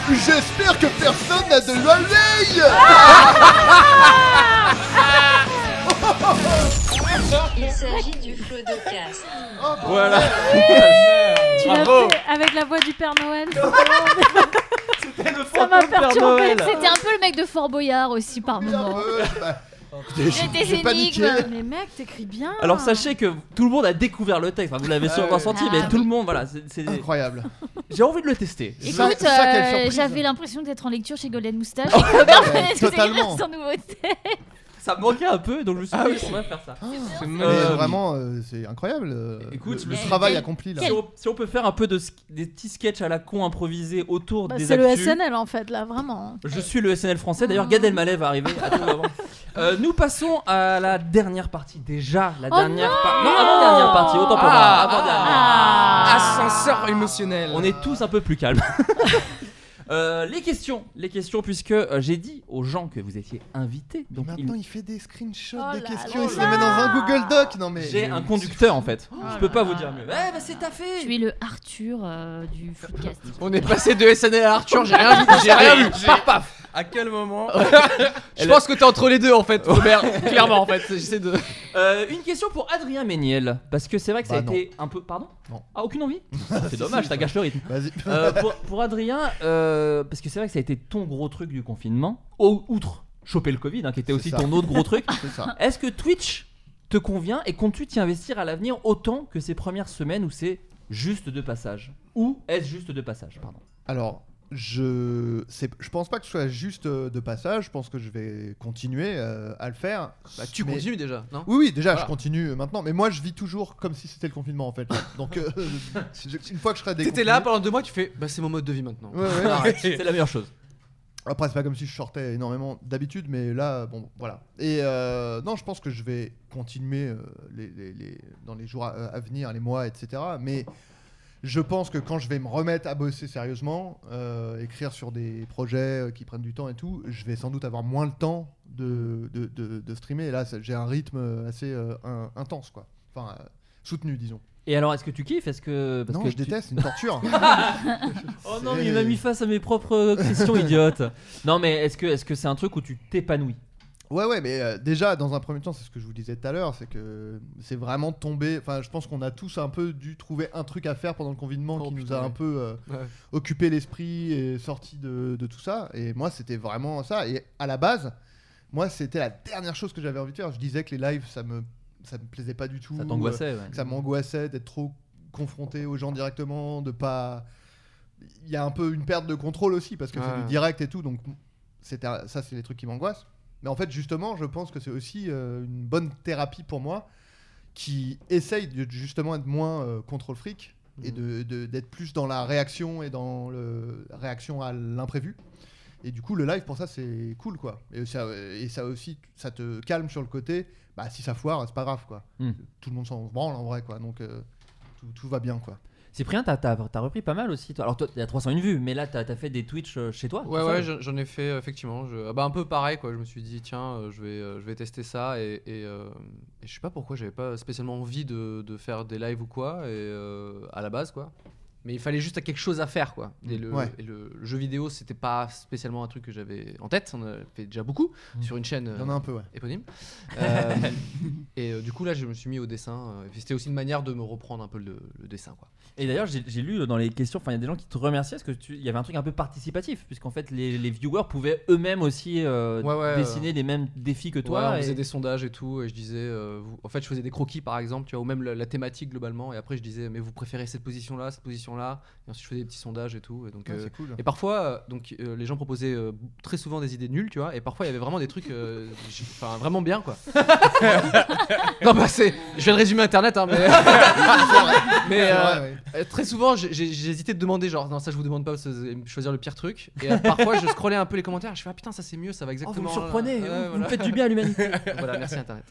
J'espère que personne n'a de l'oreille.
Il s'agit du flot de caste.
Voilà.
Tu l'as
Oh.
fait avec la voix du Père Noël. Ça m'a
fantôme Père
perturbé.
C'était un peu le mec de Fort Boyard aussi par moment.
J'ai-
J'étais
j'ai paniqué.
énigme.
Mais mec, t'écris bien.
Alors sachez que tout le monde a découvert le texte. Enfin, vous l'avez
Ah
sûrement
ouais.
senti,
Ah
mais
oui.
tout le monde, voilà. c'est- c'est-
Incroyable.
J'ai envie de le tester.
Écoute,
Ça- ça, quelle
euh,
surprise.
j'avais l'impression d'être en lecture chez Golden Moustache. et que Robert venait de
totalement.
s'écrire son nouveau texte.
Ça me manquait un peu, donc je me suis
Ah
dit
oui.
on va faire ça.
C'est
Euh,
Mais
magnifique.
vraiment, euh, c'est incroyable. euh,
Écoute,
le, le
mais-
travail
quel-
accompli là.
Si on, si on peut faire un peu de sk- des petits sketchs à la con improvisés autour
Bah,
des
c'est le
actus.
SNL en fait, là, vraiment.
Je suis le SNL français. D'ailleurs, Gad Elmaleh va arriver à tout moment. Euh, nous passons à la dernière partie. Déjà, la
Oh
dernière
non
partie. Non, avant dernière partie. Autant pour moi.
Ah,
Avant
Ah.
Ah.
Ascenseur émotionnel.
On est tous un peu plus calmes. Euh, les questions, les questions, puisque euh, j'ai dit aux gens que vous étiez invités. Donc il-
Maintenant, il fait des screenshots
Oh
des
là
questions.
là
il se les met dans un Google Doc. Non mais.
j'ai
mais-
un conducteur en fait. je peux
là
pas
là.
vous dire mieux. Eh, bah, c'est ta
Je
fille.
suis le Arthur euh, du podcast.
On est passé de SNL à Arthur, j'ai rien vu, j'ai rien vu. Paf, paf.
À quel moment
Je pense que t'es entre les deux en fait, Robert. Clairement en fait, j'essaie de.
Euh, une question pour Adrien Méniel, parce que c'est vrai que ça
Bah,
a été un peu. Pardon
Non.
Ah, aucune envie C'est dommage,
si,
ça gâche le rythme.
Vas-y.
Euh, pour, pour Adrien, euh, parce que c'est vrai que ça a été ton gros truc du confinement, au- outre choper le Covid, hein, qui était
C'est
aussi
ça.
ton autre gros truc.
C'est ça.
Est-ce que Twitch te convient et comptes-tu t'y investir à l'avenir autant que ces premières semaines où c'est juste de passage Ou est-ce juste de passage Pardon.
Alors, je, c'est, je pense pas que ce soit juste euh, de passage. Je pense que je vais continuer euh, à le faire.
Bah, tu
Mais-
continues déjà, non
Oui, oui, déjà,
Voilà.
je continue euh, maintenant. Mais moi, je vis toujours comme si c'était le confinement en fait. Donc, euh, je- une fois que je serai
T'étais là pendant deux mois, tu fais bah c'est mon mode de vie maintenant.
Ouais, ouais,
Ah,
non,
C'est la meilleure chose.
Après, c'est pas comme si je sortais énormément d'habitude, mais là, bon, voilà. Et euh, non, je pense que je vais continuer euh, les, les- les- dans les jours à, euh, à venir, les mois, etc. Mais je pense que quand je vais me remettre à bosser sérieusement, euh, écrire sur des projets euh, qui prennent du temps et tout, je vais sans doute avoir moins le temps de, de, de- de streamer. Et là, ça- j'ai un rythme euh, assez euh, in- intense, quoi. Enfin, euh, soutenu, disons.
Et alors, est-ce que tu kiffes Est-ce que parce
non,
que
je
tu-
déteste, c'est une torture.
Oh non, mais il m'a mis face à mes propres questions idiotes. Non, mais est-ce que est-ce que c'est un truc où tu t'épanouis
Ouais, ouais, mais euh, déjà, dans un premier temps, c'est ce que je vous disais tout à l'heure, c'est que c'est vraiment tombé. Enfin, je pense qu'on a tous un peu dû trouver un truc à faire pendant le confinement
Oh,
qui nous
putain,
a un
ouais.
peu euh,
Ouais.
occupé l'esprit et sorti de, de tout ça. Et moi, c'était vraiment ça. Et à la base, moi, c'était la dernière chose que j'avais envie de faire. Je disais que les lives, ça me, ça me plaisait pas du tout.
Ça t'angoissait ouais.
que ça m'angoissait d'être trop confronté aux gens directement, de pas. Il y a un peu une perte de contrôle aussi parce que c'est
Ouais.
du direct et tout, donc c'était un- ça c'est les trucs qui m'angoissent. Mais en fait justement, je pense que c'est aussi euh, une bonne thérapie pour moi qui essaye de justement être moins euh, contrôle fric et
Mm.
de- de- d'être plus dans la réaction et dans le la réaction à l'imprévu. Et du coup, le live pour ça, c'est cool quoi. Et ça, et ça aussi, ça te calme sur le côté. Bah, si ça foire, c'est pas grave quoi.
Mm.
Tout le monde s'en branle en vrai quoi. Donc euh, tout, tout va bien quoi.
Cyprien, t'as, t'as- t'as repris pas mal aussi. Toi. Alors, toi, t'as 301 vues, mais là, t'as, t'as fait des Twitch euh, chez toi.
Ouais,
tout seul.
ouais, j'en- j'en ai fait euh, effectivement. Je... ah Bah, un peu pareil, quoi. Je me suis dit, tiens, euh, je vais, euh, je vais tester ça. Et, et, euh, et je sais pas pourquoi, j'avais pas spécialement envie de, de faire des lives ou quoi, et, euh, à la base, quoi. Mais il fallait juste quelque chose à faire, quoi. Et le,
Ouais.
et le jeu vidéo, c'était pas spécialement un truc que j'avais en tête. On en a fait déjà beaucoup sur une chaîne
Il y en a un peu, ouais.
éponyme. Euh, et euh, du coup, là, je me suis mis au dessin. euh, et C'était aussi une manière de me reprendre un peu le, le dessin, quoi.
Et d'ailleurs, j'ai, j'ai lu dans les questions, enfin, il y a des gens qui te remerciaient parce que tu- il y avait un truc un peu participatif, puisqu'en fait, les, les viewers pouvaient eux-mêmes aussi euh,
Ouais, ouais,
dessiner les mêmes défis que toi.
Ouais, on
et-
faisait des sondages et tout, et je disais, euh, vous- en fait, je faisais des croquis par exemple, tu vois, ou même la, la thématique globalement, et après je disais, mais vous préférez cette position là, cette position là, et ensuite je faisais des petits sondages et tout, et donc.
Ouais,
euh,
Ah, c'est cool.
Et parfois, euh, donc euh, les gens proposaient euh, très souvent des idées nulles, tu vois, et parfois il y avait vraiment des trucs, euh, j- enfin vraiment bien quoi. non bah c'est, je viens de résumer Internet, hein, mais. mais
C'est
euh,
vrai,
euh, très souvent, j'ai- j'ai j'ai hésité de demander genre, non ça je vous demande pas, parce que vous allez me choisir le pire truc, et euh, parfois je scrollais un peu les commentaires, je fais ah putain ça c'est mieux, ça va
Oh, vous
exactement.
me
là.
surprenez,
Ouais,
vous- vous,
voilà.
me faites du bien à l'humanité.
voilà, merci Internet.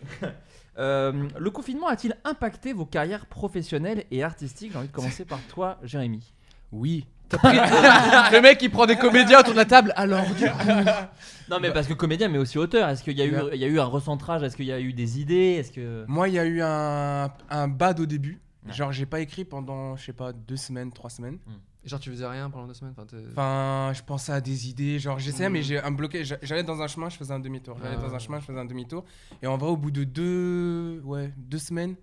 Euh, le confinement a-t-il impacté vos carrières professionnelles et artistiques J'ai envie de commencer par toi, Jérémy.
Oui. le mec il prend des comédiens autour de la table. Alors, du coup.
Non,
Bah.
mais parce que comédien, mais aussi auteur. Est-ce qu'il y, a eu- il y a eu un recentrage Est-ce qu'il y a eu des idées Est-ce que.
Moi, il y a eu un, un bad au début. Genre, j'ai pas écrit pendant, je sais pas, deux semaines, trois semaines.
Genre, tu faisais rien pendant deux semaines enfin, t'es-
Enfin, je pensais à des idées, genre j'essayais,
Mm.
mais j'ai un bloqué. J'a- J'allais dans un chemin, je faisais un demi-tour. J'allais
Ah.
dans un chemin, je faisais un demi-tour. Et en vrai, au bout de deux, ouais, deux semaines,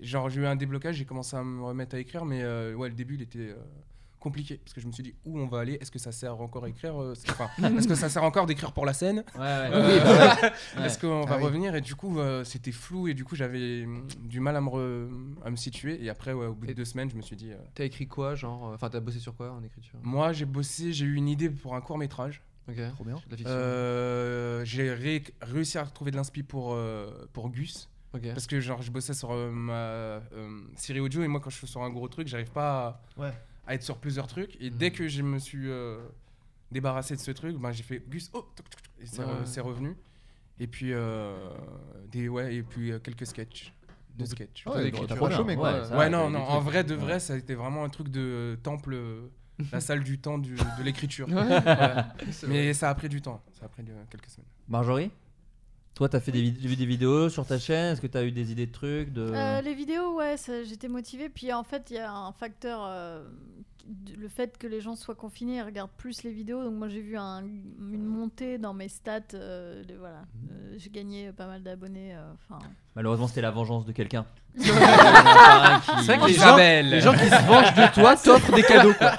genre j'ai eu un déblocage, j'ai commencé à me remettre à écrire, mais euh, ouais, le début, il était euh, compliqué parce que je me suis dit où on va aller, est-ce que ça sert encore à écrire, euh, c'est- enfin, est-ce que ça sert encore d'écrire pour la scène,
Ouais, ouais.
Euh,
Oui, bah ouais. Ouais.
est-ce qu'on
Ah
va
oui.
revenir Et du coup, euh, c'était flou et du coup, j'avais mm, du mal à me re- à me situer. Et après, ouais, au bout de deux semaines, je me suis dit. euh,
T'as écrit quoi, genre euh, Enfin, t'as bossé sur quoi en écriture
moi, j'ai bossé, j'ai eu une idée pour un court métrage.
Ok. Trop bien. De la fiction.
Euh, j'ai ré- réussi à retrouver de l'inspi pour, euh, pour Gus.
Ok.
Parce que genre, je bossais sur euh, ma euh, série audio et moi, quand je suis sur un gros truc, j'arrive pas à,
Ouais.
à être sur plusieurs trucs.
Mhm.
Et dès que je me suis euh, débarrassé de ce truc, ben, j'ai fait Gus, oh toc, toc, toc, Et c'est
Ouais,
re-
ouais.
c'est revenu. Et puis, euh, des, ouais, et puis euh, quelques sketchs. Deux
Donc,
sketchs.
ouais,
Deux
t'as
écritures.
pas chômé, quoi.
Ouais,
Ouais, ça
ouais,
va,
non, non.
t'as eu des
En
trucs.
vrai, de
Ouais.
vrai, ça a été vraiment un truc de euh, temple, euh, la salle du temps du- de l'écriture.
Ouais.
Ouais.
C'est
Mais
vrai.
ça a pris du temps, ça a pris euh, quelques semaines.
Marjorie Toi, t'as fait des, vid- vu des vidéos sur ta chaîne Est-ce que t'as eu des idées de trucs de...
Euh, les vidéos, ouais, ça, j'étais motivée. Puis en fait, il y a un facteur, euh, de- le fait que les gens soient confinés et regardent plus les vidéos. Donc moi, j'ai vu un- une montée dans mes stats. euh, de- voilà,
Mhm.
Euh, j'ai gagné pas mal d'abonnés. euh, Enfin,
Malheureusement, c'était la vengeance de quelqu'un.
C'est
vrai
Ah,
que les gens- les gens qui se vengent de toi t'offrent des cadeaux, quoi.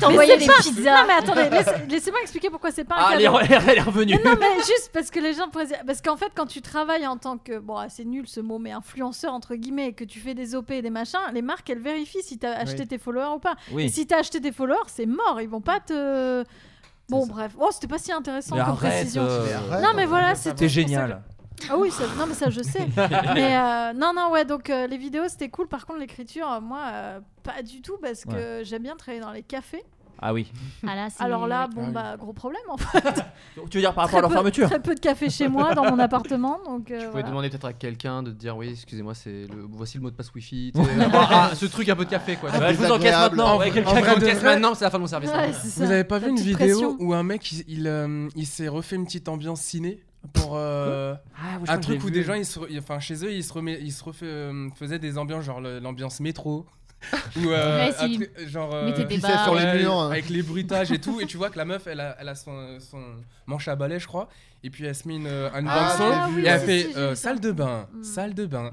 T'envoyais
Mais c'est
des
pas-
pizzas.
Non mais attendez, laisse- laissez-moi expliquer pourquoi c'est pas un
Ah, elle est
cadeau.
re- elle est revenue.
Mais non mais juste parce que les gens pourraient dire- parce qu'en fait quand tu travailles en tant que bon ah, c'est nul ce mot mais influenceur entre guillemets et que tu fais des OP et des machins, les marques elles vérifient si t'as acheté
Oui.
tes followers ou pas.
Oui.
Et si t'as acheté tes followers, c'est mort, ils vont pas te Bon bref, oh c'était pas si intéressant
Mais
comme
arrête,
précision.
euh, Mais arrête,
non mais
on
voilà,
va
c'est
pas
tout.
T'es
C'est pour ça
génial.
que- ah oui, ça- non mais ça je sais. mais euh, non non ouais donc euh, les vidéos c'était cool. Par contre l'écriture euh, moi euh, pas du tout parce que j'aime bien travailler dans les cafés.
Ah oui.
Alors là bon
Ah oui.
bah gros problème en fait.
Tu veux dire par
Très
rapport à leur
peu-
fermeture
Très peu de café chez moi dans mon appartement donc. euh,
Tu pouvais
voilà.
demander peut-être à quelqu'un de te dire oui, excusez-moi, c'est le... voici le mot de passe Wi-Fi. tu sais, avoir un- ce truc un peu de café quoi.
Ah,
bah,
Ouais, je vous encaisse désagréable. maintenant.
En
Ouais,
vrai-
quelqu'un
en vrai
qui
de
encaisse
vrai-
maintenant,
c'est la fin de mon service. hein.
Ouais, c'est ça.
Vous avez pas
La
vu une
petite
vidéo
pression.
où un mec il, il, euh, il s'est refait une petite ambiance ciné pour euh,
Ah, oui, je crois
un
que
truc
j'ai
où
vu.
des gens ils se re- ils- enfin chez eux ils se remet- ils se refait, euh, faisaient des ambiances genre le- l'ambiance métro ou euh,
Ouais,
un
si.
truc- genre
Mettez des euh,
pisser
barres.
Ouais,
avec les bruitages et tout et tu vois que la meuf elle a, elle a son, son manche à balai je crois et puis elle se met une, une
Ah,
bande
je l'ai
son
vu,
et elle
ouais.
fait
Si, si, j'ai
euh,
vu ça.
salle de bain salle de bain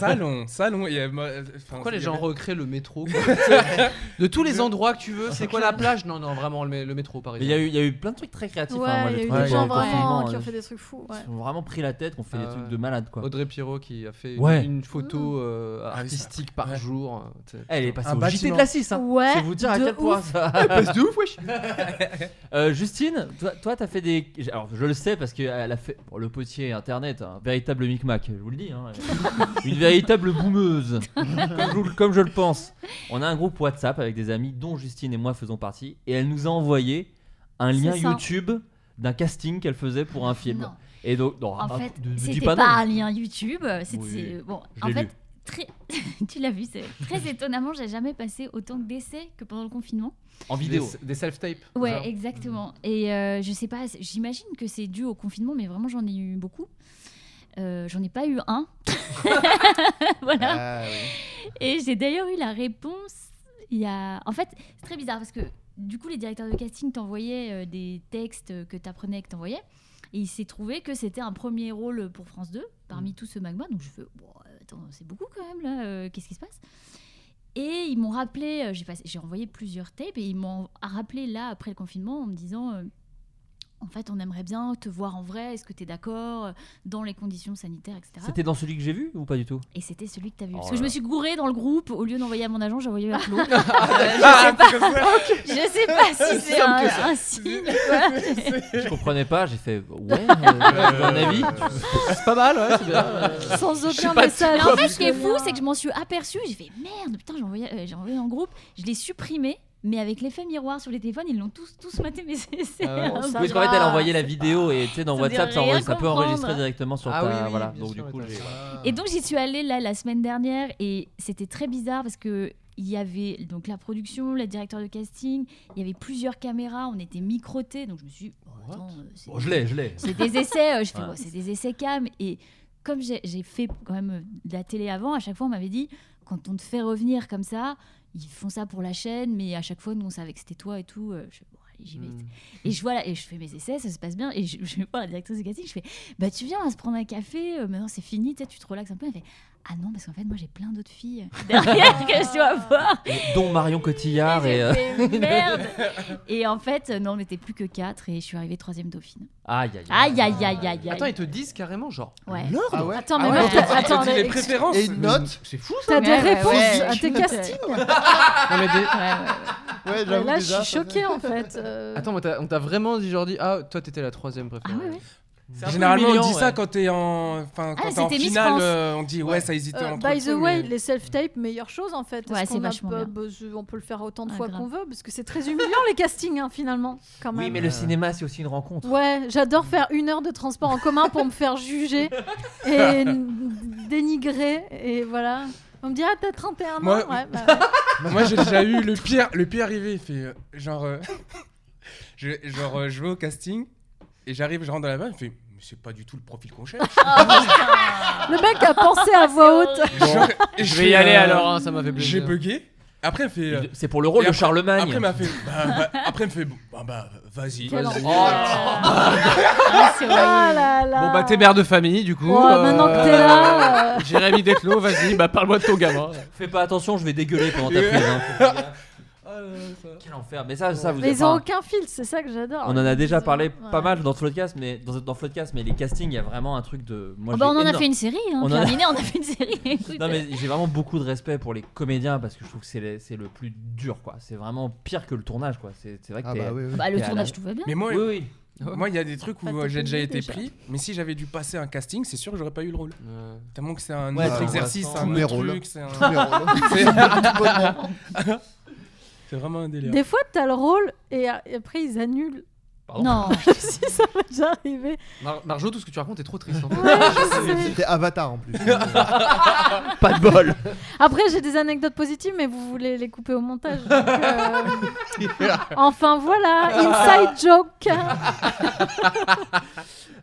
salon salon et elle m'a- enfin,
Pourquoi les
il y
gens
avait-
recréent le métro quoi De tous les endroits que tu veux, c'est quoi la plage Non, non, vraiment, le, mé- le métro, par
Mais il
exemple.
y, a eu- il y a eu plein de trucs très créatifs.
Ouais,
hein, moi,
il y
j'ai
a eu
trouvé
des gens
pendant le
vraiment
confinement,
qui ont
euh,
fait des trucs fous,
Ils
ouais.
se sont vraiment pris la tête, qu'on fait
Ah
des trucs
ouais.
de malade quoi. Eh,
Audrey Pirot qui a fait une-
Ouais. Ah
une, photo
Mmh.
euh, artistique par jour. euh, t'sais.
Elle est passée
Un
au JT
bâtiment.
de la 6, hein.
Ouais,
C'est vous dire à
de
quel point
ouf.
ça.
Elle passe de Eh, ouf, wesh.
Euh, Justine, toi, toi, t'as fait des. Alors, je le sais parce qu'elle a fait. bon, le potier internet, un véritable micmac, je vous le dis. hein. Une véritable boumeuse. comme, je, vous- comme je le pense. On a un groupe WhatsApp avec des amis dont Justine et moi faisons partie. Et elle nous a envoyé un
C'est
lien
ça.
YouTube d'un casting qu'elle faisait pour un film.
Non.
Et donc, non,
En
ah,
fait,
dis- dis
c'était
pas
pas,
non.
un lien YouTube. C'était euh,
Oui,
bon.
je
En
l'ai
fait,
lu.
très, tu l'as vu. c'est- Très étonnamment, j'ai jamais passé autant d'essais que pendant le confinement.
En vidéo.
Des, des self-tapes.
Ouais,
genre.
exactement. Et euh, je sais pas, c'est- j'imagine que c'est dû au confinement, mais vraiment j'en ai eu beaucoup. Euh, j'en ai pas eu un. voilà.
Ah,
Et j'ai d'ailleurs eu la réponse. Il y a... En fait, c'est très bizarre parce que du coup, les directeurs de casting t'envoyaient euh, des textes que t'apprenais et que t'envoyais. Et il s'est trouvé que c'était un premier rôle pour France 2 parmi tout ce magma. Donc je fais, bon, euh, attends, c'est beaucoup quand même là, euh, qu'est-ce qui se passe et ils m'ont rappelé, euh, j'ai passé- j'ai envoyé plusieurs tapes et ils m'ont rappelé là après le confinement en me disant euh, en fait on aimerait bien te voir en vrai, est-ce que tu es d'accord euh, dans les conditions sanitaires, etc.
C'était dans celui que j'ai vu ou pas du tout
Et c'était celui que tu as vu.
Oh là
Parce que je
là.
me suis gourée dans le groupe, au lieu d'envoyer à mon agent, j'ai envoyé à Flo. Euh, je,
Ah,
sais
un peu
pas,
comme ça, ok.
je sais pas si
C'est
c'est
simple que
un,
ça.
un signe. quoi.
Je comprenais pas, j'ai fait ouais, euh, t'as un avis. C'est pas mal, ouais, c'est bien. Euh,
Sans
Je sais
aucun
pas
message.
tout. Mais en fait, ce qui est fou, c'est que je m'en suis aperçue. J'ai fait merde, putain, j'ai envoyé, euh, j'ai envoyé en groupe. Je l'ai supprimé, mais avec l'effet miroir sur les téléphones, ils l'ont tous, tous maté. Mais c'est. c'est
Ah ouais.
un
Oui,
peu-
parce qu'en fait, elle a envoyé la vidéo et tu sais, dans
Ça veut
WhatsApp,
dire
ça, enregistre-
rien
ça peut enregistrer
comprendre.
directement sur
Ah
ta.
oui, oui,
Bah, voilà,
bien
donc
sûr,
du coup,
ouais,
j'ai-
Et donc, j'y suis allée là, la semaine dernière et c'était très bizarre parce que. Il y avait donc la production, la directeur de casting, il y avait plusieurs caméras, on était microtés, donc je me suis dit, oh, attends, euh, c'est-
Bon, je l'ai, je l'ai.
C'est des essais, euh, je fais,
Ouais.
ouais, c'est des essais cam. Et comme j'ai j'ai fait quand même euh, de la télé avant, à chaque fois, on m'avait dit, quand on te fait revenir comme ça, ils font ça pour la chaîne, mais à chaque fois, nous, on savait que c'était toi et tout. euh, je fais, bon, allez, j'y vais.
Hmm.
Et je vois là, et je fais mes essais, ça se passe bien. Et je, je vais voir la directrice de casting, je fais, bah, tu viens, on va se prendre un café, euh, maintenant c'est fini, tu sais, tu te relaxes un peu. Elle fait, ah non, parce qu'en fait, moi, j'ai plein d'autres filles derrière que je dois voir.
Dont Marion Cotillard et. Ah, euh,
Et merde Et en fait, euh, non, on n'était plus que quatre, et je suis arrivée troisième dauphine.
Aïe, aïe,
Aïe, aïe, aïe, aïe, aïe.
Attends, ils te disent carrément, genre.
Ouais.
l'ordre
Ah ouais
Attends,
Ah
mais
ouais,
moi,
on te dit- on te
attends,
dit
mais-
les préférences.
Et une
Mais
note
C'est fou ça.
T'as des
Ouais, ouais,
réponses
ouais.
à tes castings
Non, mais des-
Ouais,
Mais
j'avoue
Là, je
déjà.
suis choquée en fait. euh.
Attends, mais t'as- on t'a vraiment dit, genre, dit, ah, toi, t'étais la troisième préférée.
Ah, ouais, ouais.
c'est un peu
Généralement, on
humiliant,
dit ça
ouais.
quand t'es en, enfin, quand
Ah,
t'es en
c'était Miss
finale,
France.
euh, on dit ouais, ça hésitait
Euh,
entre
by
deux,
the way,
mais-
les self-tapes, meilleure chose en fait.
Ouais,
Est-ce
c'est
qu'on a
vachement
pas
bien.
besoin- on peut le faire autant de
Ah,
fois
grave.
qu'on veut parce que c'est très humiliant les castings hein, finalement. Quand même.
Oui, mais
Euh,
le cinéma, c'est aussi une rencontre.
Ouais, j'adore faire une heure de transport en commun pour me faire juger et n- dénigrer. Et voilà. On me dit, ah, t'as 31 ans.
Moi-
Ouais, bah ouais.
Moi, j'ai déjà eu le pire, le pire arrivé. Il fait euh, genre, euh, je, genre, euh, je vais au casting et j'arrive, je rentre dans la main. Il fait, mais c'est pas du tout le profil qu'on cherche.
Ah, Le mec a pensé à voix haute.
Genre, et
Je
fais,
vais y aller
euh,
alors, hein, ça m'a fait
J'ai
plaisir.
bugué. Après, il fait. euh,
Il- C'est pour le rôle
et
de
après-
Charlemagne.
Après, il m'a fait. Bah, bah, après, il me fait. Bah, bah, vas-y.
Quel
vas-y.
Ah,
Oh là là.
Bon, bah, t'es mère de famille, du coup.
Oh, maintenant que t'es là. euh,
Jérémy Detlo, vas-y, bah, parle-moi de ton gamin.
Oh, Fais pas attention, je vais dégueuler pendant ta prise. hein.
Ah,
Quel enfer. Mais ça, ça vous
Mais
êtes-
ils ont
enfin,
aucun fil, c'est ça que j'adore.
On en a déjà
Ils ont-
parlé
ouais.
pas mal dans Floodcast, mais dans, dans Floodcast, mais les castings, il y a vraiment un truc de. Moi,
Ah bah,
j'ai
on en a
énorme-
fait une série, hein.
On en
on,
a-
on a fait une série. écoute. euh, bah,
Non mais j'ai vraiment beaucoup de respect pour les comédiens parce que je trouve que c'est les- c'est le plus dur quoi. C'est vraiment pire que le tournage quoi. C'est c'est vrai que
Ah
t'es-
bah oui, oui.
Bah, le
Et à
tournage,
la-
tout va bien.
Mais moi,
Oui oui.
moi, il y a des trucs où
Pas
euh, j'ai déjà
technique,
été
déjà.
pris, mais si j'avais dû passer un casting, c'est sûr que j'aurais pas eu le rôle. Tellement que c'est un
Ouais,
Ah,
autre
c'est
exercice, c'est
intéressant.
un
Tous mes
autre
rôles.
truc, c'est un-
Tous mes rôles.
c'est vraiment un délire.
Des fois, t'as le rôle et, a- et après, ils annulent.
Pardon.
Non,
si ça m'est déjà arrivé.
Mar- Marjo, tout ce que tu racontes est trop triste en fait.
C'était Avatar en plus.
Pas de bol.
Après, j'ai des anecdotes positives, mais vous voulez les couper au montage. donc, euh, Enfin, voilà, inside joke.
Ah,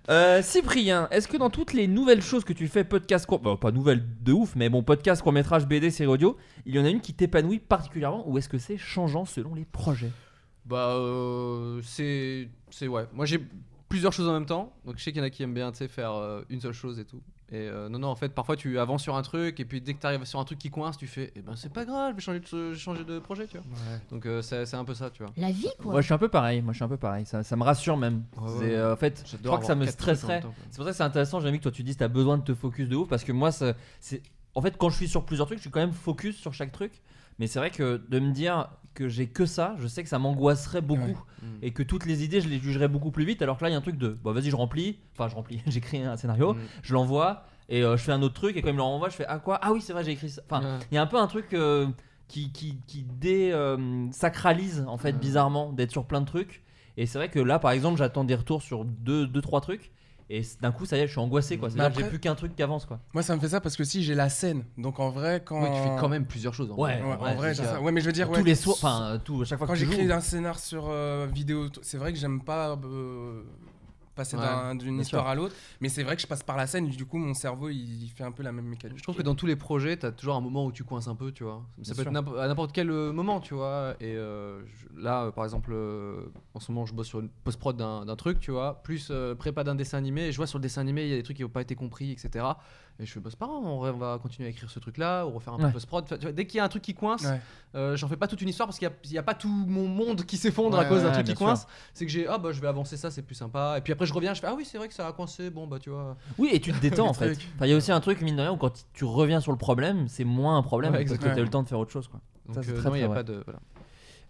Euh, Cyprien, est-ce que dans toutes les nouvelles choses que tu fais, podcast court, bah, pas nouvelles de ouf, mais bon podcast court métrage, BD, série audio, il y en a une qui t'épanouit particulièrement ou est-ce que c'est changeant selon les projets
Bah, euh, c'est. C'est ouais. Moi, j'ai plusieurs choses en même temps. Donc, je sais qu'il y en a qui aiment bien, tu sais, faire euh, une seule chose et tout. Et euh, non, non, en fait, parfois tu avances sur un truc et puis dès que tu arrives sur un truc qui coince, tu fais, eh ben c'est pas grave, je vais changer de, changer de projet, tu vois. Donc euh, c'est c'est un peu ça, tu vois.
La vie, quoi.
Moi, je suis un peu pareil. Moi, je suis un peu pareil. Ça, ça me rassure même.
Ouais,
C'est,
ouais.
euh, en fait, je
J'adore
crois que ça
avoir
me
quatre trucs en
stresserait.
même temps, quoi.
C'est pour ça que c'est intéressant. J'aime bien que toi tu dises t'as besoin de te focus de ouf parce que moi, ça- c'est en fait quand je suis sur plusieurs trucs, je suis quand même focus sur chaque truc. Mais c'est vrai que de me dire que j'ai que ça, je sais que ça m'angoisserait beaucoup et que toutes les idées, je les jugerais beaucoup plus vite. Alors que là, il y a un truc de, bah vas-y, je remplis. Enfin, je remplis. J'écris un scénario,
Mm.
je l'envoie et euh, je fais un autre truc et quand il me le renvoie, je fais ah quoi Ah oui, c'est vrai, j'ai écrit ça. Enfin,
Ouais.
il y a un peu un truc euh, qui, qui, qui dé-sacralise, en
Mm.
fait, bizarrement, d'être sur plein de trucs. Et c'est vrai que là, par exemple, j'attends des retours sur 2-3 trucs. Et c- d'un coup, ça y est, je suis angoissé, quoi.
Mais
C'est-à-dire que j'ai
après-
plus qu'un truc qui avance, quoi.
Moi, ça me fait ça parce que si j'ai la scène, donc en vrai, quand.
Oui, tu fais quand même plusieurs choses, en
Ouais,
Ouais,
ouais,
en vrai,
c'est
j'ai
ça.
ça. Ouais, mais je veux dire,
Tous
ouais,
les soirs, enfin, euh, tout- à chaque fois
Quand
que tu
j'écris
joues.
un scénar sur euh, vidéo, t- c'est vrai que j'aime pas euh, passer
Ouais,
d'un- d'une
bien
histoire
sûr.
à l'autre, mais c'est vrai que je passe par la scène, du coup, mon cerveau, il, il fait un peu la même mécanique.
Je trouve que dans tous les projets, t'as toujours un moment où tu coinces un peu, tu vois. Ça
Bien
peut
sûr.
être n'impo- à n'importe quel euh, moment, tu vois. Et euh, je- là, euh, par exemple, euh, en ce moment, je bosse sur une post-prod d'un d'un truc, tu vois, plus euh, prépa d'un dessin animé. Et je vois sur le dessin animé, il y a des trucs qui n'ont pas été compris, etc. Et je fais, bah, c'est pas grave, en vrai, on va continuer à écrire ce truc-là, ou refaire un peu
Ouais.
de post-prod. Enfin, tu vois, dès qu'il y a un truc qui coince,
Ouais.
euh, j'en fais pas toute une histoire parce qu'il n'y a, pas tout mon monde qui s'effondre à
Ouais,
cause d'un
ouais,
truc
bien
qui
sûr.
coince. C'est que j'ai, ah bah, je vais avancer ça, c'est plus sympa. Et puis après, je reviens, je fais, ah oui, c'est vrai que ça a coincé, bon, bah, tu vois.
Oui, et tu te détends, en fait.
trucs.
Enfin, Il y a aussi un truc, mine de rien, où quand t- tu reviens sur le problème, c'est moins un problème
Ouais,
parce que
exactement.
t'as eu le temps de faire autre chose, quoi.
Donc,
Ça, c'est
euh,
très,
non, il y a
très
pas
vrai.
de. voilà.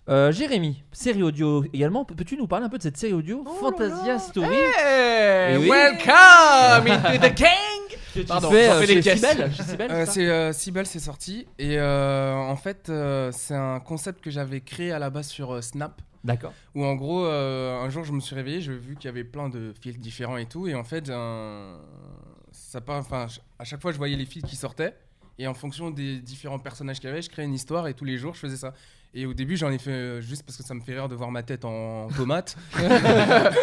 Euh, Jérémy, série audio également. Pe- Peux-tu nous parler un peu de cette série audio Fantasia Story
Oh Hey,
Eh oui.
welcome into the gang.
Que tu
Pardon,
fais,
j'en
euh,
fais des
chez
caisses.
Cybèle, chez Cybèle,
Euh,
c'est ça
c'est euh, Cybèle, c'est sorti. Et euh, en fait, euh, c'est un concept que j'avais créé à la base sur euh, Snap.
D'accord.
Où en gros, euh, un jour, je me suis réveillé, j'ai vu qu'il y avait plein de fils différents et tout. Et en fait, euh, ça part, enfin, ch- à chaque fois, je voyais les fils qui sortaient. Et en fonction des différents personnages qu'il y avait, je créais une histoire et tous les jours, je faisais ça. Et au début, j'en ai fait euh, juste parce que ça me fait rire de voir ma tête en tomate.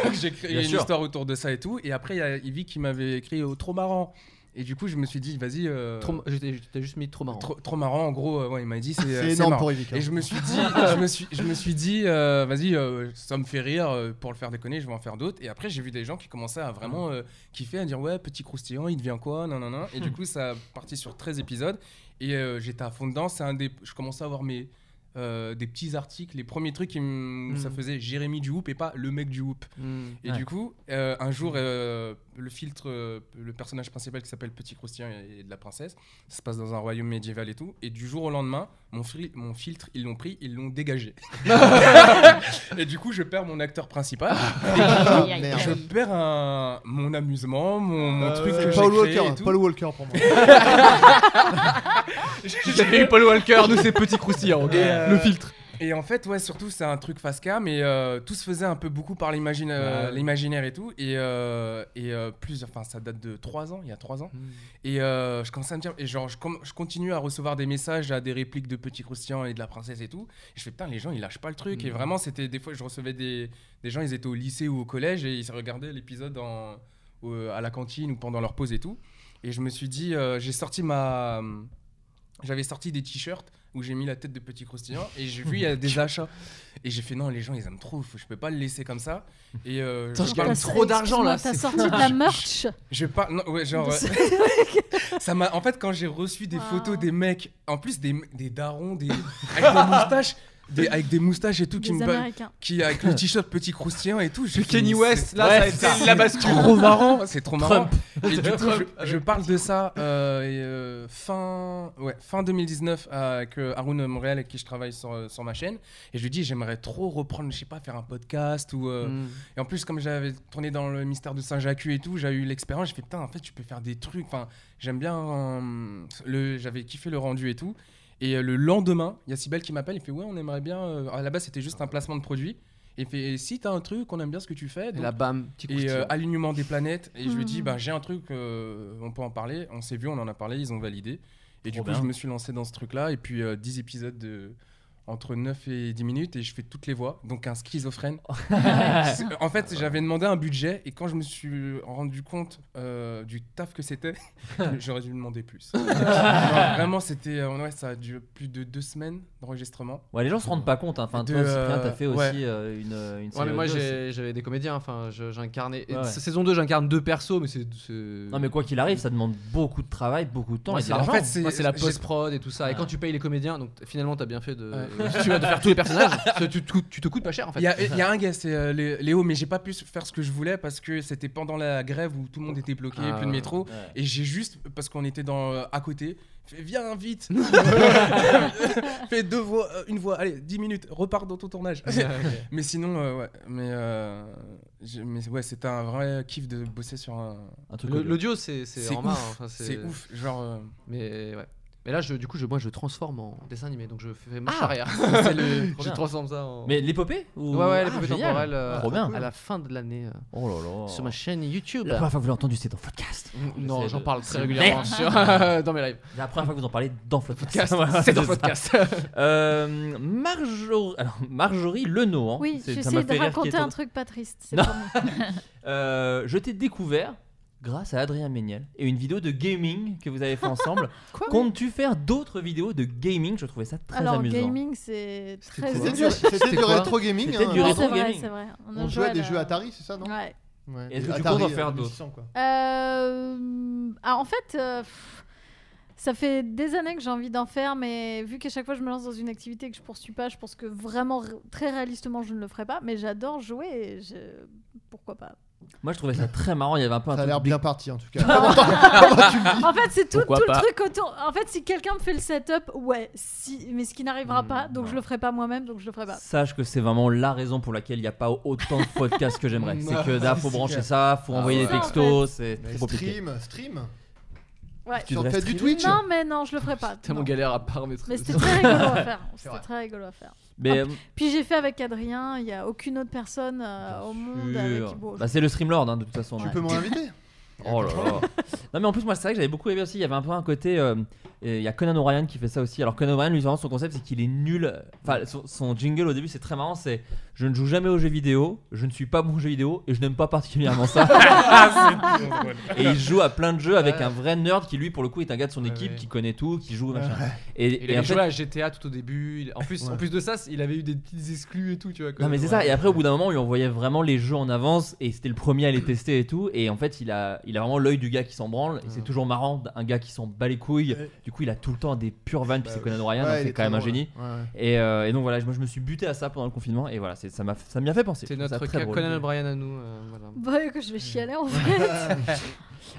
Donc, j'ai créé
Bien
une
sûr.
histoire autour de ça et tout. Et après, il y a Ivy qui m'avait écrit au trop marrant. Et du coup, je me suis dit, vas-y. euh,
Trop- je t'ai- je t'ai juste mis trop marrant.
Trop, trop marrant, en gros, euh, ouais, il m'a dit c'est euh,
C'est énorme
marrant.
pour Evic, hein.
Et je me suis dit, je me suis, je me suis dit, euh, vas-y, euh, ça me fait rire euh, pour le faire déconner, je vais en faire d'autres. Et après, j'ai vu des gens qui commençaient à vraiment euh, kiffer, à dire ouais, petit croustillant, il devient quoi, non, non, non. Et du coup, ça a parti sur 13 épisodes. Et euh, j'étais à fond dedans. C'est un des, je commençais à avoir mes euh, des petits articles, les premiers trucs qui me-
Mm.
ça faisait Jérémy du Hoop et pas le mec du Hoop. Et
Ouais.
du coup, euh, un
Mm.
jour, euh, le filtre, euh, le personnage principal qui s'appelle Petit Croustillant et et de la princesse, ça se passe dans un royaume médiéval et tout. Et du jour au lendemain, mon, fri- mon filtre, ils l'ont pris, ils l'ont dégagé. et du coup, je perds mon acteur principal. Et
Aïe, aïe,
Ah, Merde.
je
aïe.
perds un- Ah, mon amusement, mon, mon
Euh,
truc
c'est
que j'ai
Paul
créé
Walker,
et tout.
Paul Walker pour moi.
J'ai eu Paul Walker de ses petits croustillants, ok
Et, euh,
le filtre.
Et en fait, ouais, surtout, c'est un truc face cam, mais euh, tout se faisait un peu beaucoup par l'imagine- euh,
Ouais.
l'imaginaire et tout. Et, euh, et euh, plus, enfin, ça date de 3 ans, il y a 3 ans. Et euh, je commençais à me dire, et genre, je, com- je continue à recevoir des messages, à des répliques de Petit Croustillant et de la princesse et tout. Et je fais, putain, les gens, ils lâchent pas le truc. Et
Hmm.
Mm.
vraiment, c'était des fois, je recevais des, des gens, ils étaient au lycée ou au collège et ils se regardaient l'épisode en- au- à la cantine ou pendant leur pause et tout. Et je me suis dit, euh, j'ai sorti ma. J'avais sorti des t-shirts où j'ai mis la tête de Petit Croustillant et j'ai vu, il y a des achats. Et j'ai fait, non, les gens, ils aiment trop, faut- je peux pas le laisser comme ça. Et euh,
Putain,
je
je
garde-
gagne
T'as-
trop d'argent, là,
T'as
c'est-
sorti de la merch.
je pas non ouais genre
De-
euh, ça m'a en fait quand j'ai reçu des
Wow.
photos des mecs en plus des, des darons des avec des moustaches des, avec des moustaches et tout qui
Des
me ba-
Américains.
qui avec le t-shirt petit croustillant et tout je
Le
fais,
Kenny
mais
West,
c'est-
là,
ouais,
ça a
c'est
été la bascule.
trop marrant c'est trop marrant
Trump.
et du coup
Trump
je, je parle de ça euh, et, euh, fin ouais fin 2019 avec euh, Haroun Montréal avec qui je travaille sur, euh, sur ma chaîne et je lui dis j'aimerais trop reprendre je sais pas faire un podcast ou euh,
Hmm.
et en plus, comme j'avais tourné dans le mystère de Saint-Jacques et tout, j'ai eu l'expérience. J'ai fait putain, en fait, tu peux faire des trucs. Enfin, j'aime bien. euh, le, j'avais kiffé le rendu et tout. Et euh, le lendemain, il y a Sibel qui m'appelle. Il fait ouais, on aimerait bien. euh, à la base, c'était juste un placement de produit. Et il fait si t'as un truc, on aime bien ce que tu fais.
Et
donc-
là, bam, petit
et
croustillant.
euh, alignement des planètes. Et je lui dis
Mhm.
bah j'ai un truc, euh, on peut en parler. On s'est vu, on en a parlé, ils ont validé. Et du
Trop
coup,
bien.
je me suis lancé dans ce truc-là. Et puis euh, 10 épisodes de. entre 9 et 10 minutes et je fais toutes les voix, donc un schizophrène. C'est- en fait, j'avais demandé un budget et quand je me suis rendu compte euh, du taf que c'était, j'aurais dû demander plus. Non, vraiment, c'était euh, ouais, ça a duré plus de deux semaines d'enregistrement.
Ouais, les gens se rendent pas compte, hein. Enfin,
De,
toi, Cyprien, t'as
euh,
fait
ouais.
aussi euh, une, euh, une
Ouais, mais
série
moi
audio,
j'ai- j'avais des comédiens, enfin je- j'incarnais. et
Ouais, ouais.
Saison 2, j'incarne deux persos, mais c'est. c'est-
Non, mais quoi qu'il arrive, ça demande beaucoup de travail, beaucoup de temps.
Moi,
et
c'est
de
la-
l'argent.
en fait, c'est- moi, c'est la
j'ai-
post-prod et tout ça. Et
Ouais.
quand tu payes les comédiens, donc t- finalement, t'as bien fait de,
Ouais.
tu vas de faire tous les personnages. parce que tu, te coûtes- tu te coûtes pas cher en fait.
Il y, a- il y a un gars, c'est euh, Lé- Léo, mais j'ai pas pu faire ce que je voulais parce que c'était pendant la grève où tout le monde était bloqué,
Ah,
plus de métro.
ouais.
Et j'ai juste, parce qu'on était dans, euh, à côté, fait viens vite, fais deux voix, euh, une voix, allez, 10 minutes, repars dans ton tournage.
Ouais, ok.
mais sinon, euh, ouais, mais, euh, j'ai- mais ouais, c'était un vrai kiff de bosser sur un,
Le- L'audio, c'est c'est en main,
ouf,
enfin,
c'est ouf, genre. euh,
Mais ouais. Mais là, je, du coup, je, moi, je transforme en dessin animé, donc je fais marche
Ah
arrière.
C'est le-
Trop
je
bien.
transforme ça en.
Mais l'épopée ou-
Ouais, ouais,
Ah,
l'épopée
génial.
temporelle. euh,
Trop bien.
À la fin de l'année. euh,
Oh là là.
Sur ma chaîne YouTube.
La première fois que vous l'avez entendu, c'était dans Floodcast.
Non,
J'essaie
j'en
de-
parle très
Merde.
régulièrement hein, sur- dans mes lives.
La première fois que vous en parlez dans Floodcast.
Podcast,
Voilà,
c'est dans
ça.
Floodcast.
Euh, Marjorie, alors, Marjorie Leno. hein.
Oui,
C'est- ça m'a fait
j'essaie de
rire qu'il y ait
raconter
ton-
un truc pas triste. c'est
Non.
promis.
Euh, je t'ai découvert grâce à Adrien Méniel et une vidéo de gaming que vous avez fait ensemble. Comptes-tu faire d'autres vidéos de gaming Je trouvais ça très
Alors,
amusant.
gaming, c'est très.
C'était
amusant.
du- c'était du
quoi
rétro gaming.
C'était
hein.
du
Non,
rétro
c'est vrai,
gaming.
c'est vrai. a
On jouait à des
la-
jeux Atari, c'est ça, non
Ouais.
Ouais.
Est-ce que tu
Atari,
comptes en faire
euh,
d'autres
1600, quoi.
Euh, ah, en fait, euh, pff, ça fait des années que j'ai envie d'en faire, mais vu qu'à chaque fois je me lance dans une activité que je poursuis pas, je pense que vraiment r- très réalistement je ne le ferai pas. Mais j'adore jouer, et je- pourquoi pas
Moi, je trouvais ça très marrant. Il y avait un peu un
Ça a
truc
l'air
dé-
bien parti en tout cas. Comment t'en- comment tu le dis
en fait, c'est tout,
Pourquoi
tout le
pas
truc autour. En fait, si quelqu'un me fait le setup, ouais, si, mais ce qui n'arrivera pas, donc je le ferai pas moi-même, donc je le ferai pas.
Sache que c'est vraiment la raison pour laquelle il n'y a pas autant de podcasts que j'aimerais. C'est que là, faut
C'est
brancher
clair.
ça, faut
Ah
envoyer des
ouais. C'est ça, en
textos, c'est
Mais
trop compliqué.
Stream, stream.
Ouais.
Tu
Sur le
devrais
fait du
streamer.
Twitch.
Non, mais non, je le ferai pas.
Tellement
non.
galère à part mes trucs.
Mais c'était très rigolo à faire.
C'est
C'était très rigolo à faire.
Mais,
Ah, puis j'ai fait avec Adrien, il n'y a aucune autre personne euh, au monde avec qui
Sûr.
bon,
Bah, c'est le streamlord hein, de toute façon.
Tu
donc.
peux m'en inviter
Oh là là. Non mais en plus moi c'est vrai que j'avais beaucoup aimé aussi. Il y avait un peu un côté. euh, et Il y a Conan O'Brien qui fait ça aussi. Alors Conan O'Brien lui vraiment, son concept c'est qu'il est nul. Enfin son, son jingle au début c'est très marrant. C'est je ne joue jamais aux jeux vidéo. Je ne suis pas bon aux jeux vidéo et je n'aime pas particulièrement ça.
Ah.
et il joue à plein de jeux avec un vrai nerd qui lui pour le coup est un gars de son équipe qui connaît tout, qui joue machin. Et,
Il
et
avait
en fait-
joué à GTA tout au début. il- En plus, en plus de ça, il avait eu des petits exclus et tout, tu vois.
Non mais c'est ça, et après au bout d'un moment on lui envoyait vraiment les jeux en avance et c'était le premier à les tester et tout et en fait il a, il a vraiment l'œil du gars qui s'en branle et c'est toujours marrant un gars qui s'en bat les couilles
Ouais. Bah
du coup il a tout le temps des pures vannes puis c'est Conan O'Brien
Ouais,
donc
il
c'est
est
quand
très
même un
drôle,
génie
ouais, ouais.
et, euh, et donc voilà moi je me suis buté à ça pendant le confinement et voilà c'est- ça m'a ça m'y a fait penser
C'est
Je trouve ça
notre
très
ca-
drôle.
Conan O'Brien à nous. euh, voilà.
bah, que je vais chialer en fait.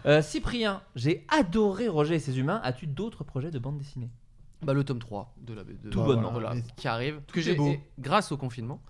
Euh, Cyprien j'ai adoré Roger et ses humains as-tu d'autres projets de bande dessinée
Bah, le tome 3 de la de-
Tout
voilà,
bonnement.
voilà,
Mais
qui arrive.
tout
Que
est
j'ai
beau.
et grâce au confinement,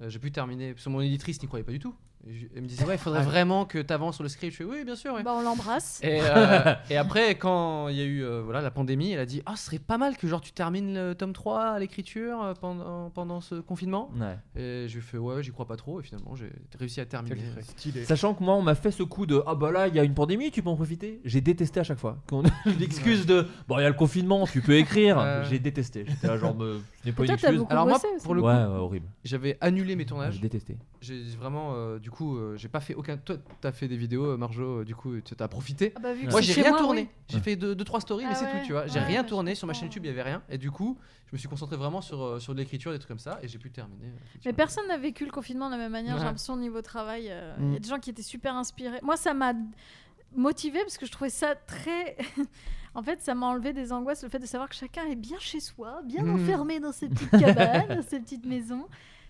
euh, j'ai pu terminer. Parce que mon éditrice n'y croyait pas du tout. Et je- Elle me disait ouais, il faudrait vraiment que tu avances sur le script. Je fais oui, bien sûr. ouais.
bah, on l'embrasse.
Et, euh, et après, quand il y a eu euh, voilà, la pandémie, elle a dit Ah, ce serait pas mal que genre, tu termines le tome 3 à l'écriture euh, pendant, pendant ce confinement.
Ouais.
Et je lui ai fait Ouais, j'y crois pas trop. Et finalement, j'ai réussi à terminer.
Quel truc.
Stylé.
Sachant que moi, on m'a fait ce coup de Ah bah là, il y a une pandémie, tu peux en profiter. J'ai détesté à chaque fois. Qu'on- L'excuse de Bon, il y a le confinement, tu peux écrire.
Ouais.
J'ai détesté. J'étais là, genre, me- ce n'est pas une
Et toi, t'as
excuse.
beaucoup
Alors moi,
bossé aussi.
pour le
Ouais,
coup,
ouais, horrible.
j'avais annulé mes tournages.
J'ai détesté.
J'ai vraiment, euh, du coup, euh, j'ai pas fait aucun. Toi, t'as fait des vidéos, euh, Marjo, euh, du coup, tu t'as profité.
Ah bah, vu que
Moi,
c'est
j'ai
chez
rien
moi,
tourné.
oui.
J'ai fait 2-3 deux, deux, trois stories, mais
Ah
c'est
ouais,
tout, tu vois. J'ai
ouais,
rien
bah, je
tourné sur ma
comprends.
chaîne YouTube, il y avait rien. Et du coup, je me suis concentré vraiment sur, euh, sur de l'écriture, des trucs comme ça, et j'ai pu terminer. euh,
Mais
effectivement.
personne n'a vécu le confinement de la même manière,
Ouais.
j'ai l'impression, au niveau travail. euh, Il y
Mm.
a des gens qui étaient super inspirés. Moi, ça m'a motivée parce que je trouvais ça très. en fait, ça m'a enlevé des angoisses, le fait de savoir que chacun est bien chez soi, bien
Mm.
enfermé dans ses petites cabanes, dans ses petites maisons.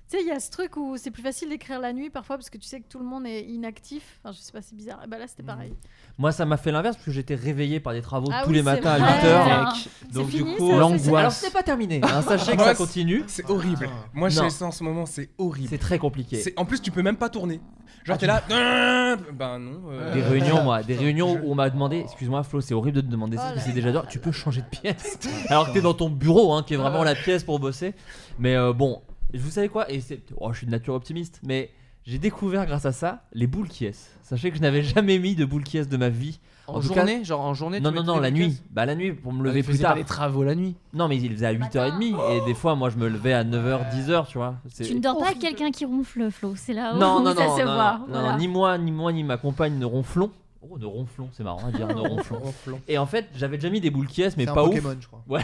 Tu sais, il y a ce truc où c'est plus facile d'écrire la nuit parfois parce que tu sais que tout le monde est inactif. Enfin, je sais pas, c'est bizarre. Et bah là, c'était
Mm.
pareil.
Moi, ça m'a fait l'inverse parce que j'étais réveillé par des travaux
Ah
tous
oui,
les
c'est
matins à
vrai.
8h.
Putain. C'est
Donc, du
fini, ça,
coup,
c'est-
l'angoisse. Alors,
c'est-
c'est pas terminé. hein. Sachez que
Moi,
ça
c'est-
continue.
C'est horrible.
Ah.
Moi,
Non.
chez ça en ce moment, c'est horrible.
C'est très compliqué. Ah,
C'est- En plus, tu peux même pas tourner. Genre, t'es là. Ben non. euh,
Des réunions, moi, des réunions où on m'a demandé, excuse-moi Flo, c'est horrible de te demander ça,
Oh
mais
là
c'est déjà d'heure, tu peux changer de pièce. Alors que t'es dans ton bureau, hein, qui est
Ah.
vraiment la pièce pour bosser. Mais euh, bon, vous savez quoi, et c'est. Oh, je suis de nature optimiste, mais J'ai découvert grâce à ça les boules qui est. Sachez que je n'avais jamais mis de boules qui est de ma vie.
En
tout
journée Genre en journée, tu
Non, non,
mettais
non,
des
la
boules qui
nuit. Bah la nuit pour me
Ah,
lever
tu
plus
faisais pas
tard.
les travaux la nuit.
Non, mais il faisait à 8h30 et des fois moi je me levais à 9h, 10h, tu vois. C'est-
Tu ne dors pas avec quelqu'un qui ronfle, Flo. C'est
Ah
là où
Non, non, non,
ça se
non,
voit.
non,
voilà.
non, ni moi, ni moi, ni ma compagne ne ronflons. Oh, ne ronflons, c'est marrant à dire, ne ronflons.
Ronflons.
Et en fait, j'avais déjà mis des boules qui est, mais
C'est un
pas ouf.
Pokémon, je crois.
Ouais.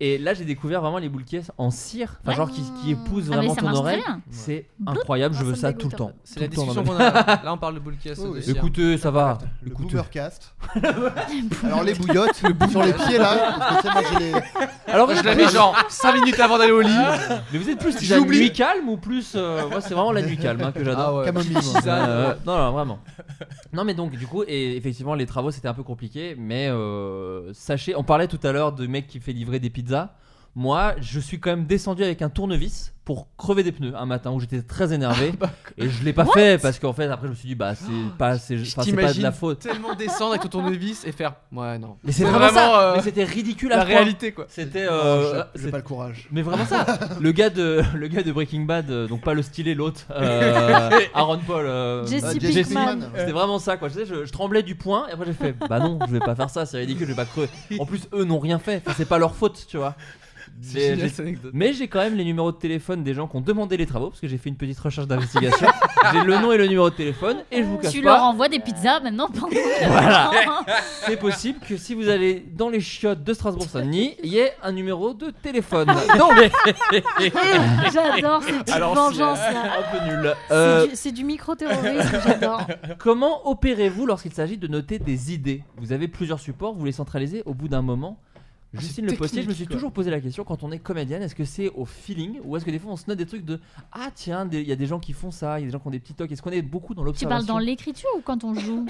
Et là, j'ai découvert vraiment les boules qui est en cire, enfin
Ouais.
genre qui, qui épousent
Ah, mais
vraiment
ça
ton
marche
oreille.
très bien.
C'est
Bloop.
incroyable, je
Ah,
veux
ça me
ça tout le
dégoûte un
temps.
peu. C'est la
Tout le temps
discussion
dans ma
qu'on
vie.
a. Là, on parle de boules qui est, Oui, de oui. cire.
Écoutez, ça va.
Le
Écoutez.
boomercast. Alors les bouillottes sur les pieds là. parce que, tu sais, moi, j'ai les-
Alors, vous
je
êtes
l'avais
plus-
genre 5 minutes avant d'aller au lit.
Mais vous êtes plus
J'ai
tisane
oublié.
nuit calme ou plus. euh, moi, c'est vraiment la nuit calme hein, que j'adore.
Ah ouais. Camomille, moi.
Tisane, euh, non, non, vraiment. Non, mais donc, du coup, et effectivement, les travaux c'était un peu compliqué. Mais euh, sachez, on parlait tout à l'heure de mec qui fait livrer des pizzas. Moi, je suis quand même descendu avec un tournevis pour crever des pneus un matin où j'étais très énervé. et je l'ai pas
What
fait parce qu'en fait, après, je me suis dit, bah, c'est pas, c'est- enfin, c'est pas de la
T'imagines
faute.
tellement descendre avec ton tournevis et faire Ouais, non.
Mais c'est vraiment ça. Mais c'était ridicule à
euh, La
ce point.
réalité quoi.
C'était. euh,
Non, j'ai- Oh, j'ai
c'est-
pas le courage.
Mais vraiment ça. le gars de le gars de Breaking Bad, euh, donc pas le stylé l'autre, euh, Aaron Paul. euh,
Jesse Pinkman.
C'était vraiment ça quoi. Je, sais, je- je tremblais du point et après j'ai fait bah non, je vais pas faire ça, c'est ridicule, je vais pas creux. En plus eux n'ont rien fait, Enfin, c'est pas leur faute, tu vois.
C'est
Mais
génial,
j'ai-
cette anecdote.
mais j'ai quand même les numéros de téléphone des gens qui ont demandé les travaux parce que j'ai fait une petite recherche d'investigation. j'ai le nom et le numéro de téléphone et je vous cache
Tu
pas.
leur envoies des pizzas maintenant pendant.
Voilà. C'est possible que si vous allez dans les chiottes de Strasbourg-Saint-Denis, il y ait un numéro de téléphone. Donc,
J'adore ces petites
Alors,
vengeances,
c'est euh,
là.
Un peu nul.
C'est
Euh,
du- C'est du, micro-terrorisme, j'adore.
Comment opérez-vous lorsqu'il s'agit de noter des idées Vous avez plusieurs supports, vous les centralisez au bout d'un moment. Justine Le Postier, je me suis
quoi.
toujours posé la question quand on est comédienne, est-ce que c'est au feeling ou est-ce que des fois on se note des trucs de ah tiens, des- il y a des gens qui font ça, il y a des gens qui ont des petits tocs, est-ce qu'on est beaucoup dans
Tu
l'observation oh,
parles dans l'écriture ou quand on joue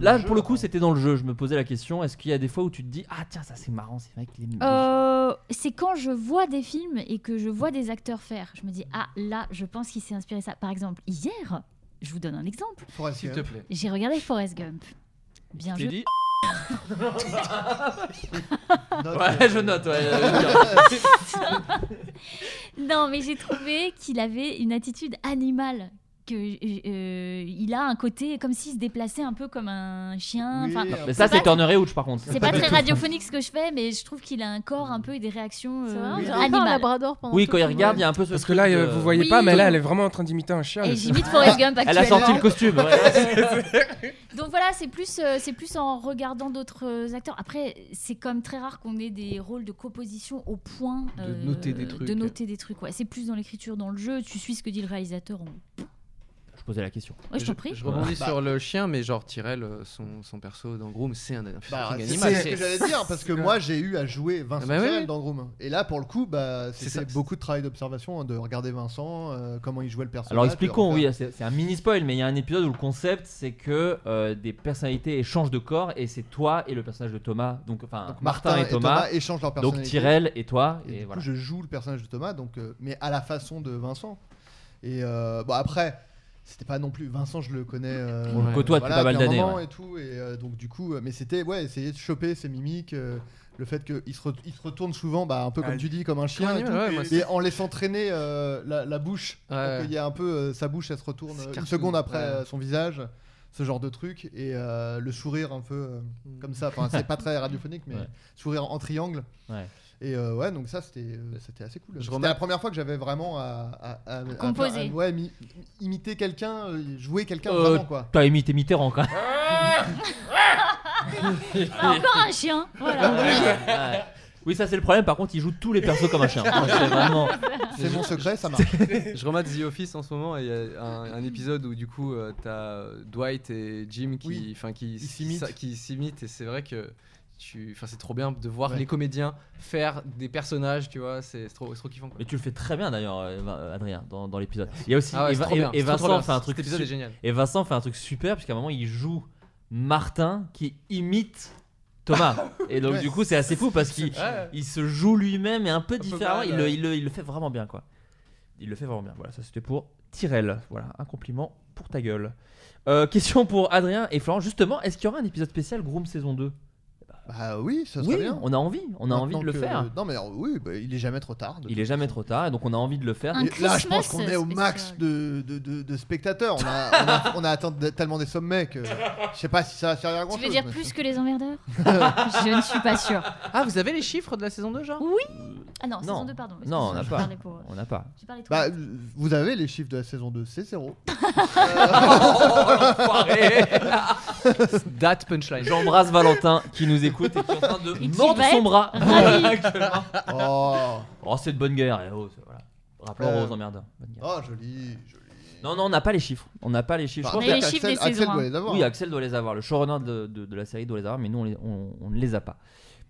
Là, pour le coup, c'était dans le jeu. Je me posais la question est-ce qu'il y a des fois où tu te dis Ah, tiens, ça c'est marrant, c'est vrai qu'il est.
Euh, c'est quand je vois des films et que je vois des acteurs faire, je me dis ah là, je pense qu'il s'est inspiré de ça. Par exemple, hier, je vous donne un exemple.
Forrest
S'il te Gump. plaît.
J'ai regardé Forrest Gump. Bien
Je t'ai
joué.
dit.
euh,
Ouais, je note, ouais.
non, mais j'ai trouvé qu'il avait une attitude animale. Que, euh, il a un côté comme s'il se déplaçait un peu comme un chien.
Oui,
enfin,
Non, mais ça, c'est
pas-
Turner et Hooch, par contre.
C'est pas très radiophonique ce que je fais, mais je trouve qu'il a un corps un peu et des réactions euh,
vrai, on dirait pas un
animales.
labrador pendant
Oui, quand il regarde, il y a un peu ce.
Parce que là,
truc de-
euh, vous voyez pas, mais là, elle est vraiment en train d'imiter un chien.
Et
le-
j'imite Forrest Gump
Elle a sorti
actuellement.
le costume. ouais.
Donc voilà, c'est plus, euh, c'est plus en regardant d'autres euh, acteurs. Après, c'est comme très rare qu'on ait des rôles de composition au point euh,
De noter des trucs.
De noter des trucs, ouais. C'est plus dans l'écriture, dans le jeu. Tu suis ce que dit le réalisateur. on-
Je posais la question.
Ouais, je t'en prie.
Je rebondis
Bah.
sur le chien, mais genre Tyrell, euh, son, son perso dans Groom, Bah, c'est un, un fucking
bah, c'est
animal.
ce que j'allais dire parce que
c'est-
moi j'ai eu à jouer Vincent
Ah bah oui,
Tirel
oui.
dans Groom et là pour le coup bah
C'est
c'était
ça.
beaucoup de travail d'observation hein, de regarder Vincent euh, comment il jouait le personnage.
Alors
de
expliquons, oui,
refaire-
c'est c'est un mini spoil, mais il y a un épisode où le concept c'est que euh, des personnalités échangent de corps et c'est toi et le personnage de Thomas, donc enfin Martin, et, Thomas,
échangent leur
Donc
personnalité.
Tyrell et toi,
Et
et,
du
voilà.
coup, je joue le personnage de Thomas, donc, euh, mais à la façon de Vincent. Et euh, bon, après, c'était pas non plus. Vincent, je le connais. euh,
On le côtoie depuis pas mal
depuis un
d'années,
moment
ouais.
Et tout, et euh, donc, du coup, euh, mais c'était, ouais, essayer de choper ses mimiques. euh, le fait qu'il se, re- il se retourne souvent, bah, un peu comme
Ah,
tu dis, comme un chien,
comme un
et,
animal,
tout,
ouais, moi,
mais
c'est-
en laissant traîner euh, la, la bouche.
Ouais.
pour qu'il y ait un peu euh, sa bouche, elle se retourne
C'est
euh, une
cartoon,
seconde après
ouais.
euh, son visage, ce genre de truc, et euh, le sourire un peu euh, comme ça. Enfin, c'est pas très radiophonique, mais
Mm. Ouais.
sourire en triangle.
Ouais.
Et euh, ouais, donc ça c'était euh, c'était assez cool.
Je
C'était
remarque-
la première fois que j'avais vraiment à, à- à- à-
Composer.
à- ouais, mi- imiter quelqu'un, euh, jouer quelqu'un
Euh,
vraiment quoi.
T'as imité Mitterrand quand même.
Ah, Encore un chien. Voilà.
Ouais. Oui, ça c'est le problème, par contre, il joue tous les persos comme un chien. C'est vraiment.
C'est mon secret, ça marche.
je remate The Office en ce moment et il y a un, un épisode où du coup euh, t'as Dwight et Jim qui
Oui.
enfin qui
Ils
s-
s'imitent.
ça- qui s'imitent et c'est vrai que tu enfin c'est trop bien de voir
Ouais.
les comédiens faire des personnages tu vois c'est c'est trop c'est trop kiffant quoi.
Mais tu le fais très bien d'ailleurs, euh, Vin- euh, Adrien, dans, dans l'épisode. Il y a aussi
Ah ouais,
et,
c'est
Vin-
trop bien,
et- et
c'est trop, trop
Vincent
bien.
fait un
Cet
truc
épisode est
su-
génial.
Et Vincent fait un truc super puisqu'à un moment il joue Martin qui imite Thomas. et donc
Ouais.
du coup c'est assez fou parce qu'il
Ouais.
il se joue lui-même et un peu
peu
différemment.
mal,
il, le,
ouais.
il le- il le fait vraiment bien quoi. Il le fait vraiment bien. Voilà, ça c'était pour Tyrell. Voilà, un compliment pour ta gueule. Euh, question pour Adrien et Florent. Justement, est-ce qu'il y aura un épisode spécial Groom saison 2 Eh ben,
Bah oui, ça serait
Oui,
bien.
on a envie, on a envie de le
que-
faire.
Non mais alors, oui, bah, il est jamais trop tard. de
Il est jamais trop tard, et donc on a envie de le faire.
Et là, je pense qu'on est au max de, de, de- de spectateurs. On a, on a- on a atteint de- tellement des sommets que je sais pas si ça va servir à grand
Tu
chose.
veux dire
mais-
plus que les emmerdeurs Je ne suis pas sûre.
Ah, vous avez les chiffres de la saison 2, genre
Oui Ah non,
Non.
saison 2, pardon.
Non, on
excuse-moi,
n'a
je
pas.
parlais pour-
Euh, On n'a pas.
J'ai parlé trop
Bah,
vite.
euh, vous avez les chiffres de la saison 2, c'est zéro.
Date punchline.
J'embrasse Valentin qui nous écoute et qui est en train de
Et qui
mordre
va
son
être
bras.
ravi.
Actuellement.
Oh,
c'est de bonne guerre. eh, oh, c'est- voilà. Rappelons
Euh,
aux emmerdeurs. Bonne guerre.
Oh, joli.
Non, non, on n'a pas les chiffres. On n'a pas les chiffres.
Bah,
Je
on
pense
a les
que-
chiffres des Axel- Axel saisons, doit hein. les avoir.
Oui, Axel doit les avoir. Le showrunner de, de- de la série doit les avoir, mais nous on, les- on- on ne les a pas.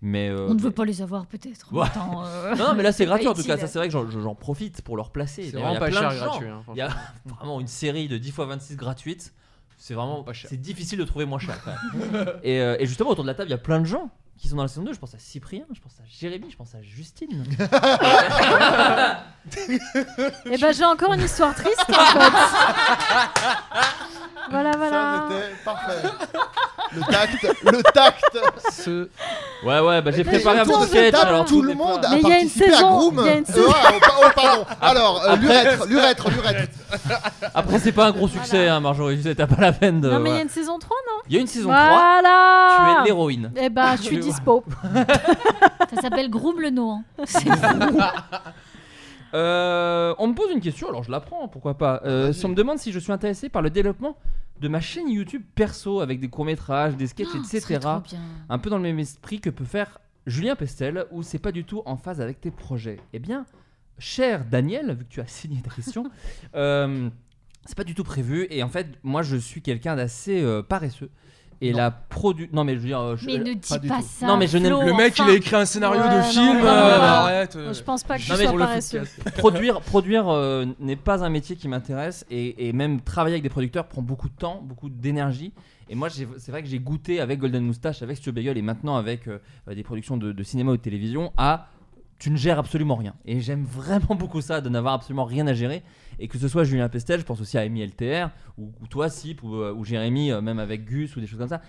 Mais euh,
On ne veut pas les avoir peut-être. en
Ouais.
même temps, euh,
Non, non, mais là c'est
pas
gratuit en tout cas.
utile.
Ça, c'est vrai que j'en- j'en profite pour leur placer.
C'est
D'ailleurs, il y a
vraiment pas
plein de
cher,
gens.
gratuit, hein,
il y a vraiment une série de 10 x 26 gratuite. C'est vraiment pas cher. C'est difficile de trouver moins cher. quand même. et, euh, et justement, autour de la table, il y a plein de gens qui sont dans la saison 2. Je pense à Cyprien, je pense à Jérémy, je pense à Justine.
Et bah j'ai encore une histoire triste en fait. Voilà, voilà.
Ça, c'était parfait. Le tact, le tact.
Ce...
Ouais, ouais, bah j'ai
Et
préparé un
autour
petit
de cette
sketch.
table,
alors,
tout
tout
le
n'est
monde
pas-
a
Mais il y a une
participé à
saison,
Groom.
il y a une
Euh,
saison.
ah, oh, pa- oh, pardon. Alors, euh,
Après-
lurette, lurette, lurette.
Après, c'est pas un gros succès, hein, Marjorie. Tu sais, T'as pas la peine de.
Non, mais il y a
voilà.
une saison 3, non
Il y a une euh, saison 3.
Voilà
Tu es l'héroïne.
Eh bah, je suis
Tu-
dispo.
Ça s'appelle Groom le hein. Nohan. C'est
Euh, on me pose une question, alors je la prends, pourquoi pas. Euh, si on me demande si je suis intéressé par le développement de ma chaîne YouTube perso avec des courts-métrages, des sketchs,
Oh, ce
etc.
serait trop bien.
Un peu dans le même esprit que peut faire Julien Pestel, où c'est pas du tout en phase avec tes projets. Eh bien, cher Daniel, vu que tu as signé ta question, euh, c'est pas du tout prévu. Et en fait, moi je suis quelqu'un d'assez euh, paresseux. Et la produ. Non, mais je veux dire. euh, je-
Mais ne dis pas ça.
Non, mais je n'aime
Flo,
Le mec,
enfin.
il a écrit un scénario
Ouais,
de
non,
film.
mais-
euh,
Ah.
arrête. euh.
Je pense pas que
Non,
je
mais
sois
pour le
paresseux.
produire produire euh, n'est pas un métier qui m'intéresse et, et même travailler avec des producteurs prend beaucoup de temps, beaucoup d'énergie. Et moi, j'ai- c'est vrai que j'ai goûté avec Golden Moustache, avec Studio Bagel et maintenant avec euh, des productions de, de cinéma ou de télévision à tu ne gères absolument rien. Et j'aime vraiment beaucoup ça, de n'avoir absolument rien à gérer. Et que ce soit Julien Pestel, je pense aussi à Amy LTR, ou, ou toi, Sip, ou, euh, ou Jérémy, euh, même avec Gus, ou des choses comme ça.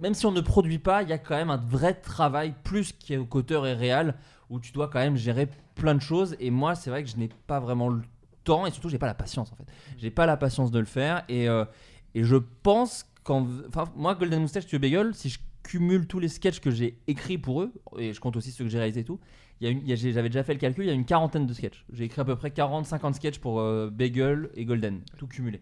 Même si on ne produit pas, il y a quand même un vrai travail, plus qu'au- qu'auteur et réal, où tu dois quand même gérer plein de choses. Et moi, c'est vrai que je n'ai pas vraiment le temps, et surtout, j'ai pas la patience, en fait. J'ai pas la patience de le faire. Et, euh, et je pense qu'en. Enfin, moi, Golden Moustache, tu bagel, si je cumule tous les sketchs que j'ai écrits pour eux, et je compte aussi ceux que j'ai réalisés et tout, il y a une- il y a- j'ai- j'avais déjà fait le calcul, il y a une quarantaine de sketchs. J'ai écrit à peu près 40-50 sketchs pour euh, Bagel et Golden, tout cumulé.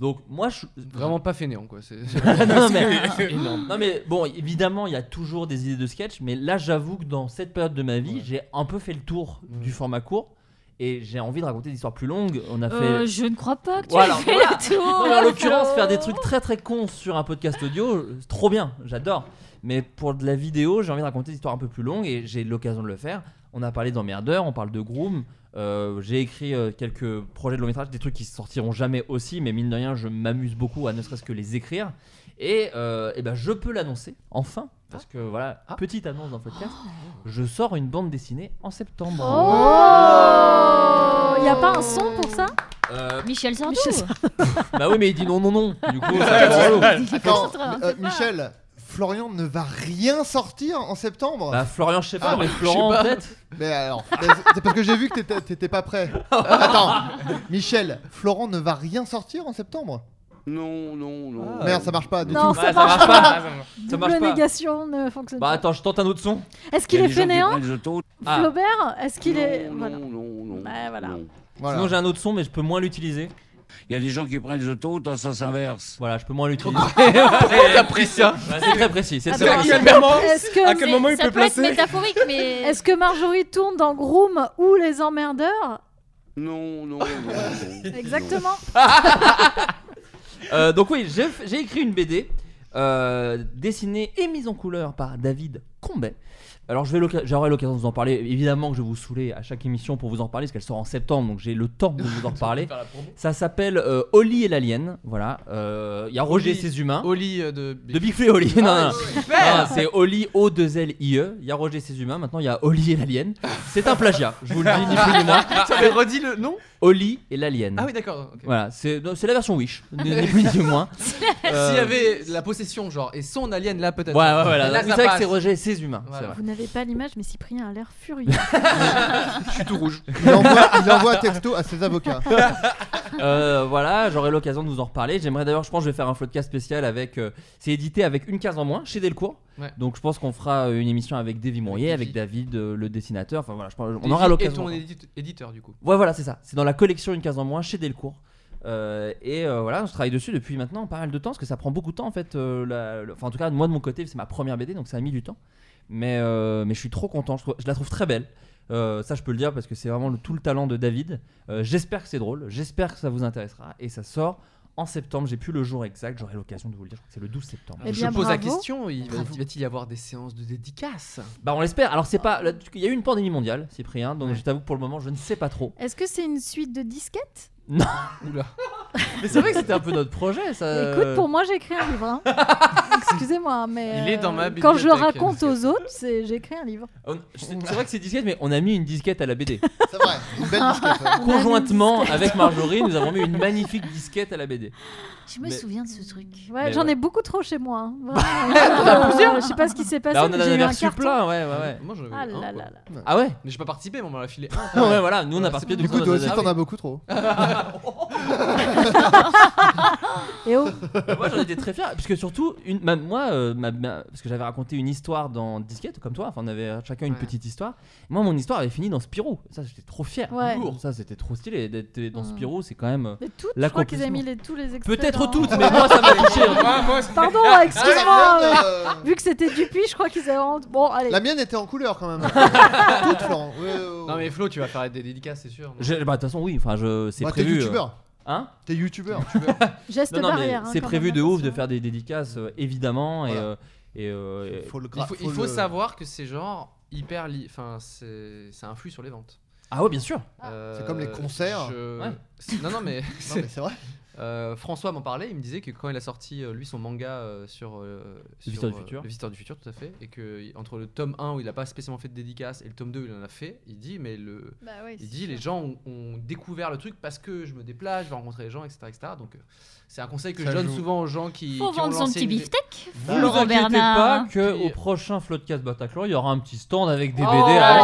Donc moi je
Vraiment pas fainéant, quoi. C'est...
non, mais, Ah, non mais bon, évidemment, il y a toujours des idées de sketch, mais là, j'avoue que dans cette période de ma vie, j'ai un peu fait le tour du format court et j'ai envie de raconter des histoires plus longues. On a
Euh,
fait.
je ne crois pas que tu
Voilà,
aies fait
voilà.
le tour.
Non,
Oh,
mais en l'occurrence, faire des trucs très très cons sur un podcast audio, euh, c'est trop bien, j'adore. Mais pour de la vidéo, j'ai envie de raconter des histoires un peu plus longues et j'ai l'occasion de le faire. On a parlé d'emmerdeur, on parle de groom. euh, j'ai écrit euh, quelques projets de long métrage, des trucs qui sortiront jamais aussi, mais mine de rien, je m'amuse beaucoup à ne serait-ce que les écrire. Et, euh, eh ben, je peux l'annoncer, enfin, parce que voilà,
Ah.
petite annonce dans le podcast, je sors une bande dessinée en septembre.
Oh Il y a pas un son pour ça
Oh.
Euh,
Michel Sardou.
bah oui, mais il dit non, non, non. Du coup, ça va être relou.
Attends,
C'est pas.
euh, Michel, Florian ne va rien sortir en septembre.
Bah Florian, je sais pas,
Ah,
mais
je sais
Florent
pas.
peut-être.
Mais alors, mais c'est parce que j'ai vu que t'étais- t'étais pas prêt. Attends, Michel, Florent ne va rien sortir en septembre
Non, non, non.
Ah.
Merde, ça marche pas du
Non,
tout.
ça
Ouais, ça
marche
marche
pas.
pas. Ça marche
Double
pas.
négation ne fonctionne
Bah
pas.
attends, je tente un autre son.
Est-ce qu'il est fainéant
Ah.
Flaubert Est-ce qu'il est. Voilà.
non, non.
Ouais, voilà.
Voilà.
Sinon j'ai un autre son, mais je peux moins l'utiliser.
Il y a des gens qui prennent les autos dans le sens inverse.
Voilà, je peux moins l'utiliser. T'as pris ça C'est très précis. C'est très
Attends,
précis.
Il y a le moment,
Est-ce que-
Ah,
à quel moment il
ça
peut
peut être
placer
métaphorique, mais.
Est-ce que Marjorie tourne dans Groom ou Les Emmerdeurs
Non, non, non, non.
Exactement.
Euh, donc oui, j'ai j'ai écrit une BD euh, dessinée et mise en couleur par David Combet. Alors je vais l'oc- j'aurai l'occasion de vous en parler. Évidemment que je vais vous saouler à chaque émission pour vous en parler, parce qu'elle sort en septembre, donc j'ai le temps de vous en parler.
faire la promo.
Ça s'appelle euh, Oli et l'alien. Voilà. Euh, Il y a Roger et
Oli-
ses humains.
Oli euh, de
De Big Flea Oli. Non,
Ah,
non, non.
super.
Non, c'est Oli O 2 L I E. Il y a Roger et ses humains. Maintenant il y a Oli et l'alien. C'est un plagiat. Je vous le dis ni plus ni moins.
Ça avait redit le nom
Oli et l'alien.
Ah oui, d'accord, ok.
Voilà. C'est non, c'est la version Wish. Ni ni plus ni moins. Euh,
S'il y avait la possession, genre, et son alien là, peut-être.
Ouais, ouais, voilà.
Là,
Vous
ça
savez que
passe.
c'est Roger et ses humains.
Voilà.
C'est vrai.
Vous n'avez pas l'image, mais Cyprien a l'air furieux.
Je suis tout rouge.
Il envoie, il envoie un texto à ses avocats.
Euh, voilà, j'aurai l'occasion de vous en reparler. J'aimerais d'ailleurs, je pense, que je vais faire un floodcast spécial avec. euh, c'est édité avec une case en moins chez Delcourt.
Ouais.
Donc je pense qu'on fera euh, une émission avec Davy Mourier, avec,
Davy.
David, euh, le dessinateur. Enfin voilà, je pense- on
Davy
aura
et
l'occasion. hein.
ton
d'en-
édite- éditeur, du coup.
Ouais, voilà, c'est ça. C'est dans la collection une case en moins chez Delcourt. Euh, et euh, voilà, je travaille dessus depuis maintenant pas mal de temps parce que ça prend beaucoup de temps en fait. euh, la- le- enfin, en tout cas, moi de mon côté, c'est ma première BD donc ça a mis du temps. Mais, euh, mais je suis trop content, je, trouve- je la trouve très belle. Euh, ça, je peux le dire parce que c'est vraiment le- tout le talent de David. Euh, j'espère que c'est drôle, j'espère que ça vous intéressera. Et ça sort en septembre, j'ai plus le jour exact, j'aurai l'occasion de vous le dire. C'est le 12 septembre.
Eh
je
bien,
pose la
bravo.
question il va-
Bravo.
va-t-il y avoir des séances de dédicaces
Bah, on l'espère. Alors, c'est pas. là, Il y a eu une pandémie mondiale, Cyprien, donc je t'avoue que pour le moment, je ne sais pas trop.
Est-ce que c'est une suite de disquettes
Non!
Oula.
Mais c'est vrai que c'était un peu notre projet, ça.
Écoute, pour moi, j'ai écrit un livre. hein. Excusez-moi, mais euh,
Il est dans ma
quand je le
bibliothèque,
raconte aux autres, c'est j'ai écrit un livre.
On- C'est c'est vrai que c'est disquette, mais on a mis une disquette à la BD.
C'est vrai, une belle disquette. ouais.
Conjointement avec Marjorie, nous avons mis une magnifique disquette à la BD.
Je me
Mais-
souviens de ce truc.
Ouais,
Mais
j'en
ouais.
ai beaucoup trop chez moi. hein. Vraiment.
plusieurs
Euh, je sais pas ce qui s'est passé.
Là, on en
mais j'ai eu
avait
un
reçu
carton.
plein, ouais, ouais, ouais.
Moi, j'en avais
Ah
un,
là
quoi.
là là.
Ah ouais
Mais j'ai pas participé, mais on m'en a filé un.
Ouais, voilà, nous on a participé
c'est
du
Du
coup.
coup,
on
toi
a-
aussi,
ah
t'en
oui.
as beaucoup trop.
Euh,
Et oh,
Moi j'en étais très fier, parce que surtout, une, ma- moi, euh, ma- ma- parce que j'avais raconté une histoire dans disquette, comme toi, enfin on avait chacun une
Ouais.
petite histoire. Moi, mon histoire avait fini dans Spirou, ça j'étais trop fier.
Ouais.
Lourd. Ça c'était trop stylé d'être dans
Mm.
Spirou, c'est quand même.
mais toutes,
La
je crois qu'ils avaient mis
compétition.
les, tous les extraits.
Peut-être
dans-
toutes, mais moi ça m'a touché.
Ah, moi, c'est-
Pardon, excuse-moi. euh, Vu que c'était Dupuis, je crois qu'ils avaient. honte. Bon, allez.
La mienne était en couleur quand même. Toute Florent. Ouais, ouais, ouais.
Non, mais Flo, tu vas faire des dédicaces, c'est sûr.
Je- bah, De toute façon, oui, enfin je- c'est
Bah, T'es
prévu. euh,
youtubeur.
Hein
T'es youtubeur.
Geste
Non, non, mais
barrière. hein,
c'est
quand
prévu
même,
de ouf de
attention.
faire des dédicaces, euh, évidemment. Et,
Voilà.
euh, et, euh, et-
Faut le
Il
gra-
faut, il faut
le-
savoir que c'est genre hyper. li- Enfin, c'est ça influe sur les ventes.
Ah ouais, bien sûr.
Euh,
comme les concerts.
je-
Ouais.
c'est- Non, non, mais.
Non, mais c'est vrai.
Euh, François m'en parlait, il me disait que quand il a sorti euh, lui son manga euh, sur, euh,
Le
sur,
Visiteur du
euh,
Futur.
Le Visiteur du Futur, tout à fait, et que il- entre le tome 1 où il n'a pas spécialement fait de dédicace et le tome 2 où il en a fait, il dit mais le
Bah ouais,
il
c'est
dit
sûr.
les gens ont, ont découvert le truc parce que je me déplace, je vais rencontrer les gens, etc. etc. Donc euh, c'est un conseil que
Ça
je donne
joue.
souvent aux gens qui,
Faut
qui ont
vendre son
lancé
petit
une-
beefsteak.
Vous ne vous
Laurent
inquiétez pas
hein.
Bernard.
que
Puis-
au prochain Floodcast Bataclan, il y aura un petit stand avec des
Oh
BD à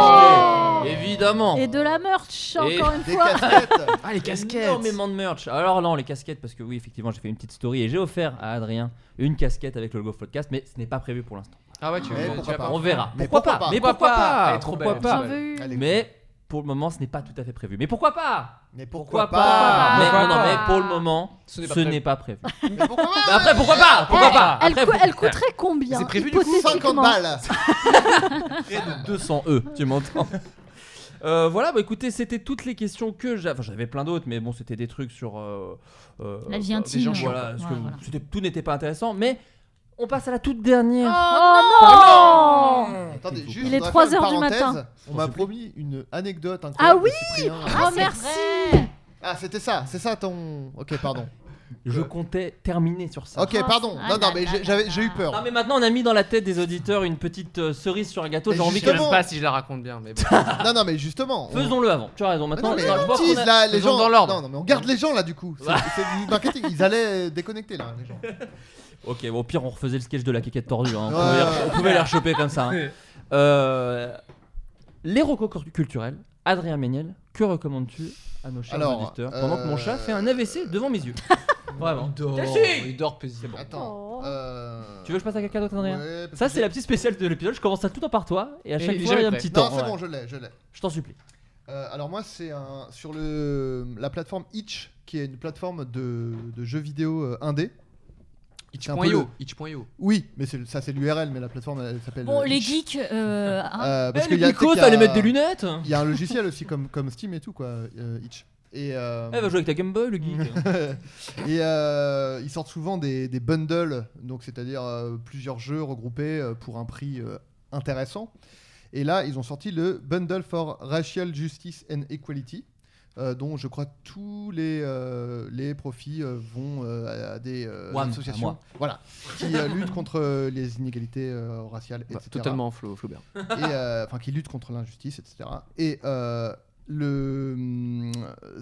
acheter. Évidemment.
Et de la merch, encore une
Des
fois.
casquettes.
Ah les casquettes
Énormément de merch. Alors non, les casquettes, parce que oui, effectivement, j'ai fait une petite story et j'ai offert à Adrien une casquette avec le logo Floodcast, mais ce n'est pas prévu pour l'instant.
Ah ouais tu,
Mais
tu
pourquoi
vas
pas.
pas-
On verra.
Mais
pourquoi,
pourquoi
pas
pas
Mais pourquoi pas
Elle est trop
Pourquoi
belle,
pas
J'en veux une.
Allez,
Mais pour le moment, ce n'est pas tout à fait prévu. Mais pourquoi pas
Mais
Pourquoi
pourquoi
pas
pas
Mais
Pourquoi
non, non,
pas
mais pour le moment,
Ce n'est pas
ce
prévu.
n'est pas prévu.
Mais pourquoi pas
Bah après pourquoi pas
Eh,
Pourquoi pas
Elle,
Après,
cou-
pourquoi-
elle coûterait combien
C'est prévu, du coup,
50
hypothétiquement
balles.
200 E, tu m'entends Euh, voilà, bah écoutez, c'était toutes les questions que j'avais. Enfin, j'avais plein d'autres, mais bon, c'était des trucs sur. euh, euh,
La vie
des
intime.
gens, voilà,
Ouais,
parce que
voilà.
c'était- tout n'était pas intéressant, mais on passe à la toute dernière.
Oh
Oh non
Attendez, juste,
Il est
on va
3
faire une
heures du
parenthèse.
matin.
On m'a promis une anecdote incroyable.
Ah oui
de Cyprien.
Ah,
c'est
merci.
vrai.
Ah, c'était ça, c'est ça ton. Ok, pardon.
Je comptais terminer sur ça.
Ok, pardon. Non,
Ah là
non, mais
là
j'ai-
là
j'avais-
là.
j'ai eu
Non,
peur.
mais maintenant, on a mis dans la tête des auditeurs une petite euh, cerise sur un gâteau.
Mais
J'ai envie
Je
que.
sais
Justement.
même pas si je la raconte bien mais bon.
Non, non, mais justement. on-
Faisons-le avant. Tu as raison.
Mais
Maintenant,
non, mais
on va
on
voir qu'on
tease,
a-
là, les
faisons
gens.
dans l'ordre.
Non, non, mais on garde les gens là du coup. C'est c'est du marketing. Ils allaient euh, déconnecter là, les gens.
Ok, bon, au pire, on refaisait le sketch de la quéquette tordue. hein. On,
Ouais.
pouvait les re- on pouvait les rechoper comme ça. hein. Euh, les recos cor- culturels, Adrien Méniel, que recommandes-tu à nos chers
Alors,
auditeurs pendant que mon
euh,
chat fait un AVC devant mes yeux Vraiment.
Il dort,
Cachis
il dort paisiblement.
Attends.
Oh.
euh,
Tu veux que je passe à quelqu'un d'autre, Adrien
ouais, parce
Ça,
que
c'est la petite spéciale de l'épisode. Je commence à tout en par toi et à
Et
chaque
il est
fois, il y a un
jamais
petit temps.
Non, c'est
ouais.
bon, je l'ai, je l'ai.
Je t'en supplie.
Euh, alors moi, c'est un sur le la plateforme Itch, qui est une plateforme de, de jeux vidéo euh, indé. C'est un Bah, peu
Itch.io,
le-
itch.io.
Oui, mais c'est- ça c'est l'URL, mais la plateforme elle, s'appelle.
Bon,
euh,
les
Itch.
geeks. euh, hein.
Euh, parce
Eh,
que
les
y a- euh,
picos,
tu sais qu'il y a-
t'allais mettre des lunettes
Il y a un logiciel aussi comme, comme Steam et tout quoi, euh, Itch. Et, euh,
Eh, va jouer avec ta Game Boy, le geek.
Mm. et euh, ils sortent souvent des, des bundles, donc c'est-à-dire euh, plusieurs jeux regroupés euh, pour un prix euh, intéressant. Et là, ils ont sorti le Bundle for Racial Justice and Equality. euh, dont je crois tous les, euh, les profits euh, vont euh, à des euh,
Wham, à
associations
moi.
voilà, qui euh, luttent contre euh, les inégalités euh, raciales,
Bah,
etc.
totalement, Flo- Flaubert.
Et, euh, enfin, qui luttent contre l'injustice, etc. Et euh, le, hum,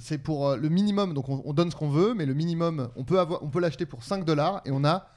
c'est pour euh, le minimum, donc on, on donne ce qu'on veut, mais le minimum, on peut, avoir, on peut l'acheter pour 5 dollars et on a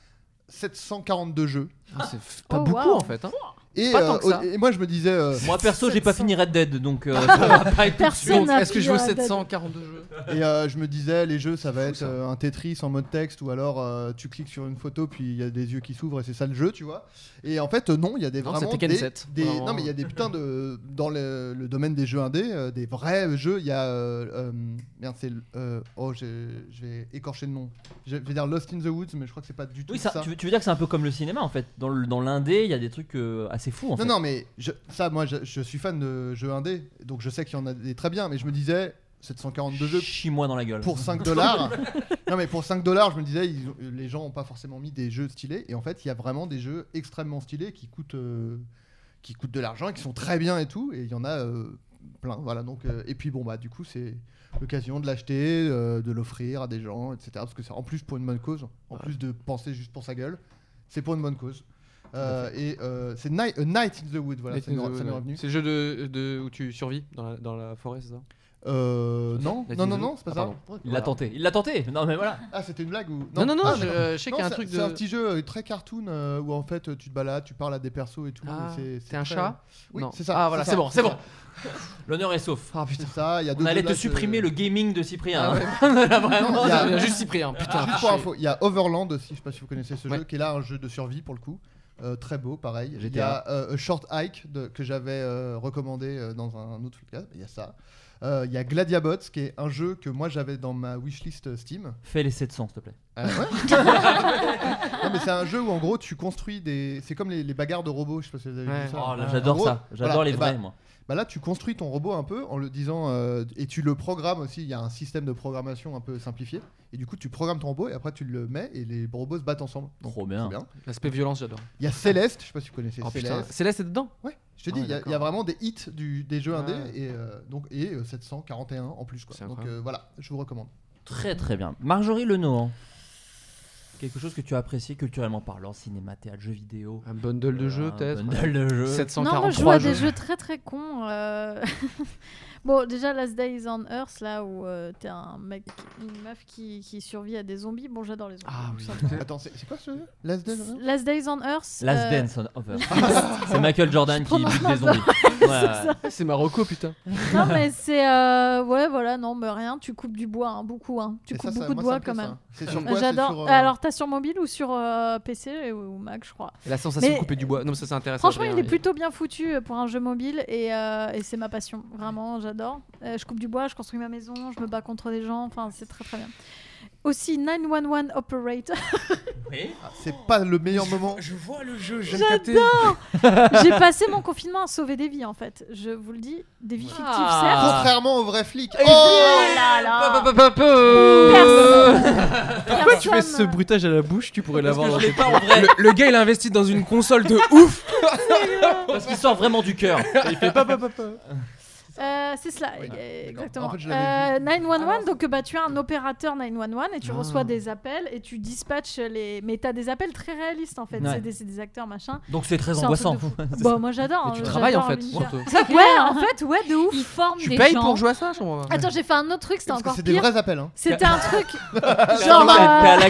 742 jeux.
c'est pas Oh, beaucoup, waouh. en fait, hein.
Et,
Pas tant que
euh,
ça.
et moi je me disais. euh,
Moi perso, j'ai pas fini Red Dead, donc euh,
Ah,
ça va pas être tout de
Personne
suite.
n'a Est-ce que je fini
veux Red Dead. 742 jeux
Et euh, je me disais, les jeux, ça va être euh, un Tetris en mode texte, ou alors euh, tu cliques sur une photo, puis il y a des yeux qui s'ouvrent, et c'est ça le jeu, tu vois. Et en fait, euh, non, il y a des
Non,
vraiment
c'est Tekken
des,
7,
des-
vraiment.
non, mais il y a des putains de dans le, le domaine des jeux indés, euh, des vrais jeux. Il y a, euh, euh, merde, c'est le- euh, oh, j'ai- je vais écorcher le nom. Je je vais dire Lost in the Woods, mais je crois que c'est pas du tout
Oui, ça,
ça.
Tu, veux, tu veux dire que c'est un peu comme le cinéma en fait. Dans le- dans l'indé, il y a des trucs euh, assez fous en
non,
fait.
non, mais je- ça, moi, je, je suis fan de jeux indés, donc je sais qu'il y en a des très bien, mais je me disais, 742 jeux.
Chie-moi dans la gueule.
Pour 5 dollars. non, mais pour 5 dollars, je me disais, ils ont- les gens n'ont pas forcément mis des jeux stylés, et en fait, il y a vraiment des jeux extrêmement stylés qui coûtent, euh, qui coûtent de l'argent, et qui sont très bien et tout, et il y en a. euh, plein voilà donc euh, et puis bon bah du coup c'est l'occasion de l'acheter euh, de l'offrir à des gens etc parce que c'est en plus pour une bonne cause en plus de penser juste pour sa gueule c'est pour une bonne cause Euh, et euh, c'est Night, A Night in the Wood voilà
Night
ça
in
m'est
the
ça
Wood,
m'est
ouais.
revenu
C'est le jeu de, de- où tu survis dans la, dans la forêt, c'est ça
Euh, non,
Night
non,
in
non,
the Wood
non, c'est pas
Ah,
ça.
pardon.
Ouais,
Il l'a tenté, il l'a tenté. Non mais voilà.
Ah, c'était une blague ou
Non, non, non,
Ah,
je-
euh,
d'accord.
je sais qu'il y a
Non,
un
c'est-
truc
C'est
de-
un petit jeu euh, très cartoon euh, où en fait euh, tu te balades, tu parles à des persos et tout.
Ah,
et c'est-
t'es
c'est
un
très-
chat
Oui,
Non.
c'est ça.
Ah, voilà,
ça,
c'est bon, c'est bon.
ça.
L'honneur est sauf.
Ah putain,
ça, il y a deux
On allait
jeux
te
là,
supprimer
c'est-
le gaming de Cyprien.
Ah
hein.
ouais.
Là,
Non,
vraiment,
il y a- Ah,
ça-
juste Cyprien, putain,
Juste pour
fâché.
info, il y a Overland aussi, je sais pas si vous connaissez ce jeu, qui est là un jeu de survie pour le coup. Euh, très beau, pareil. Il y a
GTA.
euh, A Short Hike de- que j'avais euh, recommandé euh, dans un autre podcast. Il y a ça. Euh, Il y a Gladiabots qui est un jeu que moi j'avais dans ma wishlist euh, Steam.
Fais les 700 s'il te plaît.
Euh, ouais. non mais c'est un jeu où en gros tu construis des. C'est comme les, les bagarres de robots, je sais pas si vous avez
Ouais.
vu ça.
Oh là,
En
j'adore ça. J'adore les
et
vrais,
bah-
moi.
Bah là tu construis ton robot un peu en le disant euh, et tu le programmes aussi. Il y a un système de programmation un peu simplifié et du coup tu programmes ton robot et après tu le mets et les robots se battent ensemble. Donc,
Trop bien.
L'aspect violence, j'adore.
Il y a Céleste, je sais pas si vous connaissez
Ah. Oh, putain.
Céleste.
Céleste est dedans
Ouais, je te dis,
Ah,
il y a- il y, a
d'accord. Ah.
vraiment des hits du, des jeux
Ouais.
indés et, euh, donc, et euh, 741 en plus. Quoi. Donc
incroyable.
euh, voilà, je vous recommande.
Très très bien. Marjorie Lenohan. Quelque chose que tu as apprécié culturellement parlant, cinéma, théâtre, jeux vidéo.
Un Ah, bundle de jeux, peut-être
Un bundle de jeux.
700.
Non, moi je
143
vois des
jeux.
jeux très très cons. euh. bon, déjà Last Days on Earth, là où euh, t'es un mec, une meuf qui, qui survit à des zombies. Bon, j'adore les zombies.
Ah
oui.
Attends, c'est c'est quoi ce jeu Last Days of Earth
Last Days on Earth.
Last
euh,
Dance on Earth. C'est Michael Jordan qui bute des zombies.
C'est
Ouais, ouais.
ça.
C'est Marocco, putain.
Non mais c'est euh, ouais voilà non mais rien tu coupes du bois hein, beaucoup hein tu
Et ça,
coupes
ça-
beaucoup
moi, ça
de bois
me plaît,
quand
ça.
même
C'est sur quoi C'est
j'adore
sur, euh,
alors t'as sur mobile ou sur euh, PC ou, ou Mac je crois
La sensation
Mais,
de couper du bois. Non, mais ça, c'est
Ah,
intéressant.
Franchement, il est plutôt bien foutu euh, pour un jeu mobile et, euh, et c'est ma passion. Vraiment, j'adore. Euh, je coupe du bois, je construis ma maison, je me bats contre des gens. Enfin, c'est très très bien. Aussi, 911 Operator.
Ah, C'est pas le meilleur moment.
Je vois le jeu, je viens de capter.
J'adore J'ai passé mon confinement à sauver des vies en fait. Je vous le dis, des vies
Ah.
fictives certes.
Ah.
Contrairement aux vrais flics.
Et-
Oh
Oh là là
Pourquoi tu fais ce bruitage à la bouche Tu pourrais l'avoir
que
dans
je l'ai
tes-
pas en vrai. Le, le gars, il a investi dans une console de ouf.
Parce qu'il sort vraiment du cœur.
Il fait pas, pas, pas, pas.
Euh, c'est cela, euh, exactement.
En fait, je l'avais
Euh, 911, donc bah, tu as un opérateur 911 et tu
Ah.
reçois des appels et tu dispatches les. Mais tu as des appels très réalistes en fait,
Ouais.
c'est des, c'est des acteurs machin.
Donc c'est très
un truc
angoissant.
de fou.
C'est ça.
bon, moi j'adore.
Mais
hein,
tu
j'adore
travailles, en fait,
l'univers.
surtout.
hein.
Ouais, en fait, ouais, de ouf.
Ils forment
Tu
des
payes
gens.
pour jouer à ça, je comprends pas.
Attends, j'ai fait un autre truc, c'était encore
C'est des
pire.
vrais appels. Hein.
C'était un truc.
T'es
genre. euh,
à la-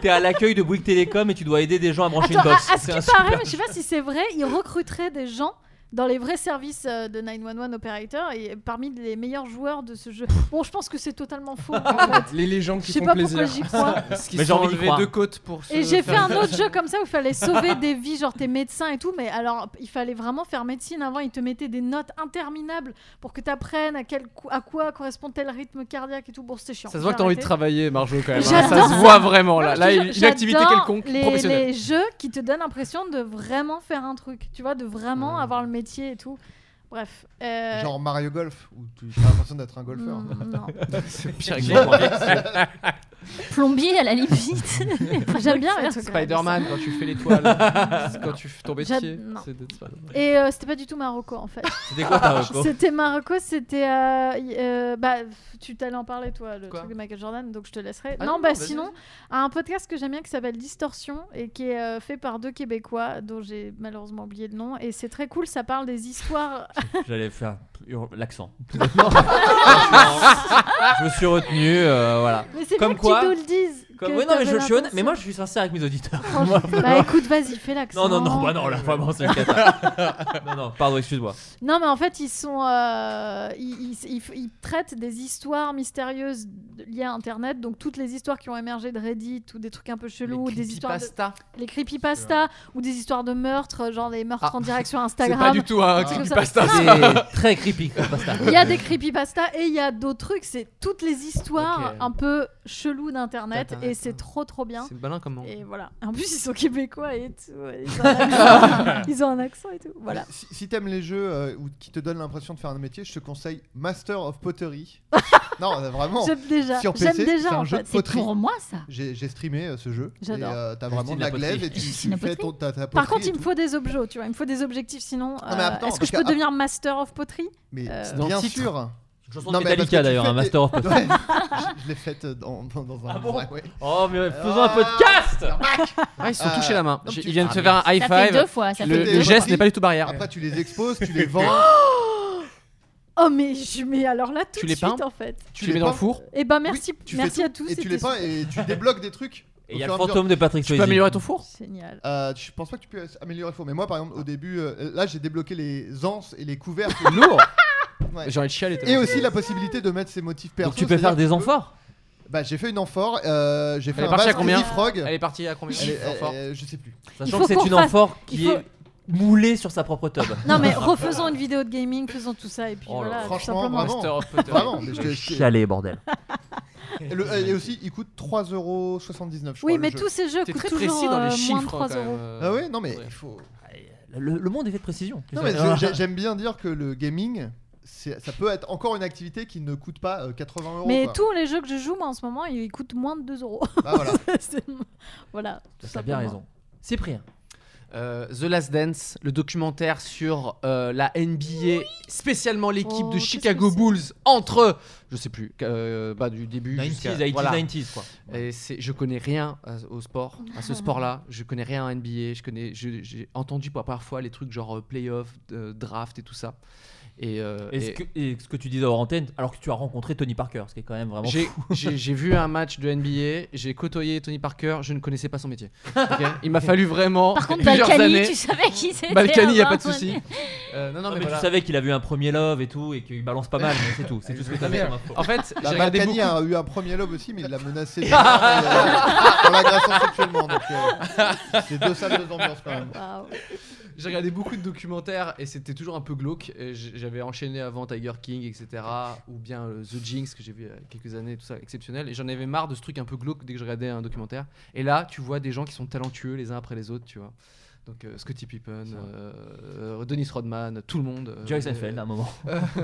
t'es à l'accueil de Bouygues Télécom et tu dois aider des gens à brancher
Attends,
une box.
à, à ce
C'est
qui
un
paraît,
super-
mais je sais pas si c'est vrai, ils recruteraient des gens dans les vrais services euh, de 911 Operator et parmi les meilleurs joueurs de ce jeu. Bon, je pense que c'est totalement faux. en fait.
Les légendes
Je
qui
sais
font
pas
plaisir.
pourquoi j'y crois.
Parce qu'ils
Mais
se
j'ai
sont
envie d'y
enlevés
croire.
deux côtes pour se
Et j'ai fait
faire-
un autre jeu comme ça où il fallait sauver des vies, genre tes médecins et tout, mais alors il fallait vraiment faire médecine avant, ils te mettaient des notes interminables pour que tu apprennes à, quel cou- à quoi correspond tel rythme cardiaque et tout. Bon, c'était chiant.
Ça se voit que
j'ai
t'as envie de
arrêté.
travailler, Marjo, quand même. hein. Ça
J'adore
se
ça.
voit vraiment,
Non,
là.
je
Là,
te jure,
une activité
j'adore
quelconque,
les,
professionnelle.
les jeux qui te donnent l'impression de vraiment faire un truc, tu vois, de vraiment avoir le métier et tout. Bref. euh, Hmm.
Genre Mario Golf, où tu as l'impression d'être un golfeur.
Mm, non.
C'est
pire que moi.
Plombier à la limite.
J'aime bien les trucs comme ça.
Spider-Man, quand tu fais l'étoile, c'est quand tu f- tombes de
J'ad-
pied,
non.
c'est de- c'est pas-
Et euh, c'était pas du tout Marocco en fait.
C'était quoi ta reco
C'était Marocco, c'était. euh, y- euh, bah, tu t'allais en parler, toi, le truc de Michael Jordan, donc je te laisserai.
Ah
non,
non,
bah
non, vas-y,
sinon, un podcast que j'aime bien qui s'appelle Distorsion et qui est euh, fait par deux Québécois, dont j'ai malheureusement oublié le nom. Et c'est très cool, ça parle des histoires.
J'allais faire hur- l'accent. Non. je me suis retenu, euh, voilà.
Mais c'est
Comme
bien
quoi.
que tu nous le dises.
Comme...
que
Oui, non, mais
t'avais
je je suis honnête,
l'intention.
mais moi je suis sincère avec mes auditeurs.
Franchement.
Moi,
bah écoute, vas-y, fais l'accent.
Non, non, non, bah non, là vraiment c'est une cata. non, non, pardon, excuse-moi.
Non, mais en fait, ils sont, euh, ils, ils- ils f- ils traitent des histoires mystérieuses de- liées à Internet. Donc toutes les histoires qui ont émergé de Reddit ou des trucs un peu chelous, ou des histoires,
creepypasta.
de, les creepypasta ou des histoires de meurtres, euh, genre des meurtres
Ah.
en direct sur
C'est
Instagram.
pas du tout hein. un
Parce que ça-
creepypasta.
Ah.
Très creepy comme pasta.
Il y a des creepypasta et il y a d'autres trucs. C'est toutes les histoires
Ok.
un peu cheloues d'Internet
D'Internet,
et c'est trop trop bien.
C'est malin comme nom.
Et voilà. En plus, ils sont québécois et tout. Ils ont un accent, Ils ont un accent et tout. Voilà.
Si, si t'aimes les jeux euh, ou qui te donnent l'impression de faire un métier, je te conseille Master of Pottery. non, euh, vraiment.
J'aime déjà.
Sur
J'aime
PC,
déjà,
c'est un
en
jeu
fait.
de
C'est
poterie.
pour moi, ça.
J'ai j'ai streamé euh, ce jeu. Et
J'adore.
euh, t'as
Je
vraiment
dis
de
de la
la glaive et
poterie.
tu,
Je dis
tu fais ton, ta, ta
Par
poterie
contre,
et
il me
tout. Ah,
faut des objets, tu vois. Il me faut des objectifs, sinon.
mais
euh,
attends,
Est-ce que
parce
je peux
qu'à-
devenir master of potterie
Mais
Euh,
dans
bien
le titre.
sûr.
Une chanson de
mais parce
Metallica,
que tu
d'ailleurs,
fais
un Master of
des-
Puppets.
Ouais, je je l'ai faite dans, dans, dans un.
Ah bon
ouais, ouais.
Oh, mais faisons un
Ah,
podcast
Ah, ils se sont
Euh,
touchés la main.
donc
J'ai-
tu-
Ils viennent de
Ah,
se faire un high
Ça fait
five.
deux fois. Ça
Le-
Le,
fait
des
deux
le
repas.
geste n'est pas du tout
Ah,
barrière.
Après, tu les exposes, tu les vends.
Oh, mais je mets alors là tout
Tu
de
les
suite,
peins
en fait.
Tu les mets dans le four.
Eh ben,
Oui,
merci,
tu fais
merci
tout,
à tous.
Et tu
c'était
les peins et tu débloques des trucs.
Et
au
il y a
fur
le
à mesure.
fantôme de Patrick
Tu peux
Swayze.
améliorer ton four
super. Génial.
Euh, je pense pas que tu peux améliorer le four, mais moi par exemple au début, euh, là j'ai débloqué les anses et les couverts.
Lourd
Ouais.
J'ai envie de chialer.
Et
tellement.
aussi la possibilité de mettre ses motifs perso.
Donc tu peux
c'est-à-dire
faire des
que-
amphores
Bah j'ai fait une amphore, euh, j'ai fait
est
un
partie à
basque
combien
Eddie Frog.
Elle est partie à combien
Elle est-
Fort, fort.
euh, je sais plus.
Il faut
Sachant que c'est
qu'on
une
fasse-
amphore
il
qui
faut-
est moulée sur sa propre tub.
Non, mais refaisons une vidéo de gaming, faisons tout ça, et puis
Oh là
voilà.
là.
tout
Franchement,
simplement.
vraiment.
Master of Potter.
Vraiment. mais je te- je te-
Chialer, bordel.
Et, le- et aussi, il coûte 3,79€. je
Oui,
crois, Oh,
mais
le jeu.
tous ces jeux
T'es
coûtent
très
toujours
précis dans
euh, moins
les
de
chiffres.
3
hein, quand
euros.
même.
Ah ouais, non mais
Ouais.
il faut.
Le, le monde est fait de précision.
Non mais je- j'ai- j'aime bien dire que le gaming, c'est- ça peut être encore une activité qui ne coûte pas euh, 80 euros.
Mais
quoi.
tous les jeux que je joue, moi, en ce moment, ils coûtent moins de 2 euros.
Bah, voilà.
C'est- Voilà. tout
T'as bien
simplement.
raison. hein. Cyprien.
Euh, The Last Dance, le documentaire sur euh, la NBA, spécialement l'équipe
Oh,
de
qu'est-ce
Chicago
que c'est
Bulls entre, je sais plus, euh, bah, du début
90s,
jusqu'à
80s,
voilà.
90s quoi.
Et c'est, je connais rien à- au sport, à ce sport-là. Je connais rien à NBA. Je connais, je- j'ai entendu pour la première fois les trucs genre euh, playoff, euh, draft et tout ça. Et, euh,
Et ce
et
que, et ce que tu disais hors antenne, alors que tu as rencontré Tony Parker, ce qui est quand même vraiment.
j'ai, j'ai- j'ai vu un match de NBA. J'ai côtoyé Tony Parker. Je ne connaissais pas son métier. Ok Il m'a fallu vraiment
Par contre,
plusieurs
Balkany,
années.
tu savais qui c'était. hein,
Balkany, y a
avant,
pas de
toi.
souci. Euh, non, non,
Non,
mais,
mais
voilà.
tu savais qu'il avait eu un premier love et tout, et qu'il balance pas mal, mais c'est tout. C'est tout ce que t'avais comme info.
En fait, j'ai
Bah,
regardé
Balkany
beaucoup.
a eu un premier lobe aussi, mais il l'a menacé de mort, euh, en l'agressant sexuellement. Donc, euh, c'est deux salles, deux ambiances quand même.
Waouh.
hein.
J'ai regardé beaucoup de documentaires et c'était toujours un peu glauque. Et j- J'avais enchaîné avant Tiger King, etc. Ou bien euh, The Jinx que j'ai vu il y a quelques années, tout ça, exceptionnel. Et j'en avais marre de ce truc un peu glauque dès que je regardais un documentaire. Et là, tu vois des gens qui sont talentueux les uns après les autres, tu vois. Donc euh, Scottie Pippen, euh, euh, Dennis Rodman, tout le monde. euh,
Jerry
euh,
Seinfeld à un moment.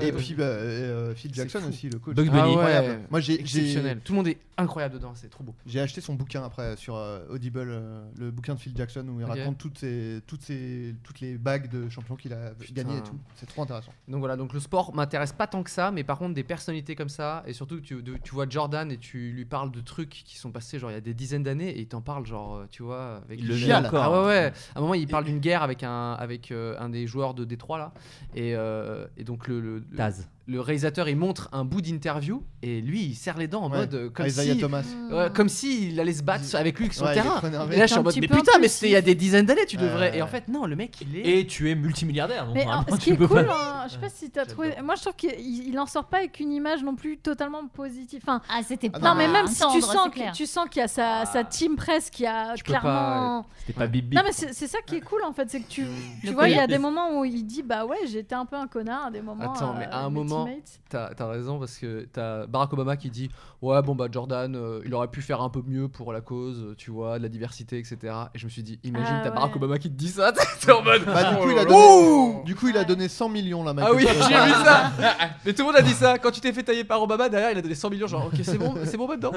Et puis bah, euh, Phil
C'est
Jackson
fou.
aussi, le coach.
Bug
Ah
Bunny.
ouais,
Moi, j'ai- j'ai-
exceptionnel. Tout le monde est incroyable dedans, c'est trop beau.
J'ai acheté son bouquin après sur euh, Audible, euh, le bouquin de Phil Jackson où il
Ok.
raconte toutes, ses, toutes, ses, toutes les bagues de champions qu'il a
Putain.
gagnées et tout. C'est trop intéressant.
Donc voilà, donc le sport m'intéresse pas tant que ça, mais par contre des personnalités comme ça, et surtout que tu, de- tu vois Jordan et tu lui parles de trucs qui sont passés genre il y a des dizaines d'années, et il t'en parle genre, euh, tu vois, avec
Il le
Fial.
met encore. hein.
Ah ouais, ouais. À un moment, il parle d'une guerre avec un, avec, euh, un des joueurs de Détroit, là. Et, euh, et donc, le, le, le-
Taz.
le réalisateur, il montre un bout d'interview et lui, il serre les dents en
Ouais. Ah,
mode euh, comme
Isaiah
si.
Thomas.
Hmm.
ouais, comme si il allait se battre avec lui sur
Ouais,
le
il est
terrain.
trop énervé.
Et là, je suis en
Un
mode,
petit
mais
peu
putain, mais
impulsif.
c'était il y a des dizaines d'années, tu
Ouais,
devrais.
ouais,
Et en
ouais.
fait, non, le mec, il est.
Et tu es multimilliardaire. Donc
Mais
normalement,
en- ce qui
tu
est
peux
cool,
pas-
hein, je sais pas si t'as trouvé. Moi, je trouve qu'il il en sort pas avec une image non plus totalement positive. Enfin,
Ah, c'était
Ah
pas.
non, mais même si tu
entendre,
sens,
c'est
que,
clair.
tu sens qu'il y a sa, sa team presse qui a
Tu peux pas,
clairement.
C'était pas Bibi.
Non, mais c'est c'est ça qui est cool en fait, c'est que tu, tu
Le
vois, il y a
collier.
des moments où il dit bah ouais, j'étais un peu un connard à des moments.
Attends, mais
euh,
à un
tu
raison.
teammates.
T'as t'as raison parce que t'as Barack Obama qui dit ouais bon bah Jordan euh, il aurait pu faire un peu mieux pour la cause euh, tu vois de la diversité etc et je me suis dit imagine
Ah,
t'as
ouais.
Barack Obama qui te dit ça t'es en mode
Bah, du coup, il a
Oh,
donné, du coup, il a donné 100 millions là,
ah
Michael
oui j'ai vu
Jordan.
ça mais tout le monde a dit ça quand tu t'es fait tailler par Obama derrière il a donné 100 millions genre ok c'est bon c'est bon maintenant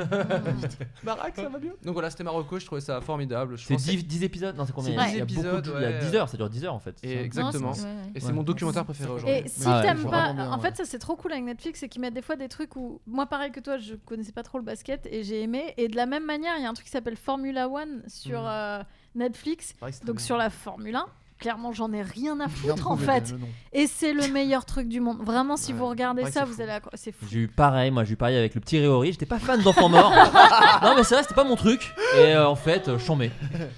Barack ça va mieux donc voilà c'était Marocco je trouvais ça formidable Je
C'est
pensais-
10, épisodes Non, c'est combien
C'est
Il y a
10
beaucoup de-
épisodes,
Il y
ouais.
a 10 heures, ça dure 10 heures en fait.
Et
c'est ça
exactement.
c'est- ouais, ouais.
Et c'est mon documentaire préféré aujourd'hui.
Et si
Ah ouais,
t'aimes
faut
pas,
vraiment bien,
en
ouais.
fait, ça c'est trop cool avec Netflix, c'est qu'ils mettent des fois des trucs où moi, pareil que toi, je connaissais pas trop le basket et j'ai aimé. Et de la même manière, il y a un truc qui s'appelle Formula One sur
Mhm.
euh, Netflix,
Pareil, c'est très
donc
bien.
sur la Formule 1. Clairement, j'en ai rien
Bien
à foutre en
trouvé,
fait.
le nom.
Et c'est le meilleur truc du monde. Vraiment, si
Ouais.
vous regardez
Ouais,
ça,
c'est
vous
fou.
allez. accro- C'est fou.
J'ai eu pareil, moi j'ai eu pareil avec le petit Réori, j'étais pas fan d'enfants morts. non mais c'est vrai, c'était pas mon truc. Et euh, en fait, euh, chambé.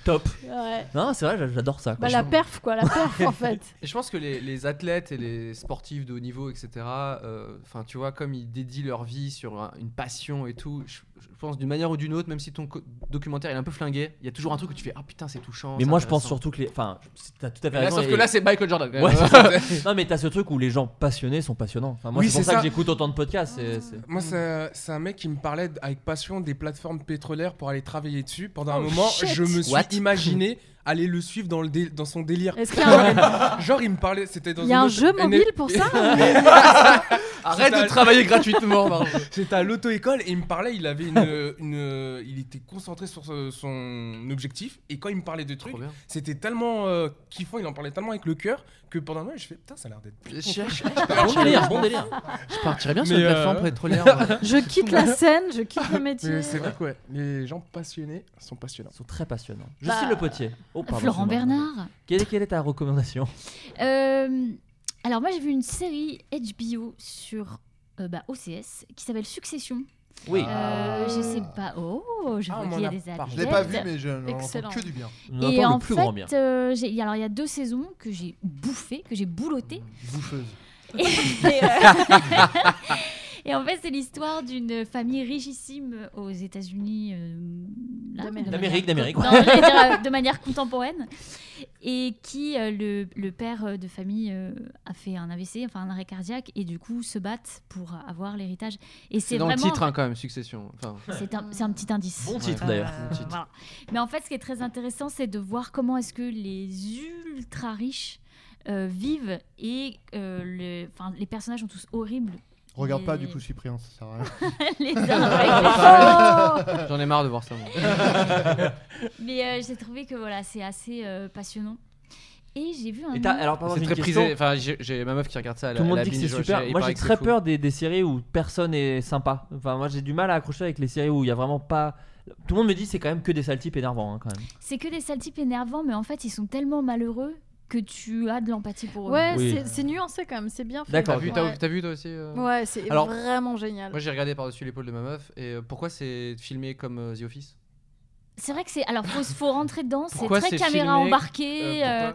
Top.
Ouais.
Non, c'est vrai, j'a- j'adore ça. quoi.
Bah, la perf, quoi, la perf en fait.
Et je pense que les, les athlètes et les sportifs de haut niveau, etc., euh, enfin, tu vois, comme ils dédient leur vie sur un- une passion et tout, je, je pense d'une manière ou d'une autre, même si ton co- documentaire il est un peu flingué, il y a toujours un truc où tu fais Ah putain, c'est touchant.
mais
c'est
moi je pense
intéressant.
surtout que les. Enfin, c'est- t'as tout à fait
Mais là,
raison.
sauf
et-
que là, c'est Michael Jordan. quand même.
Ouais, c'est ça. non mais t'as ce truc où les gens passionnés sont passionnants. Enfin, moi
Oui,
c'est pour
c'est
ça,
ça.
que j'écoute autant de podcasts. c'est- c'est-
Moi, c'est Euh, c'est un mec qui me parlait d- avec passion des plateformes pétrolières pour aller travailler dessus. Pendant un moment,
Oh, shit.
je me suis
What
imaginé aller le suivre dans, le dé- dans son délire.
Est-ce qu'il y a un,
Genre, il me parlait, c'était dans
il y a
une
un
autre-
jeu
NF
mobile pour ça
Arrête
C'est
de
un-
travailler gratuitement, Marge.
C'était à l'auto-école et il me parlait, il avait une, une- il était concentré sur ce- son objectif et quand il me parlait de trucs,
Trop bien.
c'était tellement euh, kiffant, il en parlait tellement avec le cœur que pendant un moment je fais putain ça a l'air d'être
Je,
plus.
Bon délire, bon
je
délire.
partirais bien sur
Mais,
une plateforme
euh,
pétrolière. ouais.
Je quitte la scène, je quitte le métier.
Mais c'est vrai que ouais, les gens passionnés sont passionnants.
Ils sont très passionnants. Je
Bah,
suis le potier. Oh, pardon,
Florent
excuse-moi.
Bernard.
Quelle, quelle est ta recommandation
Euh, alors moi j'ai vu une série HBO sur euh, bah, OCS qui s'appelle Succession.
Oui.
Euh, je sais pas. Oh, je
Ah, on
vois
m'en
qu'il y a
a
des
parlé.
Je l'ai pas vu,
athlètes.
mais je n'en entends
Excellent.
que du bien.
Nous
Et
entend
en
le plus grand bien.
fait, euh, j'ai- alors il y a deux saisons que j'ai bouffées, que j'ai boulottées.
Bouffeuse.
Et, et, euh, et en fait, c'est l'histoire d'une famille richissime aux États-Unis. euh, là,
D'Amérique.
de
D'Amérique,
manière-
d'Amérique,
non,
ouais.
j'allais dire, euh, De manière contemporaine. Et qui, euh, le, le père euh, de famille, euh, a fait un AVC, enfin un arrêt cardiaque, et du coup se battent pour avoir l'héritage. Et c'est
C'est dans le
vraiment-
titre, hein, quand même, Succession. Enfin,
c'est un, c'est un petit indice.
Bon titre,
Euh,
d'ailleurs.
Hmm. Bon titre.
voilà. Mais en fait, ce qui est très intéressant, c'est de voir comment est-ce que les ultra riches euh, vivent et euh, le- enfin, les personnages sont tous horribles.
Regarde
Les-
pas du coup Cyprien, ça sert à rien.
les uns
Ah,
avec les autres.
Oh
Euh.
J'en ai marre de voir ça. moi.
Mais euh, j'ai trouvé que voilà, c'est assez euh, passionnant. Et j'ai vu un.
Et t'as-
mini-
alors, pardon,
C'est
j'ai
très
une question.
prisé. Enfin, j'ai- j'ai ma meuf qui regarde ça. elle-
Tout le monde
elle
dit que c'est
a binge,
super.
et
Moi,
pareil
j'ai
que c'est
très
fou.
peur des, des séries où personne est sympa. Enfin, moi, j'ai du mal à accrocher avec les séries où il y a vraiment pas. Tout le monde me dit c'est quand même que des sales types énervants, hein, quand même.
C'est que des sales types énervants, mais en fait, ils sont tellement malheureux que tu as de l'empathie pour eux.
Ouais,
Oui.
c'est- c'est nuancé quand même, c'est bien fait.
D'accord,
T'as vu, t'as-
ouais.
t'as vu toi aussi euh
Ouais, c'est
Alors-
vraiment génial.
Moi j'ai regardé par-dessus l'épaule de ma meuf et euh, pourquoi c'est filmé comme euh, The Office
C'est vrai que c'est. Alors, faut, faut rentrer dedans, c'est
Pourquoi
très
c'est
caméra
filmé,
embarquée. euh,
Ah,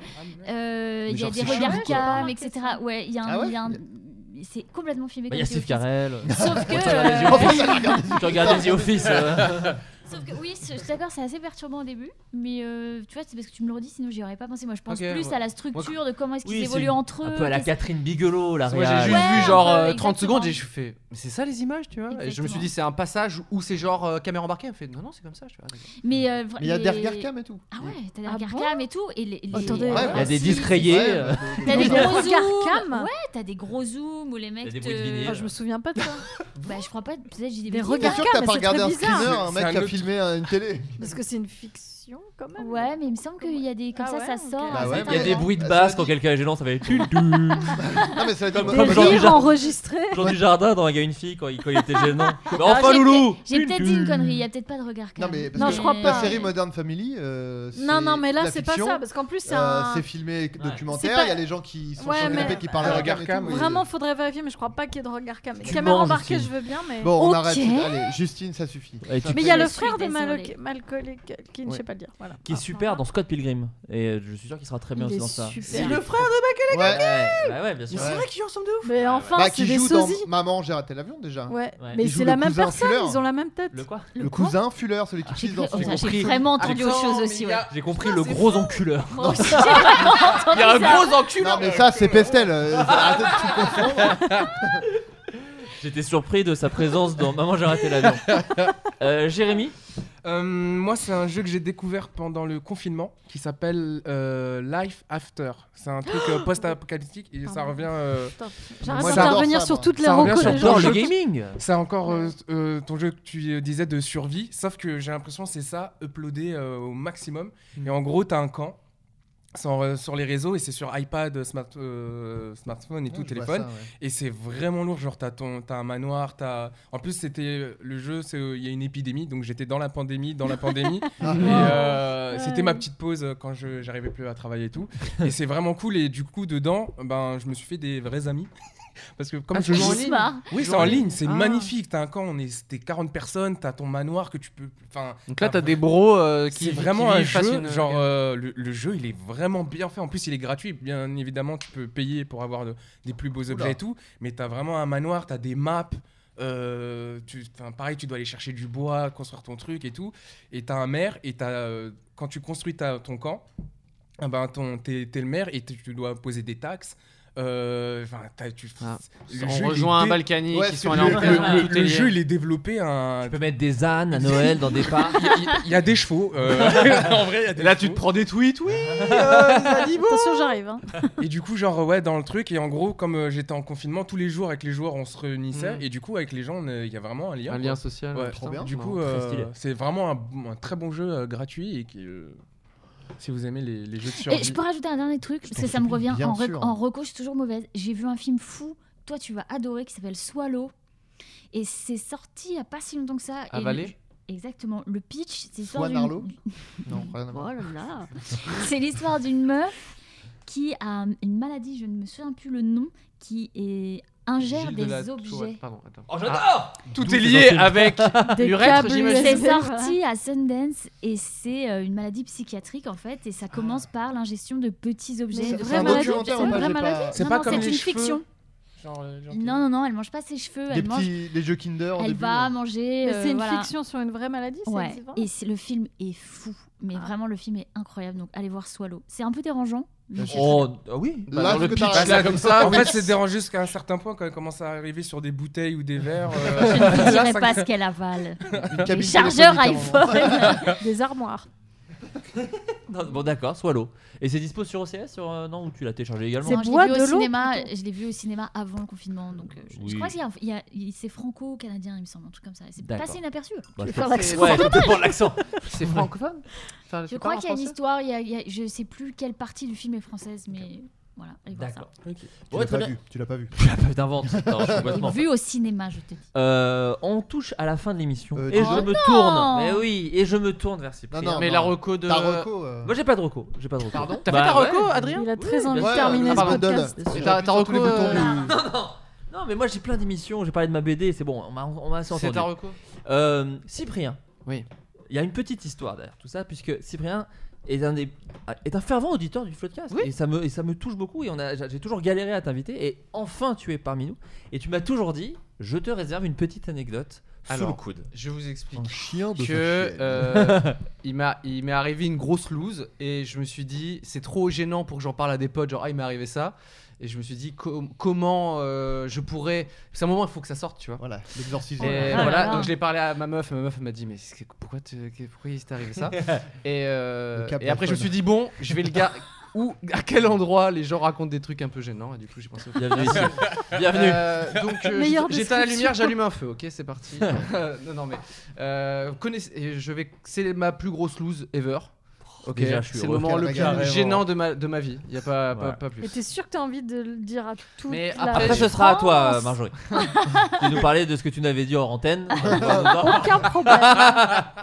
Euh,
Mais
Il y a
genre,
des
c'est
regards
chiant, quoi.
cam,
Ah Ouais.
etc. Ouais, il y a un.
Ah ouais
il y a un- C'est complètement filmé
Bah, Il y
comme
a
The
Steve Carell.
Office. Sauf que.
regardes
euh,
tu regardes The Office. euh.
Sauf que oui, je je suis d'accord, c'est assez perturbant au début, mais euh, tu vois, c'est parce que tu me le redis, sinon j'y aurais pas pensé. Moi, je pense
Ok,
plus
ouais.
à la structure de comment est-ce qu'ils
Oui,
évoluent
c'est
entre eux.
Un peu à la
qu'est-ce-
Catherine Bigelow, la
Moi j'ai
réal.
juste
Ouais,
vu genre
un peu,
euh, 30
exactement.
secondes et je fais mais c'est ça les images tu vois et je me suis
Exactement.
dit c'est un passage où c'est genre euh, caméra embarquée elle me fait non non c'est comme ça je fais, ah, d'accord.
Mais euh,
Mais il y a
les-
des regards cam et tout.
Ah ouais, t'as des
Ah
regards
bon
cam et tout. Et les, les-
Attendez. Ouais,
Il y a des disques rayés.
Ouais,
euh.
bah,
T'as
Il y
des
a des
gros
regards
zooms.
cam
Ouais, t'as des gros zooms où les mecs.
des
te-
bruits de vinyle.
Ah, je me souviens pas de ça.
Bah, je crois pas, peut-être j'ai
Des
des bêtises.
T'es
regards
sûr que t'as
mais
pas
c'est
regardé
très
un
bizarre.
screener, un
C'est
mec
un
qui a
autre-
filmé euh, une télé
Parce que c'est une fiction quand même.
Ouais, mais il me semble qu'il y a des. Comme
Ah
ça,
ouais,
ça
ok.
sort.
Bah
à
ouais,
certains
Il y a des
moments.
bruits de
Ça
basse
dit-
quand quelqu'un est gênant, ça va être. Jean
Non mais ça va être
Comme-
Des
comme
rires
Jean du Jardin.
enregistrés.
du Jardin dans un gars une fille quand il, quand il était gênant. Mais
Alors,
enfin,
j'ai
loulou
peut- J'ai peut-être dit une connerie, il y a peut-être pas de regard cam.
Non mais parce
Non,
que
je crois
La
pas.
série Modern Family. euh,
Non,
c'est
non, mais là
la
c'est pas
fiction,
ça, parce qu'en plus c'est
euh,
un.
C'est filmé
C'est
documentaire.
pas-
Il y a les gens qui sont
Ouais,
sur
mais-
le qui parlent
Ah,
à la
regard
cam. et
cam,
tout.
Vraiment, faudrait vérifier, mais je crois pas qu'il y ait de regard cam.
Tu
Caméra
mens,
embarquée, je
Justine.
veux bien, mais.
Bon, on
Ok.
arrête. Allez, Justine, ça suffit.
Ouais, tu-
Mais il y a
Je
le
suis
frère de
désolée.
Malcolm Malcolm- qui ne
Ouais.
sais pas le dire. Voilà.
qui est super dans Scott Pilgrim. Et euh, je suis sûr qu'il sera très bien
Il
aussi
est
dans ça.
super.
C'est
le
frère de
Ouais, ouais, bah ouais, bien sûr.
Mais c'est vrai
qu'ils jouent ensemble de ouf. Mais enfin,
bah,
c'est
qui
des
joue dans
sosies.
Maman, j'ai raté l'avion déjà.
Ouais,
Il
mais
joue le
c'est la même
cousin
personne,
Fuller.
ils ont la même tête.
Le quoi
Le cousin Fuller, celui
Ah,
qui pisse dans
cru-
son
enfin, j'ai vraiment entendu autre chose aussi, ouais.
J'ai compris le gros enculeur.
Moi aussi, j'ai vraiment entendu ça.
Non,
hein.
mais ça, c'est Pestel. euh, arrêtez de tout confondre.
J'étais surpris de sa présence dans Maman, j'ai raté l'avion. Euh, Jérémy
Euh, moi, c'est un jeu que j'ai découvert pendant le confinement qui s'appelle euh, Life After. C'est un truc euh, post-apocalyptique et ça
Pardon.
revient. euh,
Putain,
moi,
j'arrête
ça-
d'intervenir sur toute la
ça revient
reco
sur
des
ton
gens.
jeu.
Le gaming.
C'est encore euh, euh, ton jeu que tu euh, disais de survie, sauf que j'ai l'impression que c'est ça, uploadé euh, au maximum. Et en gros, t'as un camp. c'est en- sur les réseaux et c'est sur iPad, smart- euh, smartphone et tout,
je vois
téléphone.
Bah, ça, ouais.
Et c'est vraiment lourd. Genre, t'as, ton, t'as un manoir, t'as. En plus, c'était le jeu, c'est, euh, il y a une épidémie, donc j'étais dans la pandémie, dans la pandémie. et
Ah.
euh,
Wow.
c'était ma petite pause euh, quand je, j'arrivais plus à travailler et tout. Et c'est vraiment cool. Et du coup, dedans, ben, je me suis fait des vrais amis. Parce que comme
Ah,
je
tu
joue
joues en ligne
Oui,
Tu
c'est
joues en
en
ligne.
ligne, c'est
Ah.
magnifique. T'as un camp, on est, t'es 40 personnes, t'as ton manoir que tu peux. Enfin,
Donc là, t'as des bros euh,
c'est
qui
vraiment
qui
un
fassent
jeu,
une-
genre euh, le, le jeu il est vraiment bien fait. En plus, il est gratuit, bien évidemment, tu peux payer pour avoir de- des plus beaux objets et tout. Mais t'as vraiment un manoir, t'as des maps. euh, tu, enfin, pareil, tu dois aller chercher du bois, construire ton truc et tout. Et t'as un maire, et t'as, euh, quand tu construis ta- ton camp, ah ben, ton, t'es, t'es le maire et tu tu dois poser des taxes. Euh, enfin, t'as- tu, le
Ah. On
jeu, il est
rejoint un
dé-
Balkany
Ouais,
qui
parce
sont
que
allés en
le-
plein
le-
tout
le
est
jeu,
lié.
il est développé un.
Tu peux mettre des ânes à Noël dans des parcs.
Il y a- il y, a des chevaux. euh, en vrai, il y a des
Là,
chevaux.
tu te prends des tweets, oui euh,
Attention, j'arrive. hein.
Et du coup, genre, ouais, dans le truc. Et en gros, comme euh, j'étais en confinement, tous les jours avec les joueurs, on se réunissait.
Mm.
Et du coup, avec les gens, on est- il y a vraiment un lien.
Un
quoi.
lien social.
Ouais.
putain.
Trop bien.
Du
Non,
coup,
très
euh,
stylé.
c'est vraiment un, bon- un très bon jeu euh, gratuit. Et qui, euh, si vous aimez les, les jeux de survie.
Et je peux rajouter un dernier truc, parce
t'en
que ça me
supplie,
revient
bien
en, rec-
sûr.
en reco, je suis toujours mauvaise. J'ai vu un film fou, toi tu vas adorer, qui s'appelle Swallow. Et c'est sorti il n'y a pas si longtemps que ça. et
Avalé
le- Exactement. Le pitch, c'est l'histoire
Swan
d'une-
Arlo Non, rien à
Oh
voir.
là là. c'est l'histoire d'une meuf qui a hum, une maladie, je ne me souviens plus le nom, qui est- ingère
Gilles de
des
la Tourette.
objets.
Pardon, attends.
Oh, j'adore
Ah, Tout
D'où
est
ces
lié
insultes.
avec
Des
l'urètre,
câbles
j'imagine.
C'est
USB, voilà.
sorti à Sundance et c'est euh, une maladie psychiatrique en fait et
Ah.
ça commence par l'ingestion de petits objets.
c'est
de
vrai
petits
un maladie,
objets.
documentaire, c'est une moi, vraie j'ai pas- maladie
C'est
Non,
pas
non,
comme
c'est
les
une
cheveux.
fiction.
Genre, euh, genre-
Non non non, elle mange pas ses cheveux,
Des
elle mange,
petits les jeux Kinder. au
elle
début, hein.
va
là.
manger.
Mais
euh,
c'est une
voilà.
fiction sur une vraie maladie, ça
Ouais.
existe vraiment
Et c'est- le film est fou, mais
Ah.
vraiment le film est incroyable. Donc allez voir Swallow. C'est un peu dérangeant. mais-
Oh, ah oui.
Là,
Dans
ce
le
que
pitch,
Bah,
t'as
là,
raconté-
comme ça.
En fait, c'est dérangé jusqu'à un certain point quand elle commence à arriver sur des bouteilles ou des verres. euh,
Je ne vous
là,
dirai
ça-
pas ce qu'elle avale.
Une cabine hein.
Les chargeurs
téléphonique, à un moment.
iPhone.
Des armoires.
Non, bon, d'accord, Swallow. Et c'est dispo sur OCS sur, euh, Non, ou tu l'as téléchargé également Bah,
C'est
Non, je l'ai
bois
vu
de
au
l'eau,
cinéma. euh, Je l'ai vu au cinéma avant le confinement. Donc, euh, je, je
Oui.
crois qu'il y a, il y a- il- c'est franco-canadien, il me semble, un truc comme ça. C'est
D'accord.
passé inaperçu.
Bah, je
faire
pense-
l'accent.
Ouais, faut te prendre l'accent.
C'est francophone Enfin,
Je
c'est
crois
pas
qu'il y a une
français
histoire. il y a- il y a- je sais plus quelle partie du film est française, mais voilà. allez voir ça.
D'accord.
Ok.
Tu
Ouais,
l'as
très
pas
bien.
vu. Tu l'as pas vu.
Tu as peu d'invente. putain, je suis complètement-
Vu au cinéma, je te dis.
Euh, on touche à la fin de l'émission
Euh,
et
oh
je me
non
Ah,
tourne. Mais oui, et je me tourne vers Cyprien.
Non, non,
Mais la reco de.
Ta reco. euh,
Moi j'ai pas de recours, j'ai pas de recours.
Pardon T'as
Bah,
fait ta reco,
ouais.
Adrien
Il a très
Oui,
envie
bien sûr.
de terminer
Ouais, euh,
ce
pardon.
podcast.
Et
J'appuie
ta-
sur
ta
tous les
reco,
boutons
euh,
du-
Non mais moi j'ai plein d'émissions, j'ai parlé de ma BD, c'est bon, on m'a on m'a assez
C'est
entendu.
ta reco
Euh, Cyprien.
Oui.
Il y a une petite histoire derrière tout ça puisque Cyprien est un des est un fervent auditeur du Floodcast
Oui.
et ça me et ça me touche beaucoup et on a j'ai toujours galéré à t'inviter et enfin tu es parmi nous et tu m'as toujours dit je te réserve une petite anecdote sous
Alors,
le coude.
Je vous explique.
Un
Oh,
chien
bah,
de
que
sa chienne.
euh, il m'a il m'est arrivé une grosse loose et je me suis dit c'est trop gênant pour que j'en parle à des potes genre ah il m'est arrivé ça et je me suis dit com- comment euh, je pourrais c'est un moment il faut que ça sorte tu vois
Voilà, l'exorcisme.
et
là là
voilà
Ah là.
donc je l'ai parlé à ma meuf et ma meuf elle m'a dit mais c'est- pourquoi tu- que- pourquoi il s'est arrivé ça et, euh,
Le cap
et après je me
iPhone.
suis dit bon je vais le gars où à quel endroit les gens racontent des trucs un peu gênants et du coup j'ai pensé au
Bienvenue. ici. Bienvenue.
euh, donc euh,
Meilleure
j'éte- j'éteins
description.
la lumière, j'allume un feu, ok, c'est parti. non, non, mais euh, connaissez- et je vais, c'est ma plus grosse lose ever. Ok,
Déjà, je suis
c'est le
heureux.
moment le
Carrément.
plus gênant de ma, de ma vie. Il n'y a pas, pas,
Voilà.
pas
Mais
plus.
t'es sûr que t'as envie de le dire à tout
Mais
la
Après, ce
France
sera à toi, euh, Marjorie. tu nous parlais de ce que tu nous avais dit hors antenne.
Aucun problème.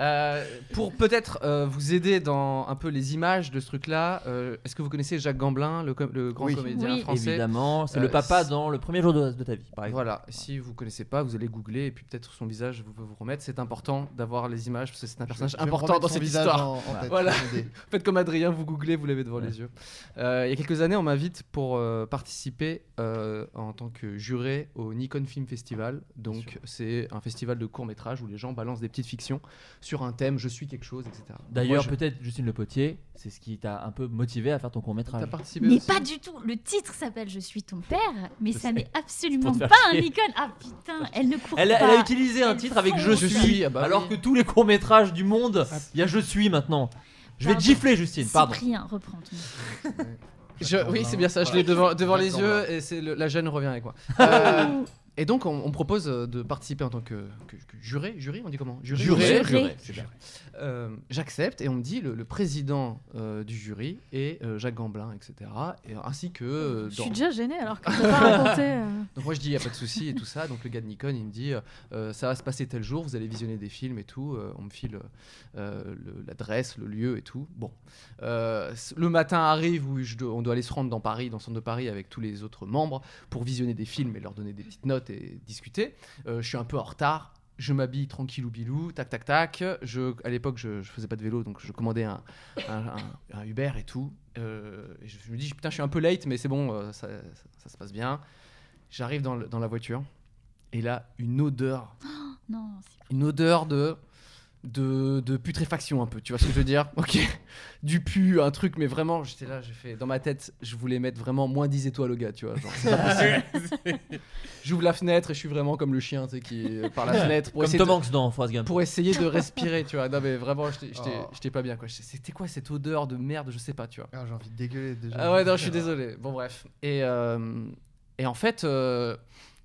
Euh, pour peut-être euh, vous aider dans un peu les images de ce truc-là, euh, est-ce que vous connaissez Jacques Gamblin, le, com- le grand
Oui.
comédien
Oui.
français Euh,
Évidemment, c'est le papa dans Le premier jour de, de ta vie.
Voilà, si vous connaissez pas, vous allez googler et puis peut-être son visage vous peut vous remettre. C'est important d'avoir les images parce que c'est un personnage
je vais me
important
remettre
dans
son
cette
visage
histoire.
en- en tête,
voilà.
bonne idée.
Faites comme Adrien, vous googlez, vous l'avez devant les yeux. Euh, il y a quelques années, on m'invite pour euh, participer euh, en tant que juré au Nikon Film Festival. Donc, c'est un festival de court métrage où les gens balancent des petites fictions sur un thème, je suis quelque chose, etc. Donc,
D'ailleurs,
moi, je-
peut-être Justine Le Potier, c'est ce qui t'a un peu motivé à faire ton court métrage.
T'as participé
Mais
aussi
pas du tout. Le titre s'appelle Je suis ton père, mais
Je
ça
sais.
n'est
Pour
absolument
te
pas
faire
un
chier.
icône. Ah putain, elle ne court
Elle,
pas.
a- elle a utilisé un titre avec Je
Je
suis,
suis, ah bah
alors
oui.
que tous les courts métrages du monde,
Ah,
il y a Je suis maintenant. Je vais te
Pardon.
gifler, Justine, pardon.
Cyprien, reprends. ton-
Je- oui, bah. c'est bien ça, je l'ai
Voilà.
devant, devant les
Jacques
yeux et c'est le- la gêne revient avec moi. Euh, et donc, on, on propose euh, de participer en tant que, que- que juré, juré, on dit comment
Juré. Juré. Juré, c'est bien.
Euh, J'accepte et on me dit le, le président euh, du jury est euh, Jacques Gamblin, etc. Et, ainsi que. euh,
Je suis
dans-
déjà gênée alors que t'as pas raconté. euh.
donc moi je dis il n'y a pas de souci et tout ça. Donc le gars de Nikon il me dit euh, euh, ça va se passer tel jour, vous allez visionner des films et tout. Euh, on me file euh, euh, le- l'adresse, le lieu et tout. Bon, Euh, c- le matin arrive où je dois- on doit aller se rendre dans Paris, dans le centre de Paris avec tous les autres membres pour visionner des films et leur donner des petites notes et discuter. Euh, je suis un peu en retard. Je m'habille tranquillou bilou, tac tac tac. Je, à l'époque, je, je faisais pas de vélo, donc je commandais un, un- un- un Uber et tout. Euh, et je, je me dis putain, je suis un peu late, mais c'est bon, euh, ça, ça- ça se passe bien. J'arrive dans, le- dans la voiture et là, une odeur,
Non, c'est-
une odeur de, de de putréfaction un peu. Tu vois ce que je veux dire Ok, du pu, un truc, mais vraiment, j'étais là, j'ai fait dans ma tête, je voulais mettre vraiment moins 10 étoiles au gars, tu vois. genre, c'est pas possible. J'ouvre la fenêtre et je suis vraiment comme le chien, tu sais, qui est par la fenêtre pour
Comme
essayer
Tom
de-
Hanks dans Forrest Gump.
pour essayer de respirer, tu vois. Non mais vraiment, j'étais- j'étais
Oh.
j'étais pas bien quoi. J'étais- C'était quoi cette odeur de merde, je sais pas, tu vois.
Ah, j'ai envie de dégueuler déjà.
Ah ouais, non, je suis désolé. Bon, bref. Et, euh, et en fait, euh,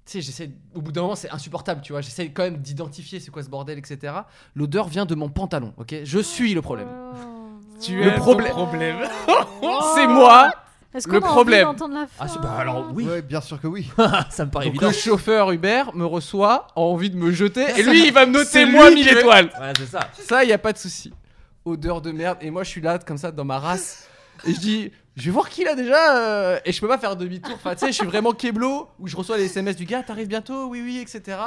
tu sais, j'essaie. Au bout d'un moment, c'est insupportable, tu vois. J'essaie quand même d'identifier c'est quoi ce bordel, etc. L'odeur vient de mon pantalon, ok Je suis le problème.
Oh,
Tu
le
es
problème.
problème.
c'est moi
Est-ce qu'on
Le
a envie
problème.
d'entendre la
Ah,
fin
c'est- bah alors oui.
Ouais, bien sûr que oui.
Ça me paraît
Donc
évident.
le chauffeur Uber me reçoit, a envie de me jeter, et lui, il va me noter
C'est
moins
lui
1000
qui est-
étoiles.
Voilà, c'est ça.
Ça, il y a pas de souci. Odeur de merde. Et moi, je suis là, comme ça, dans ma race. Et je dis, je vais voir qui là déjà. euh, Et je peux pas faire demi-tour. Enfin, tu sais, je suis vraiment keblo, où je reçois les SMS du gars, t'arrives bientôt, oui, oui, etc.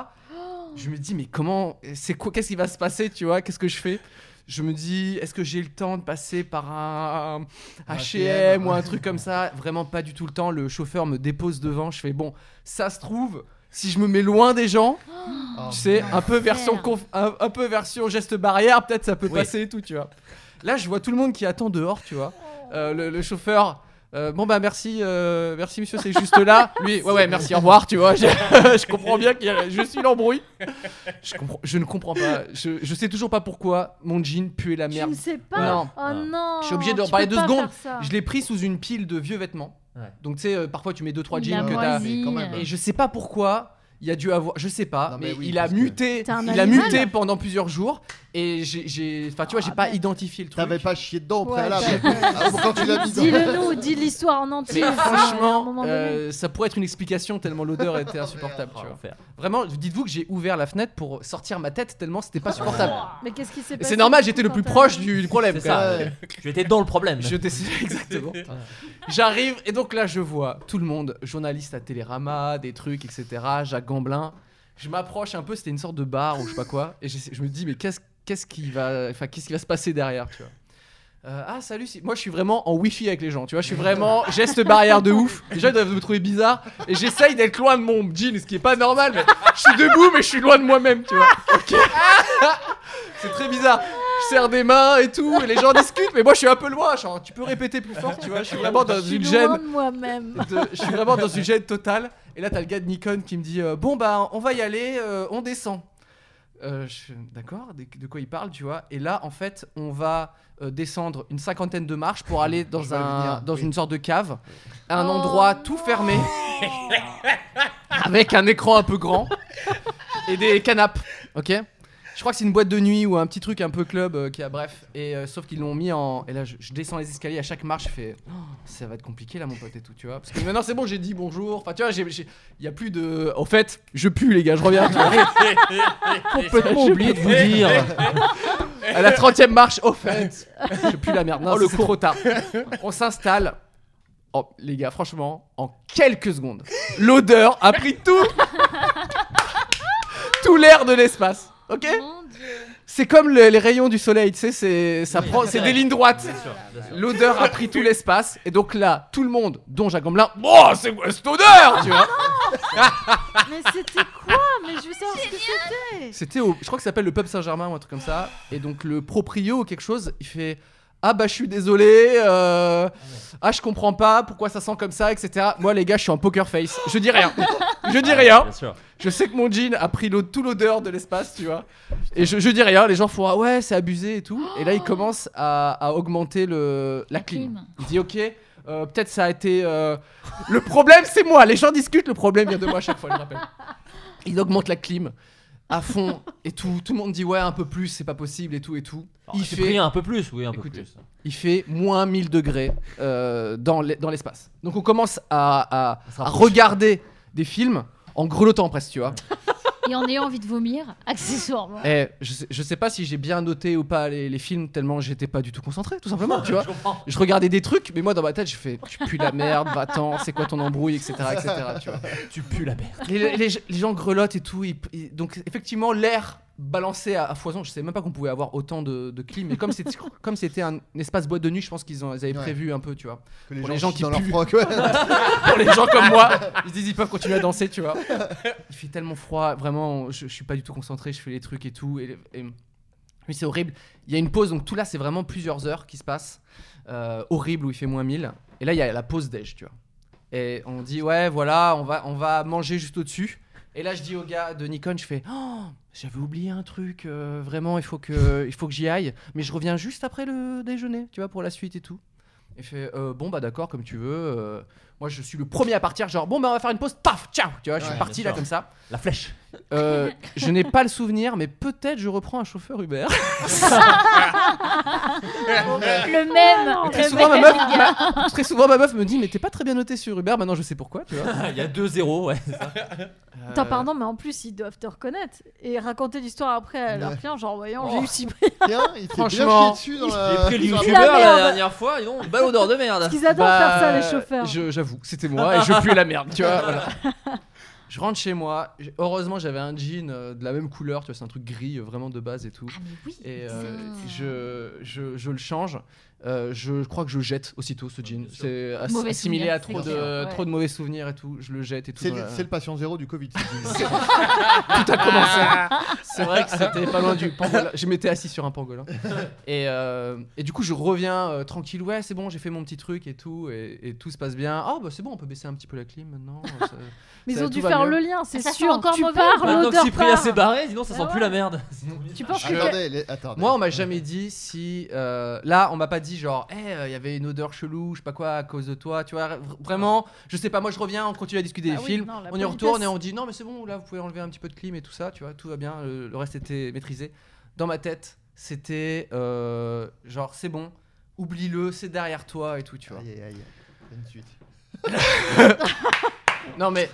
Je me dis, mais comment, c'est quoi, qu'est-ce qui va se passer, tu vois, qu'est-ce que je fais Je me dis, est-ce que j'ai le temps de passer par un
Un
HM
HM,
ou un truc comme ça Vraiment pas du tout le temps. Le chauffeur me dépose devant. Je fais, bon, ça se trouve, si je me mets loin des gens,
Ah,
tu sais, un peu version
Faire.
conf- un, un peu version geste barrière, peut-être ça peut
Oui.
passer et tout, tu vois. Là, je vois tout le monde qui attend dehors, tu vois. Euh, le, le chauffeur. euh, bon bah merci, euh, merci monsieur, c'est juste là. Lui, ouais ouais, merci, au revoir, tu vois. Je, je comprends bien qu'il y a- je suis l'embrouille. Je, comprends- je ne comprends pas. Je, je sais toujours pas pourquoi mon jean puait la
Tu
merde. Ah.
ne sais pas
Non.
Oh non
Je suis obligé
tu
d'en parler
peux
deux
pas
secondes.
faire ça.
Je l'ai pris sous une pile de vieux vêtements.
Ouais.
Donc tu sais, euh, parfois tu mets deux trois
Il
jeans
a
que t'as.
moisi.
mais quand même.
Et je sais pas pourquoi, il a dû avoir, je sais pas,
Non, mais
mais,
oui,
il a
parce que-
muté,
T'es un
il a
animal. Ah,
muté pendant plusieurs jours et j'ai- j'ai, enfin tu vois, j'ai pas
ben.
identifié le truc.
T'avais pas chié dedans au
Ouais,
préalable.
t'avais-
Ah, bon, quand tu l'as mis dans-
Dis-le nous, dis l'histoire en entier.
Mais
à un
franchement,
moment donné.
euh, ça pourrait être une explication tellement l'odeur était
Ah,
insupportable. tu vois.
Enfer.
Vraiment, dites-vous que j'ai ouvert la fenêtre pour sortir ma tête tellement c'était
Ah,
pas supportable.
Mais qu'est-ce qui s'est
Et
passé
C'est normal, j'étais le plus
quand t'as-
proche du, du problème.
C'est
quand même.
ça.
Ouais.
Tu étais dans le problème.
Eh ben, Je décide exactement. J'arrive et donc là je vois tout le monde, journaliste à Télérama, des trucs, etc. Jacques Gamblin. Je m'approche un peu, c'était une sorte de bar ou je sais pas quoi. Et j'essa- je me dis mais qu'est-ce qu'est-ce qui va, enfin qu'est-ce qui va se passer derrière, tu vois. Euh, ah salut, si- moi je suis vraiment en wifi avec les gens, tu vois, je suis vraiment geste barrière de ouf. Déjà ils doivent me trouver bizarre et j'essaye d'être loin de mon jean, ce qui est pas normal. Mais je suis debout mais je suis loin de moi-même, tu vois. Ok. C'est très bizarre. Je serre des mains et tout, et les gens discutent, mais moi je suis un peu loin. Genre, tu peux répéter plus fort, tu vois. Je suis vraiment dans
Je suis
une
loin
gêne.
de moi-même.
de- je suis vraiment dans une gêne totale. Et là, t'as le gars de Nikon qui me dit euh, Bon, bah, on va y aller, euh, on descend. Euh, je fais, D'accord, de, de quoi il parle, tu vois. Et là, en fait, on va euh, descendre une cinquantaine de marches pour aller
Je
dans,
vois le
un,
venir,
dans
oui.
une sorte de cave, à un
Oh
endroit tout fermé, avec un écran un peu grand et des canapes, ok Je crois que c'est une boîte de nuit ou un petit truc un peu club euh, qui a bref. Et euh, sauf qu'ils l'ont mis en. Et là, je, je descends les escaliers à chaque marche. Je fais. Oh, ça va être compliqué là, mon pote et tout, tu vois. Parce que maintenant, c'est bon, j'ai dit bonjour. Enfin, tu vois, j'ai- j'ai- il y a plus de. Au fait, je pue, les gars, je reviens. tu vois.
Complètement oublié de vous dire.
à la 30 e marche, au fait, je pue la merde. Non, c'est trop tard. On s'installe. Oh, les gars, franchement, en quelques secondes, l'odeur a pris tout. tout l'air de l'espace. Ok C'est comme le- les rayons du soleil, tu sais, c'est ça prend, c'est des lignes droites. L'odeur a pris tout l'espace et donc là, tout le monde, dont Jacques Gamblin, oh, c'est quoi cette odeur, tu vois
Mais c'était quoi Mais je veux savoir ce que c'était.
C'était au, je crois que ça s'appelle le pub Saint-Germain ou un truc comme ça. Et donc le proprio ou quelque chose, il fait ah bah je suis désolé, euh, ah je comprends pas pourquoi ça sent comme ça, etc. Moi les gars, je suis en poker face, je dis rien, je dis rien. Je sais que mon jean a pris l'eau- tout l'odeur de l'espace, tu vois. Et je, je dis rien, les gens font ah ouais c'est abusé et tout. Et là il commence à, à augmenter le Oh. la clim.
clim.
Il dit ok. euh, Peut-être ça a été. euh, Le problème, c'est moi. Les gens discutent. Le problème vient de moi à chaque fois. Je le rappelle. Il augmente la clim à fond et tout. Tout le monde dit ouais, un peu plus, c'est pas possible et tout et tout. il
Oh, c'est pris un peu plus, oui, un peu plus.
Il fait moins 1000 degrés euh, dans l'e- dans l'espace. Donc on commence à, à- à regarder des films en grelottant presque, tu vois.
Et en ayant envie de vomir, accessoirement.
Eh, je, sais, je sais pas si j'ai bien noté ou pas les, les films tellement j'étais pas du tout concentré, tout simplement, tu vois.
Je comprends.
Je regardais des trucs, mais moi dans ma tête, je fais tu pues la merde, va-t'en, c'est quoi ton embrouille, etc., etc. Tu vois.
Tu pues la merde.
Les, les- les gens grelottent et tout. ils- ils- donc, effectivement, l'air balancé à, à foison. Je sais même pas qu'on pouvait avoir autant de, de clim. Mais comme c'était, comme c'était un espace boîte de nuit, je pense qu'ils ont- ils avaient
Ouais.
prévu un peu, tu vois.
Que les
pour
gens
les gens
chient
qui
dans leur
puent.
froc, ouais.
pour les gens comme moi, ils se disent ils peuvent continuer à danser, tu vois. Il fait tellement froid, vraiment, je, je suis pas du tout concentré. Je fais les trucs et tout. Et, et- oui, c'est horrible. Il y a une pause, donc tout là, c'est vraiment plusieurs heures qui se passent. euh, horrible où il fait moins 1000. Et là, il y a la pause déj, tu vois. Et on dit, ouais, voilà, on va, on va manger juste au-dessus. Et là, je dis au gars de Nikon, je fais, oh, j'avais oublié un truc, euh, vraiment, il faut que, il faut que j'y aille. Mais je reviens juste après le déjeuner, tu vois, pour la suite et tout. Et il fait, Euh, bon, bah d'accord, comme tu veux. euh, moi, je suis le premier à partir, genre, bon, bah on va faire une pause, paf, ciao, tu vois, je suis
Ouais,
parti
bien
là
sûr.
comme ça.
La flèche.
Euh, je n'ai pas le souvenir, mais peut-être je reprends un chauffeur Uber.
le même.
très,
le
souvent, ma
même,
meuf,
les gars.
ma- très souvent, ma meuf me dit Mais t'es pas très bien noté sur Uber, maintenant je sais pourquoi, tu vois.
Il y a 2-0, ouais, c'est ça.
Euh,
Attends, pardon, mais en plus, ils doivent te reconnaître et raconter l'histoire après à leurs
Ouais.
clients, genre, voyons,
Oh.
j'ai eu si bien.
Tiens, il fait bien chier
Franchement,
dessus dans
J'ai
la.
pris le
Ils ont
youtubeur
la
la
merde.
dernière fois, ils ont une belle odeur de merde.
Parce qu'ils adorent faire ça, les
Bah,
chauffeurs.
je- J'avoue, c'était moi et je puais la merde, tu vois. voilà. Je rentre chez moi. j'ai- Heureusement, j'avais un jean euh, de la même couleur, tu vois, c'est un truc gris euh, vraiment de base et tout.
Ah, mais oui.
Et
c'est-
euh, je, je, je le change. Euh, je crois que je jette aussitôt ce jean. C'est ass-
Mauvais
assimilé
souvenir,
à trop
c'est
de,
clair, ouais.
trop de mauvais souvenirs et tout. Je le jette et tout.
C'est
dans
le,
la-
c'est le patient zéro du Covid. c'est dit.
tout a commencé. C'est vrai que c'était pas loin du pangolin. Je m'étais assis sur un pangolin. Et, euh, et du coup, je reviens euh, tranquille. Ouais, c'est bon, j'ai fait mon petit truc et tout. Et, et tout se passe bien. Ah, bah c'est bon, on peut baisser un petit peu la clim maintenant. euh, ça-
mais ils
ça-
ont
tout
dû
va
faire
mieux.
le lien, c'est
Ça sent
sûr.
encore
tu
mauvais.
pars,
Maintenant que
l'odeur
Cyprien
part.
s'est barré, sinon
Eh
ça sent
Ah
plus
ouais.
la merde.
Tu penses que...
Attendez, les- attendez.
Moi, on m'a jamais dit si. euh, là, on m'a pas dit genre, Eh, euh, il y avait une odeur chelou, je sais pas quoi, à cause de toi. Tu vois, r- vraiment, je sais pas, moi je reviens, on continue à discuter
Bah
des
oui,
films.
non, la
on y retourne
politesse.
et on dit, non, mais c'est bon, là, vous pouvez enlever un petit peu de clim et tout ça, tu vois, tout va bien, le, le reste était maîtrisé. Dans ma tête, c'était euh, genre, c'est bon, oublie-le, c'est derrière toi et tout, tu vois.
Aïe, aïe, aïe. Bonne suite.
Non, mais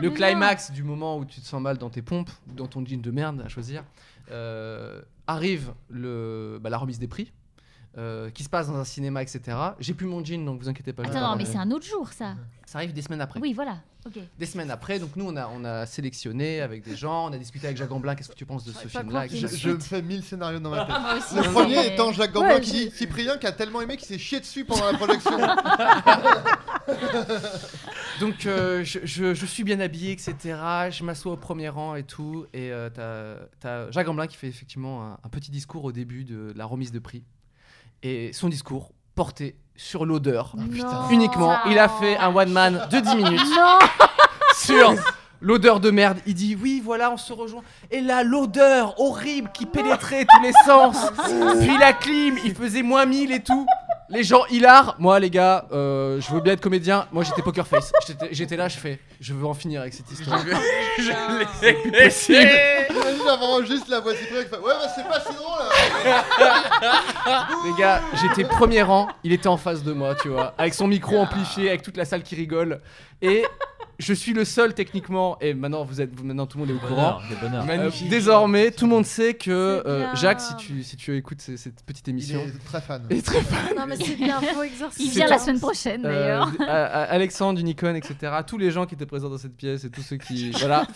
le
Mais
climax du moment où tu te sens mal dans tes pompes, ou dans ton jean de merde à choisir, euh, arrive le, bah, la remise des prix. euh, qui se passe dans un cinéma, etc. J'ai plus mon jean, donc vous inquiétez pas. je vais
Attends,
pas
non, mais
ramener.
c'est un autre jour, ça.
Ça arrive des semaines après.
Oui, voilà. Ok.
Des semaines après, donc nous on a, on a sélectionné avec des gens, on a discuté avec Jacques Gamblin, qu'est-ce que tu penses de ce
J'aurais pas
film-là
compris.
etc.
Je, je me fais mille scénarios dans ma tête.
Moi aussi.
Le
c'est-
premier étant Jacques Gamblin
Ouais,
qui
j'ai-
dit Cyprien qui a tellement aimé qu'il s'est chié dessus pendant la production.
Donc euh, je, je- je suis bien habillé, etc. Je m'assois au premier rang et tout. Et euh, t'as- t'as Jacques Gamblin qui fait effectivement un, un petit discours au début de, la remise de prix. Et son discours porté sur l'odeur.
Non.
Uniquement, il a fait un one man de 10 minutes sur l'odeur de merde. Il dit oui, voilà, on se rejoint. Et là, l'odeur horrible qui pénétrait tous les sens. Puis la clim, il faisait moins 1000 et tout. Les gens hilar, moi les gars, euh, je veux bien être comédien. Moi j'étais poker face. J'étais- J'étais là, je fais, je veux en finir avec cette histoire.
Je l'ai
C'est
J'avais vraiment juste la voix de Cyprien qui fait Ouais, bah c'est pas si drôle là
Les gars, j'étais premier rang, il était en face de moi, tu vois, avec son micro amplifié, avec toute la salle qui rigole. Et je suis le seul techniquement, et maintenant vous êtes, maintenant tout le monde est au
bonheurs,
courant.
des bonheurs.
Euh,
Magnifique.
désormais, tout le monde sait que euh,
bien.
Jacques, si tu, si tu écoutes ces- cette petite émission,
est très fan.
est très fan.
Non, mais c'est bien, faut exorciser.
Il vient la semaine prochaine
Euh,
d'ailleurs.
d- à- à- Alexandre, Unicorn, etc. Tous les gens qui étaient présents dans cette pièce et tous ceux qui. Voilà.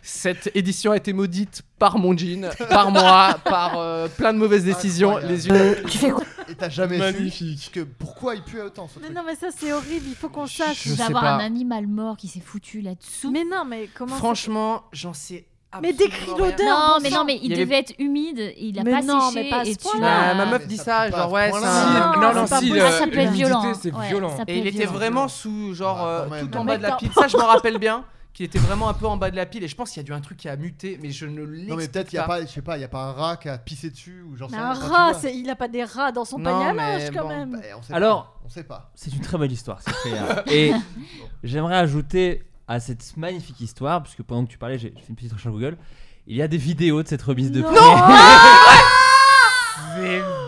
Cette édition a été maudite par mon jean, par moi, par euh, plein de mauvaises décisions.
Incroyable.
Les unes.
Tu fais quoi
Et t'as jamais
Magnifique.
su ce que, pourquoi il pue autant ce
Mais
truc.
non, mais ça c'est horrible, il faut qu'on sache.
Je sais
D'avoir
pas.
un animal mort qui s'est foutu là-dessous.
Mais non, mais comment. ça-
Franchement, j'en sais.
Mais
absolument
décris
rien.
l'odeur.
Non,
bon
mais
sang.
non, mais il,
Il y avait-
devait être humide et il a
Mais
pas
non,
séché
mais pas à ce
et tu
point-là.
Bah,
Ah.
l'as-
ma meuf
Mais
dit
ça
ça,
peut pas
genre
à ce
ouais,
point-là.
ça-
Non,
non, non,
c'est pas
si,
possible.
le-
Ça peut être
l'humidité,
violent.
c'est
Ouais,
violent.
ça peut
euh, Et il
être
était
violent.
vraiment sous, genre,
Ah,
euh,
quand même.
tout en
Mais
bas de la
t'as-
pile. Ça, je m'en rappelle bien, qu'il était vraiment un peu en bas de la pile. Et je pense qu'il y a dû un truc qui a muté, mais je ne l'explique
Non, mais peut-être, y a pas, je sais pas, y a pas un rat qui a pissé dessus ou genre
Mais
ça.
un rat, c'est- il a pas des rats dans son
Non,
panier à
mais
linge quand
bon, bah,
même.
Alors-
Eh bah, On sait pas.
C'est une très belle histoire, c'est très bien. Et j'aimerais ajouter à cette magnifique histoire, puisque pendant que tu parlais, j'ai j'ai fait une petite recherche Google. Il y a des vidéos de cette remise de
Non.
prix.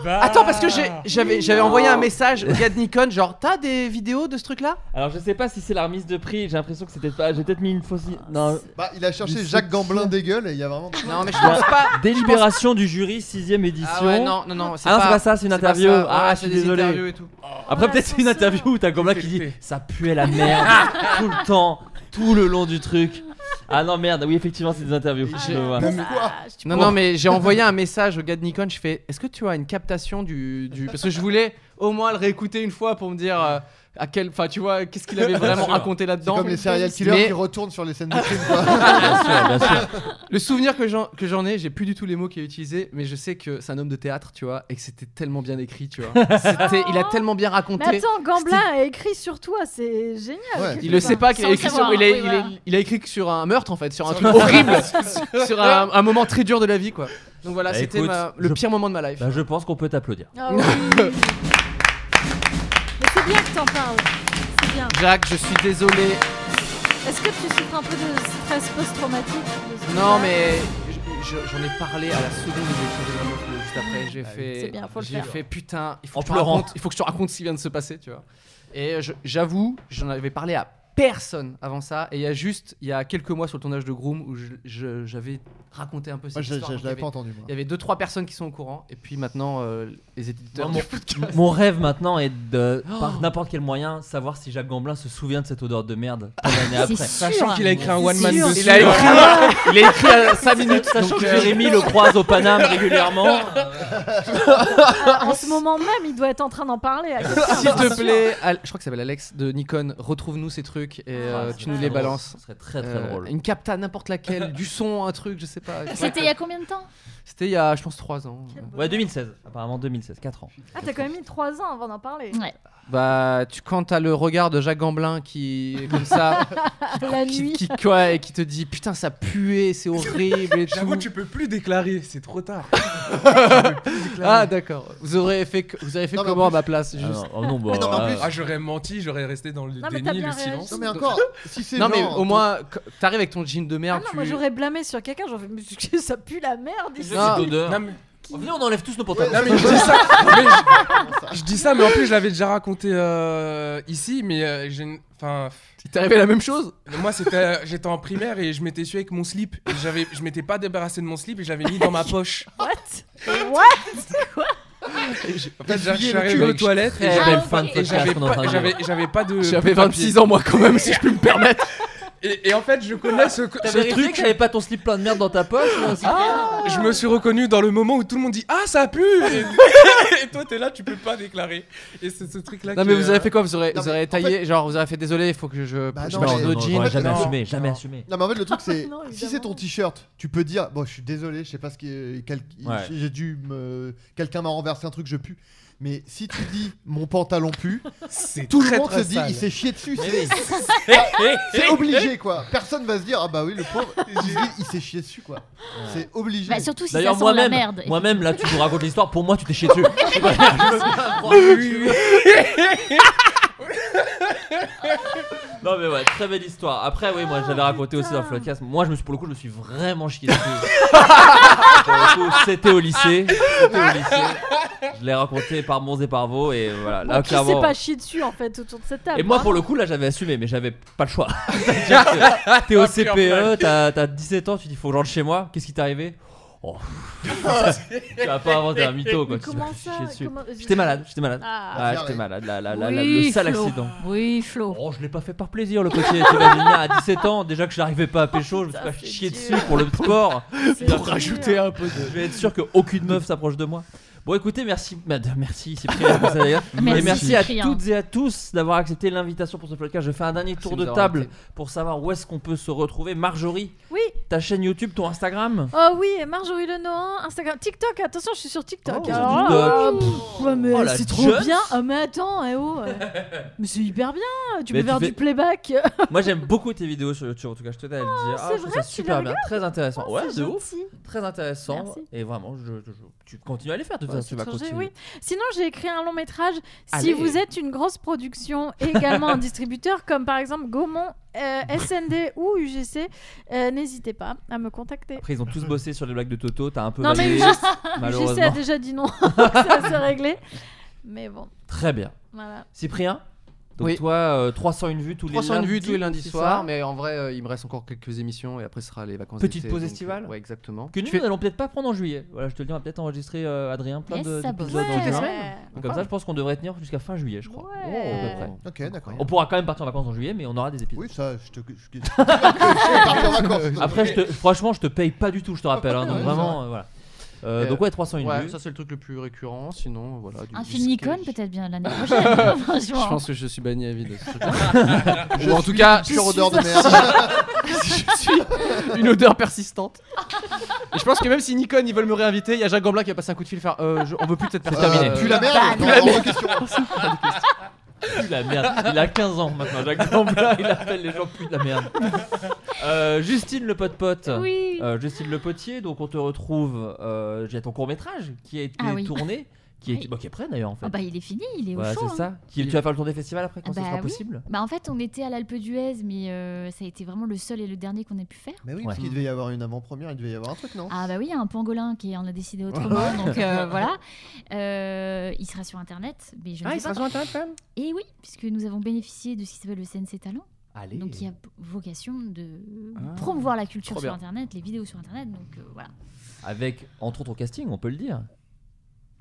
Attends, parce que j'ai-
Ah.
j'avais j'avais envoyé un message au gars de Nikon, genre, t'as des vidéos de ce truc-là
Alors je sais pas si c'est la remise de prix, j'ai l'impression que c'était pas. J'ai peut-être mis une fausse.
Ah,
Non.
Bah, il a cherché
Mais
Jacques
c'est
Gamblin des gueules et il y a vraiment.
Non, mais je pense pas.
Délibération du jury, 6 édition.
Ah ouais, non, non, non, c'est
Ah non,
pas,
c'est pas ça, c'est une
pas
interview.
ça.
Ah,
Ouais,
je suis
c'est des
désolé.
interviews et tout.
Après,
Oh,
peut-être c'est une
l'ascenseur.
interview où t'as Gomla qui dit ça puait la merde tout le temps, tout le long du truc. Ah non, merde, oui, effectivement, c'est des interviews. Je vois.
Ah, tu-
Non,
Bon.
non, mais j'ai envoyé un message au gars de Nikon. Je fais Est-ce que tu as une captation du, du- Parce que je voulais au moins le réécouter une fois pour me dire euh, à quel. Enfin, tu vois, qu'est-ce qu'il avait vraiment raconté
C'est
là-dedans.
comme les serial killers
Mais-
qui retournent sur les scènes de crime, quoi.
Bien sûr, bien sûr.
Le souvenir que j'en, que j'en ai, j'ai plus du tout les mots qu'il a utilisés, mais je sais que c'est un homme de théâtre, tu vois, et que c'était tellement bien écrit, tu vois. C'était- il a tellement bien raconté.
Mais attends, Gamblin a écrit sur toi, c'est génial.
Ouais.
quelque
il le
part.
sait pas qu'il a
Sans
écrit
savoir,
sur, il a,
oui,
il a-
voilà.
il a écrit que sur un meurtre en fait, sur un truc horrible, sur un, un moment très dur de la vie quoi. Donc voilà,
Bah,
c'était
écoute,
ma- le
je-
pire moment de ma life.
Bah, je pense qu'on peut t'applaudir.
Ah oui. Mais c'est bien que t'en parles. C'est bien.
Jacques, je suis désolé.
Est-ce que tu souffres un peu de stress post-traumatique de ce
Non
truc-là
mais je- je- j'en ai parlé à la seconde où j'ai changé ma meuf le- juste après. J'ai fait,
Ah C'est bien, faut le
j'ai
faire.
fait putain, il faut,
En
que je te
pleurant.
raconte, il faut que je te raconte ce qui vient de se passer, tu vois. Et je- j'avoue, j'en avais parlé à personne avant ça. Et il y a juste, il y a quelques mois sur le tournage de Groom où je- je- j'avais raconté un peu cette
Moi, je, je-
histoire.
je
donc il y
l'avais
avait-
pas entendu, moi.
Il y avait deux trois personnes qui sont au courant et puis maintenant euh, les éditeurs
Moi,
du podcast.
Mon rêve maintenant est de, par n'importe quel moyen, savoir si Jacques Gamblin se souvient de cette odeur de merde tant d'années après.
hein. C'est
Sachant
sûr.
qu'il a écrit un one man
sûr.
dessus.
Il a écrit, il a écrit à 5 minutes.
Sachant
donc,
que
euh,
Jérémy le croise au Paname régulièrement.
Ah, en ce moment même, il doit être en train d'en parler. Ah, à quelqu'un.
S'il te plaît, Al- je crois que ça s'appelle Alex de Nikon, retrouve-nous ces trucs et euh,
Ah, ce
tu
serait
nous
très
les
drôle.
balances.
Ce serait très très
Euh,
drôle.
Une capta, n'importe laquelle, du son, un truc, je sais pas.
C'était il y a combien de temps
C'était il y a, je pense, 3 ans.
Ouais, 2016. Apparemment 2016, 4 ans.
Ah, t'as quand même mis 3 ans avant d'en parler.
Ouais.
Bah, tu, quand t'as le regard de Jacques Gamblin qui est comme ça,
Ah, La
qui,
nuit.
qui, quoi, et qui te dit putain, ça puait, c'est horrible et
J'avoue,
tout.
tu peux plus déclarer, c'est trop tard.
Ah, d'accord. Vous aurez fait, que- vous avez fait
Non, mais en
comment à
plus-
ma place juste
Ah, oh non, bah,
non, mais en
ouais.
plus-
Ah, j'aurais menti, j'aurais resté dans le
Non, mais t'as
déni,
bien
le
réagi.
silence.
Non, mais encore, si c'est
Non,
genre
mais au
ton-
moins, qu- t'arrives avec ton jean de
Ah
merde.
non, moi
tu-
j'aurais blamé sur quelqu'un, j'aurais fait mais que ça pue la merde ici.
Non.
Cette odeur.
Non, mais,
Venez, on enlève tous nos pantalons.
non, mais je dis ça. mais je- je, dis ça, mais en plus, je l'avais déjà raconté euh, ici, mais euh, j'ai une- Enfin,
Il t'est arrivé la même chose
Moi, c'était, j'étais en primaire et je m'étais su avec mon slip. Et J'avais, je m'étais pas débarrassé de mon slip et je l'avais mis dans ma poche.
What
Et j'ai- en
T'as
fait, j'ai- je
douillé
suis
le
arrivé
cul.
aux toilettes et,
Très
j'avais-
Eh, belle fin de
et
podcast
j'avais,
qu'on est en train
pas,
de
j'avais,
vivre.
j'avais pas de.
J'avais
de papier.
26 ans, moi, quand même, si je peux me permettre.
Et, et en fait, je connais ce,
T'as
ce
vérifié
truc. Ah,
que j'avais pas ton slip plein de merde dans ta poche là, c'est-
Je me suis reconnu dans le moment où tout le monde dit Ah, ça pue Et, et toi, t'es là, tu peux pas déclarer. Et c'est ce truc-là.
Non,
qui
mais
est,
vous avez fait
euh,
quoi Vous aurez,
Non,
vous
mais
aurez
en
taillé, genre, vous avez fait désolé, il faut que je.
Bah
je
non,
passe
mais-
Non,
un
non,
autre
non,
jean.
j'aurais jamais
Non.
assumé, jamais assumé.
Non, mais en fait, le truc, c'est.
Non,
si c'est ton
évidemment.
t-shirt, tu peux dire Bon, je suis désolé, je sais pas ce qui. est- quel-
Ouais.
J'ai dû me. Quelqu'un m'a renversé un truc, je pue. Mais si tu dis Mon pantalon pue,
c'est
tout
très,
le monde
très
se dit
sale.
Il s'est chié dessus.
Mais
C'est
oui. Eh, eh,
c'est
eh.
obligé, quoi. Personne va se dire Ah bah oui, le pauvre, il, se dit, il s'est chié dessus, quoi. C'est obligé.
Bah, Surtout si ça
D'ailleurs,
sent la
moi-même,
merde.
moi-même, là, tu nous racontes l'histoire. Pour moi, tu t'es chié dessus. Je peux pas dire, je peux pas croire. Non mais ouais, très belle histoire. Après oui, moi
Oh,
j'avais raconté aussi dans le podcast. Moi je me suis pour le coup, je me suis vraiment chié dessus. Pour le coup, c'était au lycée, c'était au lycée. Je l'ai raconté par Mons et par Vaux et voilà, là
Bon, qui s'est
clairement.
pas chié dessus en fait autour de cette table
Et moi
hein.
pour le coup là j'avais assumé mais j'avais pas le choix. C'est-à-dire que T'es au
Ah,
CPE,
pure blague.
t'as t'as 17 ans, tu dis faut que je rentre chez moi, qu'est-ce qui t'est arrivé Oh, tu vas pas inventer un mytho quoi.
Mais
tu t'es
comment
fait
ça
chier dessus.
Comment-
J'étais malade, j'étais malade.
Ah.
Ah, j'étais malade, là, là, là, là,
Oui,
le sale
Flo.
accident.
Oui, Flo.
Oh, je l'ai pas fait par plaisir le côté, t'imagines bien, à 17 ans, déjà que j'arrivais pas à pécho, je me suis pas chié dessus pour le sport.
C'est Pour dur. rajouter un peu de-
Je vais être sûr qu'aucune meuf s'approche de moi. Bon, écoutez, merci, madame, merci, Cyprien, pour ça, d'ailleurs.
Merci,
et merci à
Cyprien.
toutes et à tous d'avoir accepté l'invitation pour ce podcast. Je fais un dernier tour
de
de
nous avoir
table pour savoir où est-ce qu'on peut se retrouver. Marjorie,
Oui.
ta chaîne YouTube, ton Instagram
Oh oui, et Marjorie Le Nohain, Instagram, TikTok, attention, je suis sur TikTok.
sur
Alors là,
TikTok.
euh, pff, ouais, mais
Oh, la
c'est trop
jeune.
bien. Ah, mais attends, eh oh, euh, mais c'est hyper bien. euh, Tu
Mais
peux
tu
faire
fais-
du playback.
Moi j'aime beaucoup tes vidéos sur YouTube, en tout cas je tenais à le dire.
Oh, c'est
je trouve
vrai,
ça
tu les
super bien,
regardes
très intéressant.
Oh,
ouais,
c'est
de ouf.
gentil.
Très intéressant.
Merci.
Et vraiment, je, je- je- tu continues à les faire de toute
Ouais,
façon, tu
c'est
vas
trop joli,
continuer.
oui. Sinon, j'ai écrit un long métrage.
Allez.
Si vous êtes une grosse production et également un distributeur, comme par exemple Gaumont, euh, SND ou UGC, euh, n'hésitez pas à me contacter.
Après, ils ont tous bossé sur les blagues de Toto, t'as un peu
non,
validé,
mais UGC, UGC a
malheureusement.
déjà dit non. Ça s'est réglé. Mais bon.
Très bien.
Voilà.
Cyprien, donc
Oui.
toi, euh, 301 vues tous les
300
lundis.
vues tous les lundis
c'est
soirs,
ça
mais en vrai, euh, il me reste encore quelques émissions et après ce sera les vacances
Petite
d'été,
pause
donc,
estivale
euh, Ouais, exactement.
Que hein, nous,
Tu fais-
nous allons peut-être pas prendre en juillet. Voilà, je te le dis, on va peut-être enregistrer euh, Adrien plein
Yes,
de
ça bosse.
d'épisodes en
Ouais.
juin.
Ouais.
Donc Comme ça, je pense qu'on devrait tenir jusqu'à fin juillet, je crois. Oh,
Ouais.
à peu près.
Ok, d'accord.
On pourra quand même partir en vacances en juillet, mais on aura des épisodes.
Oui, ça, je te. je- je- je- je- partir en vacances.
Après, je te- franchement, je te paye pas du tout, je te rappelle. hein, donc
Ouais, c'est
vraiment,
vrai.
euh, voilà. Euh,
Et,
donc ouais, 301
ouais,
vues.
Ça, c'est le truc le plus récurrent. Sinon, voilà. du-
Un
du
film
ski.
icône peut-être bien l'année prochaine. hein,
Je
franchement.
pense que je suis banni à vie de ce truc.
Je
Ou en tout
suis
cas,
pure odeur de merde.
je suis une odeur persistante. Et je pense que même si Nikon ils veulent me réinviter, il y a Jacques Gamblin qui a passé un coup de fil faire euh, je- on veut plus de cette personne.
terminé.
Ah,
Plus la merde,
Bah,
non,
plus la
hors de
merde.
question.
Plus la merde. Il a 15 ans maintenant, Jacques Gamblin. Il appelle les gens plus de la merde. Euh, Justine le pote pote.
Oui.
Euh, Justine le potier. Donc on te retrouve. euh, J'ai ton court métrage qui a été
Ah oui.
tourné, qui est, bah, qui est prêt d'ailleurs en fait.
Ah bah il est fini, il est
Voilà,
au chaud.
c'est ça.
hein.
Qui- tu vas faire le tour des festivals après quand
Ah
ce
bah
sera
oui.
possible.
Bah en fait on était à l'Alpe d'Huez mais euh, ça a été vraiment le seul et le dernier qu'on ait pu faire.
Mais oui, parce qu'il devait y avoir une avant-première, il devait y avoir un truc, non
Ah bah oui, il y a un pangolin qui en a décidé autrement, donc euh, voilà. Euh, il sera sur internet, mais je ne
Ah,
sais
il sera
pas.
sur Internet, quand même
Et oui, puisque nous avons bénéficié de ce qui s'appelle le CNC Talent.
Allez.
Donc il y a vocation de
Ah,
promouvoir la culture
trop
sur
bien.
internet, les vidéos sur internet, donc euh, voilà.
Avec entre autres au casting, on peut le dire.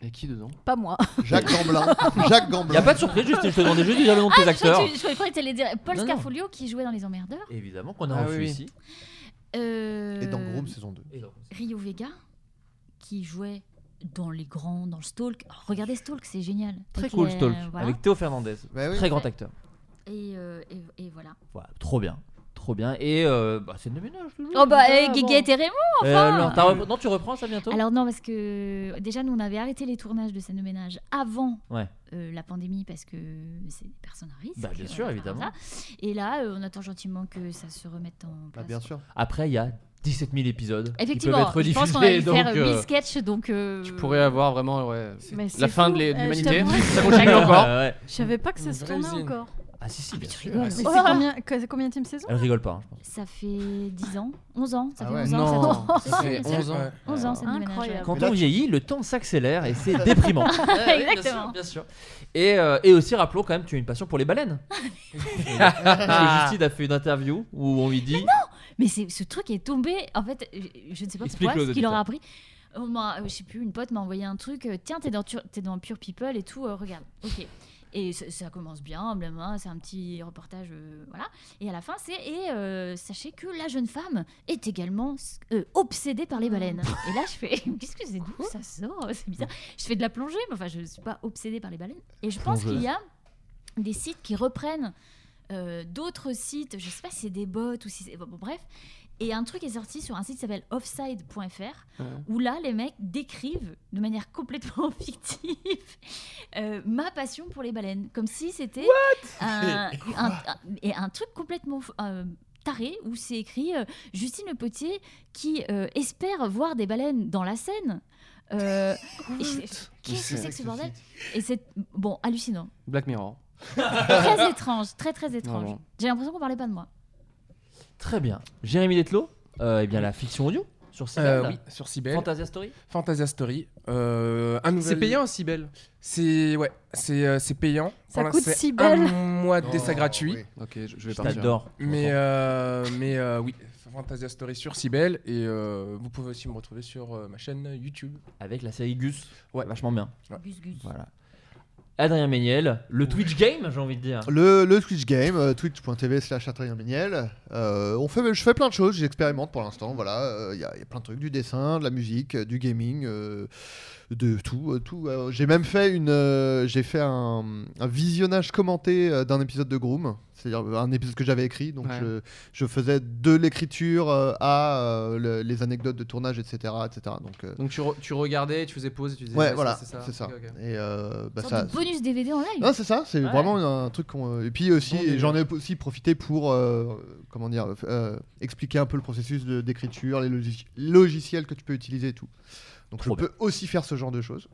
Et qui dedans
Pas moi.
Jacques Gamblin. Jacques Gamblin.
Y a pas de surprise, Justine. Je te demandais juste déjà le nom de tes
Ah, je
acteurs.
croyais que tu- je croyais que t'allais dire Paul
Non, non.
Scarfoglio qui jouait dans Les Emmerdeurs.
Évidemment qu'on a
Ah
reçu
oui, oui.
ici.
Euh,
Et dans Groom saison 2.
Rio Vega qui jouait dans Les Grands, dans le Stalk. Oh, regardez Stalk, c'est génial.
Très
Donc,
cool,
euh,
Stalk.
voilà.
Avec Théo Fernandez.
Bah
Très grand acteur.
Et, euh, et- et voilà.
Voilà, trop bien. Trop bien. Et euh, bah, c'est de ménage toujours.
Oh bah,
comme ça,
eh,
avant.
Guéguette et Raymond, enfin
Euh, non, t'as repris- non, tu reprends ça bientôt
Alors non, parce que déjà, nous, on avait arrêté les tournages de scène de ménage avant
Ouais.
euh, la pandémie parce que c'est des personnes à risque.
Bah, bien
euh,
sûr,
par
évidemment.
ça. Et là, euh, on attend gentiment que ça se remette
Bah,
en place.
Ah, bien sûr.
Après, il y a 17 000 épisodes. Ils
Effectivement,
peuvent être
je pense qu'on
rediffusés,
allait faire
donc,
euh,
euh,
1000 sketchs, donc... euh,
Tu pourrais avoir vraiment ouais,
Mais
la
c'est
fin
fou.
de l'é- de
Euh, je
l'humanité.
t'avouerai.
Ça continue encore.
Ah ouais.
Je savais pas que ça
Une
se
vraie
tournait
usine.
encore.
Ah si, si, bien sûr. Oh.
rigoles.
Et C'est
Oh
Ah.
combien, que- combien de saison
Elle rigole pas, hein, je pense.
Ça fait 10 ans, 11 ans, ça
Ah
fait
ouais.
11
Non,
ans.
ça
si,
fait
bien sûr.
11 ans.
11 ans,
Ouais.
ça nous ménage, ouais.
Quand
Mais là,
on
tu-
vieillit, le temps s'accélère et c'est déprimant.
Exactement.
Bien sûr. Et, euh, et aussi, rappelons quand même, tu as une passion pour les baleines.
Ah,
Parce que Justine a fait une interview où on lui dit.
Mais c'est- ce truc est tombé, en fait, je- je ne sais pas
Explique-le
pourquoi,
aux
ce qu'il
auditeurs.
aura appris. On m'a- euh, je sais plus, une pote m'a envoyé un truc, euh, tiens, t'es dans, Tur- t'es dans Pure People et tout, euh, regarde, ok. Et ça, ça commence bien, blablabla, c'est un petit reportage, euh, voilà. Et à la fin, c'est, et euh, sachez que la jeune femme est également euh, obsédée par les baleines.
Ah.
et là, je fais, qu'est-ce que c'est d'où ça sort C'est bizarre. Je fais de la plongée, mais enfin, je ne suis pas obsédée par les baleines. Et je pense
Plongeuse.
qu'il y a des sites qui reprennent euh, d'autres sites, je sais pas si c'est des bots ou si c'est. bon, bon, bref. Et un truc est sorti sur un site qui s'appelle offside.fr,
Ouais.
où là, les mecs décrivent de manière complètement fictive euh, ma passion pour les baleines. Comme si c'était un, Euh, un- un- et un truc complètement euh, taré, où c'est écrit euh, Justine Le Potier qui euh, espère voir des baleines dans la Seine. Euh, et je- Qu'est-ce que c'est que ce bordel Et c'est bon, hallucinant.
Black Mirror.
très étrange, très très étrange.
Non, non.
J'ai l'impression qu'on parlait pas de moi.
Très bien. Jérémy Detlo, euh, eh bien la fiction audio sur Cybèle.
Euh, oui, sur Cybèle.
Fantasia Story.
Fantasia Story. euh, un nouvel-
C'est payant, Cybèle
C'est ouais, c'est euh, c'est payant.
Ça
Pour
coûte
l'instant,
si
c'est un
belle.
Ah,
mois
Oh,
d'essai gratuit.
oui. Ok, je- je vais
t'adore.
partir.
Mais euh, mais euh, oui, Fantasia Story sur Cybèle et euh, vous pouvez aussi me retrouver sur euh, ma chaîne YouTube
avec la série Gus.
Ouais,
vachement bien.
Gus Gus.
Voilà. Adrien Méniel, le Twitch Game, j'ai envie de dire.
Le, le Twitch Game, euh, twitch.tv slash Adrien Méniel. Euh, on fait, je fais plein de choses, j'expérimente pour l'instant. Voilà, Euh, il y, a- il y a plein de trucs, du dessin, de la musique, euh, du gaming, euh, de tout, euh, tout. Euh, j'ai même fait une, euh, j'ai fait un, un visionnage commenté euh, d'un épisode de Groom, c'est-à-dire euh, un épisode que j'avais écrit. Donc
Ouais.
je, je faisais de l'écriture euh, à euh, le- les anecdotes de tournage, etc., etc. Donc, euh,
Donc tu, re- tu regardais, tu faisais pause et tu disais.
ouais,
ça,
voilà,
ça.
c'est ça.
Ok, ok.
Et euh, bah,
Sorte
ça-
de bonus DVD en live.
non, c'est ça, c'est
Ouais.
vraiment un truc qu'on. euh, Et puis aussi,
Bon délire.
j'en ai aussi profité pour, euh, comment dire, euh, expliquer un peu le processus de- d'écriture, les logi- logiciels que tu peux utiliser et tout. Donc je peux aussi faire ce genre de choses.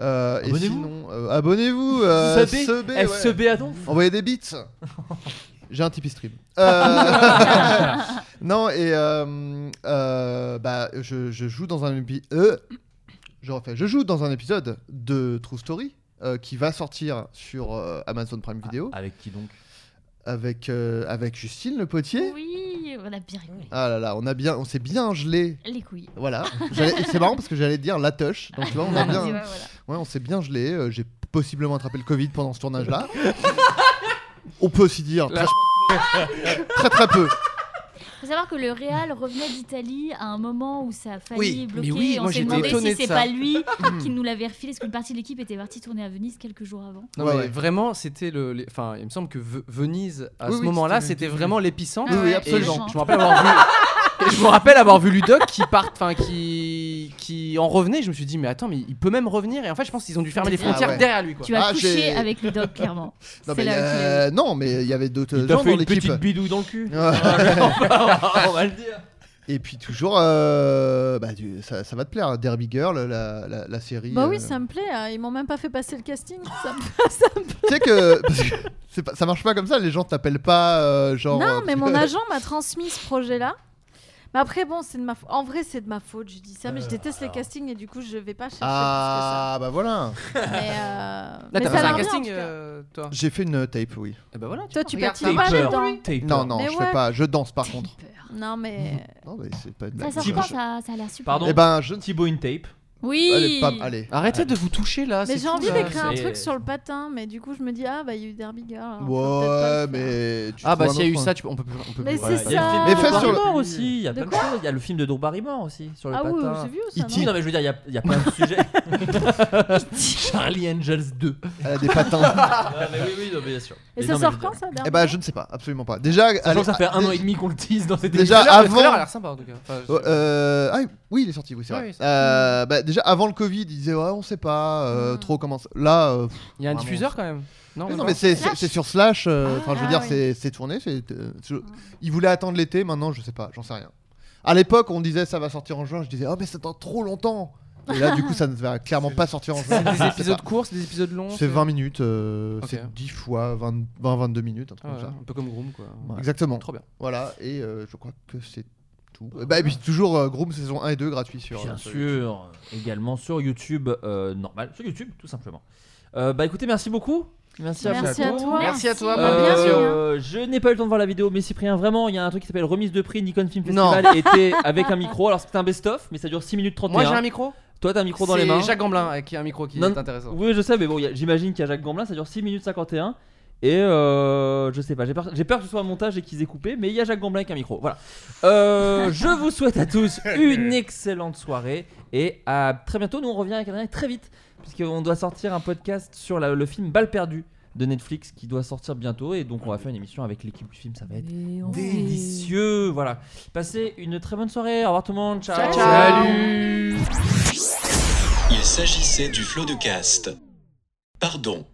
Euh, et
Abonnez-vous.
sinon, euh, abonnez-vous. Euh,
Sebé,
sebé,
eh,
ouais.
sebé à donf.
Envoyez des beats. J'ai un Tipeee stream. Euh, non, et euh, euh, bah, je, je joue dans un épisode. je refais. Je joue dans un épisode de True Story euh, qui va sortir sur euh, Amazon Prime Video.
avec qui donc
avec, euh, avec Justine Le Potier.
Oui, on a bien rigolé.
Ah là là, on, a bien, on s'est bien gelé.
Les couilles.
Voilà. J'allais- et C'est marrant parce que j'allais dire la touche. Donc tu vois, on a
Ouais,
bien.
ouais, voilà.
Ouais, on s'est bien gelé. Euh, J'ai possiblement attrapé le Covid pendant ce tournage-là. on peut aussi dire.
Là,
très- très très peu.
Faut savoir que le Real revenait d'Italie à un moment où ça a failli
Oui,
bloquer.
mais oui,
et on
moi,
s'est
j'étais
demandé
étonné
si
de
c'est
ça.
pas lui qui nous l'avait refilé, parce qu'une partie de l'équipe était partie tourner à Venise quelques jours avant.
Non, mais vraiment, c'était le. les- Enfin, il me semble que Ve- Venise, à
Oui,
ce
oui,
moment-là,
c'était
c'était
le-
vraiment l'épicentre.
Ah ouais,
Et
absolument.
Je je me rappelle avoir vu. et Je me rappelle avoir vu Ludoc qui part, enfin qui qui en revenait. Je me suis dit mais attends mais il peut même revenir. Et en fait je pense qu'ils ont dû fermer les
Ah
frontières
ouais.
derrière lui quoi.
Tu as
Ah,
couché
j'ai-
avec le doc, clairement.
Non
C'est
mais,
là
il y
où tu
a-
l'as eu.
non, mais il y avait d'autres
Il t'a
gens
fait
dans
une
l'équipe.
petite bidouille dans le cul.
Ouais.
on va le dire.
Et puis toujours, euh, bah, du- ça, ça va te plaire, Derby Girl, la, la- la série.
Bah
euh,
oui, ça me plaît. hein. Ils m'ont même pas fait passer le casting. Ça me- ça me
Tu sais que, parce que c'est pas- ça marche pas comme ça, les gens t'appellent pas euh, genre.
Non,
euh,
mais mon agent m'a transmis ce projet-là. Mais après, bon, c'est de ma fa- En vrai, c'est de ma faute, je dis ça, mais je déteste les castings et du coup, je vais pas chercher
Euh, Ah bah voilà.
plus que ça. Mais, euh,
Là,
mais
t'as
ça
fait un
m'a bien,
casting,
en tout cas.
euh, toi
J'ai fait une tape, oui.
Eh ben voilà,
Toi,
vois,
tu
regarde,
patines
t'as-
pas dedans.
Non, non,
Mais
je
ouais.
fais pas, je danse par contre.
Non, mais.
Ah,
Non, mais c'est pas une
Ça
blague.
sort quand ça, ça a l'air super.
Pardon.
Eh ben, je ne
Thibaut in tape.
Oui.
Allez, pam, allez.
Arrêtez de vous toucher là.
Mais
c'est
j'ai
tout,
envie
là.
d'écrire un
c'est-
truc sur le patin, mais du coup, je me dis, ah bah, il y a eu Derby Girl. alors, faut peut-être pas
Ouais,
le faire.
mais. tu
Ah bah
trouves un
s'il y a eu
autre point.
ça tu peux- on peut plus. on peut
Mais
plus-
c'est
voilà.
Il y a
ça.
le film
Mais fais
de Drew
sur le-
Barrymore aussi. Il y a
De
plein de
quoi
choses. Il y a le film de Drew Barrymore aussi sur le
Ah oui,
patin. E
j'ai vu
E
ça.
E.T.
non
Non, mais je veux dire, il y a- il y, a plein de sujets. Charlie Angels 2.
Elle a des patins.
Non,
Ah,
mais oui, oui, non, mais bien sûr.
Et
Mais
ça
non, mais
sort
je veux
quand
dire-
ça
eh
Derby
ben,
Girl
je ne sais pas, absolument pas. Déjà,
Sachant
allez,
que ça fait
ah,
un an
dé-
et demi qu'on le tease dans cette
Déjà
Le trailer a
avant.
l'air sympa en tout cas. Enfin, je-
Oh, euh, ah, oui, il est sorti, oui, c'est
Ouais,
vrai.
oui, c'est-
Euh, bah, déjà, avant le Covid, ils disaient, ouais, on sait pas euh, trop comment. ça- Là, euh, pff,
Il y a un
vraiment,
diffuseur quand même. Non,
Mais non,
ou pas
mais c'est,
Slash.
c'est- c'est sur Slash. euh, Enfin, je veux
Ah,
dire,
oui.
c'est, c'est tourné. C'est, euh, je- Ils voulaient attendre l'été. Maintenant, je sais pas. J'en sais rien. À l'époque, on disait ça va sortir en juin. Je disais, oh, mais ça attend trop longtemps. Et là, du coup, ça ne va clairement pas sortir en juin.
C'est
Je sais
des épisodes
pas.
courts, c'est des épisodes longs.
C'est 20 minutes. euh,
Ok.
C'est 10 fois 20, 20, 22 minutes. Un truc
Ah ouais,
comme ça.
Un peu comme Groom quoi.
Exactement.
Trop bien.
Voilà. Et euh, je crois que c'est tout. Euh, Bah, et puis, toujours euh, Groom saison 1 et 2 gratuit sur. euh,
Bien
sur-
sûr, également sur YouTube, euh, normal, sur YouTube tout simplement. Euh, bah écoutez, merci beaucoup. Merci,
Merci
à
à
vous.
toi.
Merci à toi,
Bah,
Marie.
bien
Merci.
sûr.
Euh, je n'ai pas eu le temps de voir la vidéo, mais Cyprien, vraiment, il y a un truc qui s'appelle remise de prix Nikon Film
Non.
Festival était avec un micro. Alors c'était un best-of, mais ça dure 6 minutes 31.
Moi j'ai un Hein. micro.
Toi, t'as un micro dans les
C'est
mains.
Jacques Gamblin euh, qui a un micro qui
Non,
est intéressant.
Oui, je sais, mais bon, il y a- j'imagine qu'il y a Jacques Gamblin, ça dure 6 minutes 51. Et euh, je sais pas, j'ai peur, j'ai peur que ce soit un montage et qu'ils aient coupé, mais il y a Jacques Gamblin avec un micro. Voilà. Euh, je vous souhaite à tous une excellente soirée et à très bientôt. Nous, on revient avec Adrien très vite, puisqu'on doit sortir un podcast sur la- le film Balle perdue de Netflix qui doit sortir bientôt. Et donc, on va faire une émission avec l'équipe du film, ça va être
Mais on-
délicieux. Voilà. Passez une très bonne soirée. Au revoir tout le monde. Ciao.
Salut.
Il s'agissait du flot de caste. Pardon.